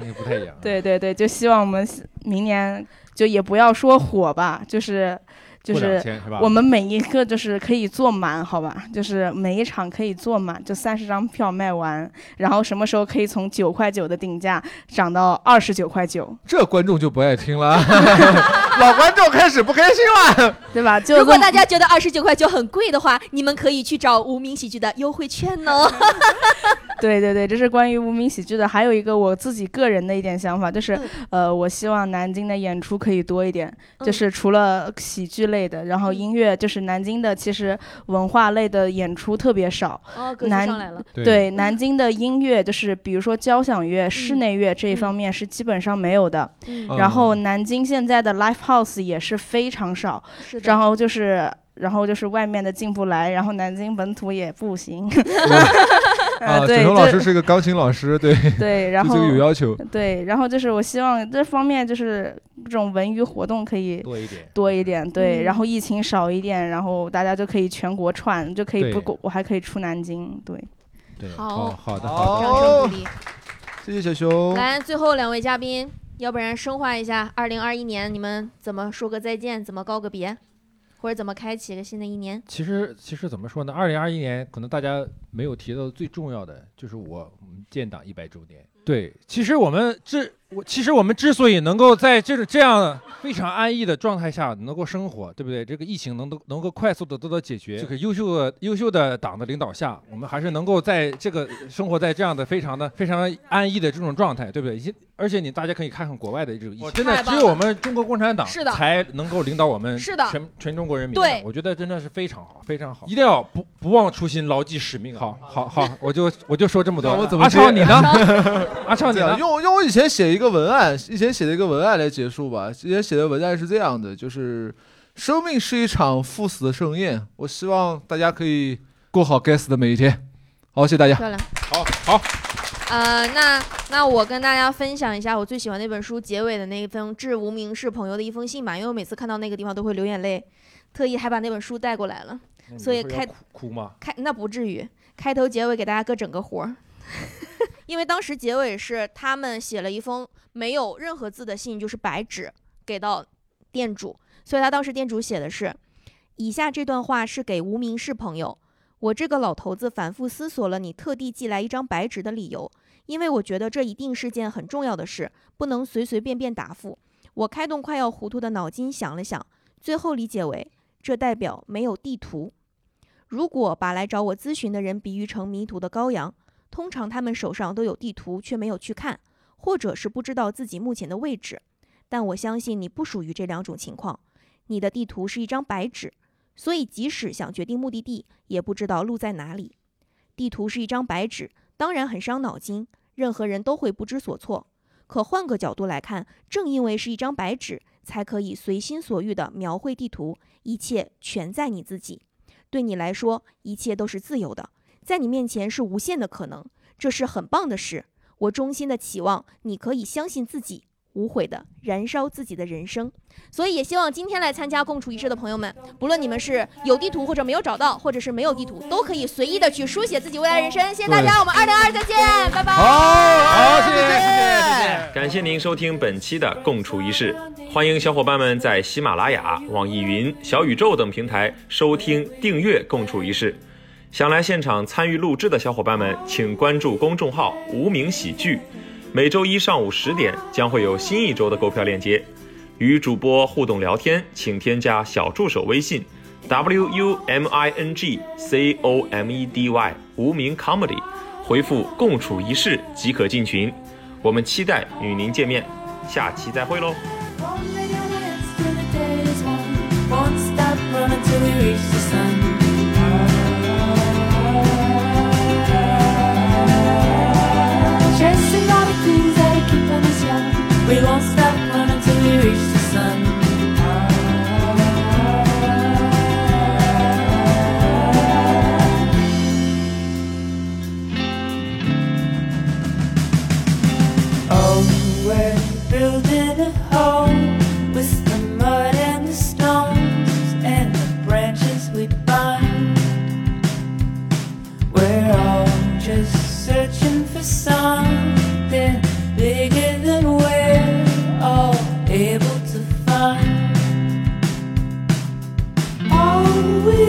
Speaker 1: 那个不太一样。
Speaker 20: 对对对，就希望我们明年就也不要说火吧，就是就
Speaker 1: 过
Speaker 20: 是
Speaker 1: 两千是吧
Speaker 20: 我们每一个就是可以坐满，好吧，就是每一场可以坐满，就三十张票卖完，然后什么时候可以从九块九的定价涨到二十九块九，
Speaker 3: 这观众就不 爱听了，啊老观众开始不开心了。
Speaker 20: 对吧？就
Speaker 6: 如果大家觉得二十九块九很贵的话，你们可以去找无名喜剧的优惠券哦。
Speaker 20: 对对对，这是关于无名喜剧的。还有一个我自己个人的一点想法，就是、
Speaker 6: 嗯
Speaker 20: 呃，我希望南京的演出可以多一点，就是除了喜剧类的，然
Speaker 6: 嗯
Speaker 20: 后音乐，就是南京的其实文化类的演出特别少。
Speaker 6: 哦格局
Speaker 20: 南
Speaker 6: 上来了嗯
Speaker 20: 对
Speaker 6: 对
Speaker 20: 南京的音乐，就是比如说交响乐、室内乐这一方面是基本上没有的。
Speaker 6: 嗯
Speaker 20: 然后南京现在的 live house 也是非常少，
Speaker 6: 是的
Speaker 20: 然后就是。然后就是外面的进不来，然后南京本土也 不行。 呃
Speaker 3: 啊，沈
Speaker 20: 对，
Speaker 3: 龙老
Speaker 20: 这
Speaker 3: 师是一个钢琴老师，对
Speaker 20: 对，然后
Speaker 3: 对这个有要求。
Speaker 20: 对，然后就是我希望这方面就是这种文娱活动可以
Speaker 1: 多一点，
Speaker 20: 多一点，对，
Speaker 1: 嗯
Speaker 20: 然后疫情少一点，然后大家就可以全国串，就可以不
Speaker 1: 对
Speaker 20: 过，我还可以出南京，对。
Speaker 1: 对，
Speaker 6: 好
Speaker 1: 哦好的，
Speaker 3: 好
Speaker 1: 好的，
Speaker 6: 掌声鼓励。
Speaker 3: 谢谢小熊。
Speaker 6: 来，最后两位嘉宾，要不然升华一下，二零二一年你们怎么说个再见，怎么告个别，或者怎么开启个新的一年？
Speaker 1: 其实其实怎么说呢？二零二一年可能大家没有提到最重要的，就是我我们建党一百周年。对，其实我们之我其实我们之所以能够在这种这样非常安逸的状态下能够生活，对不对？这个疫情能够能够快速的得到解决，这个优秀的优秀的党的领导下，我们还是能够在这个生活在这样的非常的非常安逸的这种状态，对不对？已经而且你大家可以看看国外的这个疫情，真的
Speaker 6: 太棒
Speaker 1: 只
Speaker 6: 了
Speaker 1: 有我们中国共产党
Speaker 6: 是的
Speaker 1: 才能够领导我们
Speaker 6: 是的
Speaker 1: 全全中国人民。
Speaker 6: 对
Speaker 1: 我觉得真的是非常好，非常好，一定要不不忘初心，牢记使命。啊好，好，好，我就我就说这么多。
Speaker 3: 那我怎么
Speaker 1: 阿
Speaker 3: 接
Speaker 1: 超你呢？阿 超你
Speaker 3: 这样
Speaker 1: 呢？
Speaker 3: 用用我以前写一个文案，以前写的一个文案来结束吧。以前写的文案是这样的，就是生命是一场赴死的盛宴，我希望大家可以过好该死的每一天。好，谢谢大家。
Speaker 6: 漂亮。
Speaker 1: 好好，
Speaker 6: 呃，那那我跟大家分享一下我最喜欢那本书结尾的那一封致无名氏朋友的一封信吧，因为我每次看到那个地方都会流眼泪，特意还把那本书带过来了， 所以开
Speaker 1: 哭吗？
Speaker 6: 开那不至于，开头结尾给大家各整个活儿。因为当时结尾是他们写了一封没有任何字的信，就是白纸给到店主，所以他当时店主写的是：以下这段话是给无名氏朋友，我这个老头子反复思索了你特地寄来一张白纸的理由，因为我觉得这一定是件很重要的事，不能随随便便答复。我开动快要糊涂的脑筋想了想，最后理解为这代表没有地图。如果把来找我咨询的人比喻成迷途的羔羊，通常他们手上都有地图，却没有去看，或者是不知道自己目前的位置。但我相信你不属于这两种情况，你的地图是一张白纸，所以即使想决定目的地，也不知道路在哪里。地图是一张白纸，当然很伤脑筋，任何人都会不知所措。可换个角度来看，正因为是一张白纸，才可以随心所欲地描绘地图，一切全在你自己。对你来说，一切都是自由的，在你面前是无限的可能，这是很棒的事。我衷心的期望你可以相信自己，无悔的燃烧自己的人生。所以也希望今天来参加共处一室的朋友们，不论你们是有地图或者没有找到，或者是没有地图，都可以随意的去书写自己未来人生。谢谢大家，
Speaker 9: 对
Speaker 6: 我们二零二再见，拜拜。
Speaker 9: 好，谢谢，谢谢，谢谢。
Speaker 22: 感谢您收听本期的《共处一室》，欢迎小伙伴们在喜马拉雅、网易云、小宇宙等平台收听、订阅《共处一室》。想来现场参与录制的小伙伴们，请关注公众号“无名喜剧”，每周一上午十点将会有新一周的购票链接。与主播互动聊天，请添加小助手微信 w u m i n g c o m e d y 无名 comedy，回复“共处一室”即可进群。我们期待与您见面，下期再会喽。
Speaker 23: One million hands till the day is won. One step run until we reach the sun. Chasing all the things that are keeping us young. We won't stop running until we reach the sun. Oh, we're building a home with the mud and the stones and the branches we bind. We're all just searching for something bigger than we're all able to find. All we